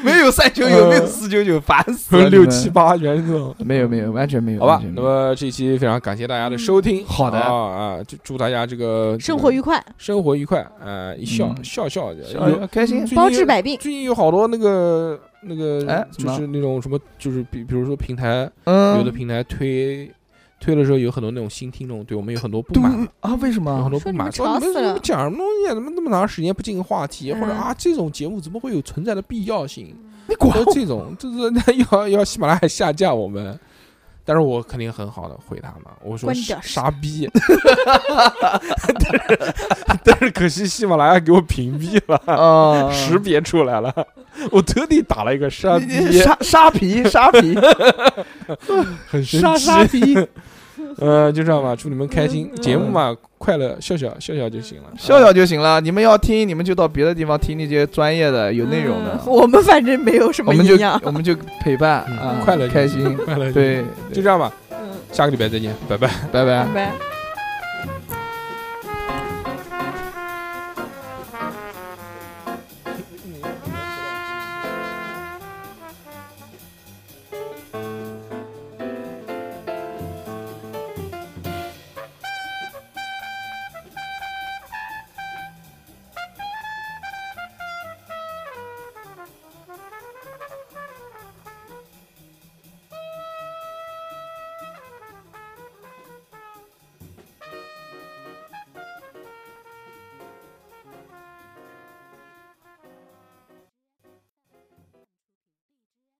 B: 没有三九九，
A: 呃
B: 没有四九九，烦死
A: 部
B: 了。
A: 六
B: 你们
A: 七，八元总。
B: 没有没有，完全没有。
A: 好吧
B: 完，全没
A: 那
B: 有
A: 么这期非常感谢大家的收听，
B: 好的
A: 啊啊，就祝大家这个
C: 嗯生活愉快，
A: 生活愉快，呃，一笑
B: 嗯
A: 笑笑的。
B: 小
A: 有
B: 开心
A: 最近
C: 包治百病。
A: 最近有好多那个那个
B: 哎，怎
A: 就
B: 么
A: 是那种什么，就是比比如说平台，
B: 嗯，
A: 有的平台推推的时候，有很多那种新听众对我们有很多不
B: 都
A: 满，
B: 啊？为什
A: 有很
B: 么？
A: 多不
C: 说你
A: 满，
C: 们
A: 说
C: 吵
A: 你们
C: 死
A: 你们
C: 了
A: 讲什么东西啊？怎么那么长时间不进话题，或者
C: 嗯
A: 啊这种节目怎么会有存在的必要性？
B: 你管
A: 都
B: 我？
A: 这 种就是那要要喜马拉雅下架我们，但是我肯定很好的回他们，我说
C: 关你
A: 傻
C: 屌事
A: 傻逼， 但是 但是可惜喜马拉雅给我屏蔽了，
B: 啊，
A: 识别出来了，我特地打了一个傻
B: 你
A: 逼，
B: 你沙沙皮沙皮
A: 很生
B: 沙
A: 气
B: 沙，皮，
A: 呃，就这样吧，祝你们开心，
C: 嗯
A: 节目嘛快乐，笑笑笑笑就行了，
B: 笑笑就行了。你们要听，你们就到别的地方听那些专业的、有内容的
C: 嗯。我们反正没有什
B: 我
C: 么
B: 们就
C: 营养。
B: 我们就陪伴
A: 嗯
B: 啊，
A: 快乐就
B: 开
A: 行
B: 心。
A: 快乐就行，
B: 对，
A: 就这样吧，
C: 嗯，
A: 下个礼拜再见，拜拜。
B: 拜拜
C: 拜。拜。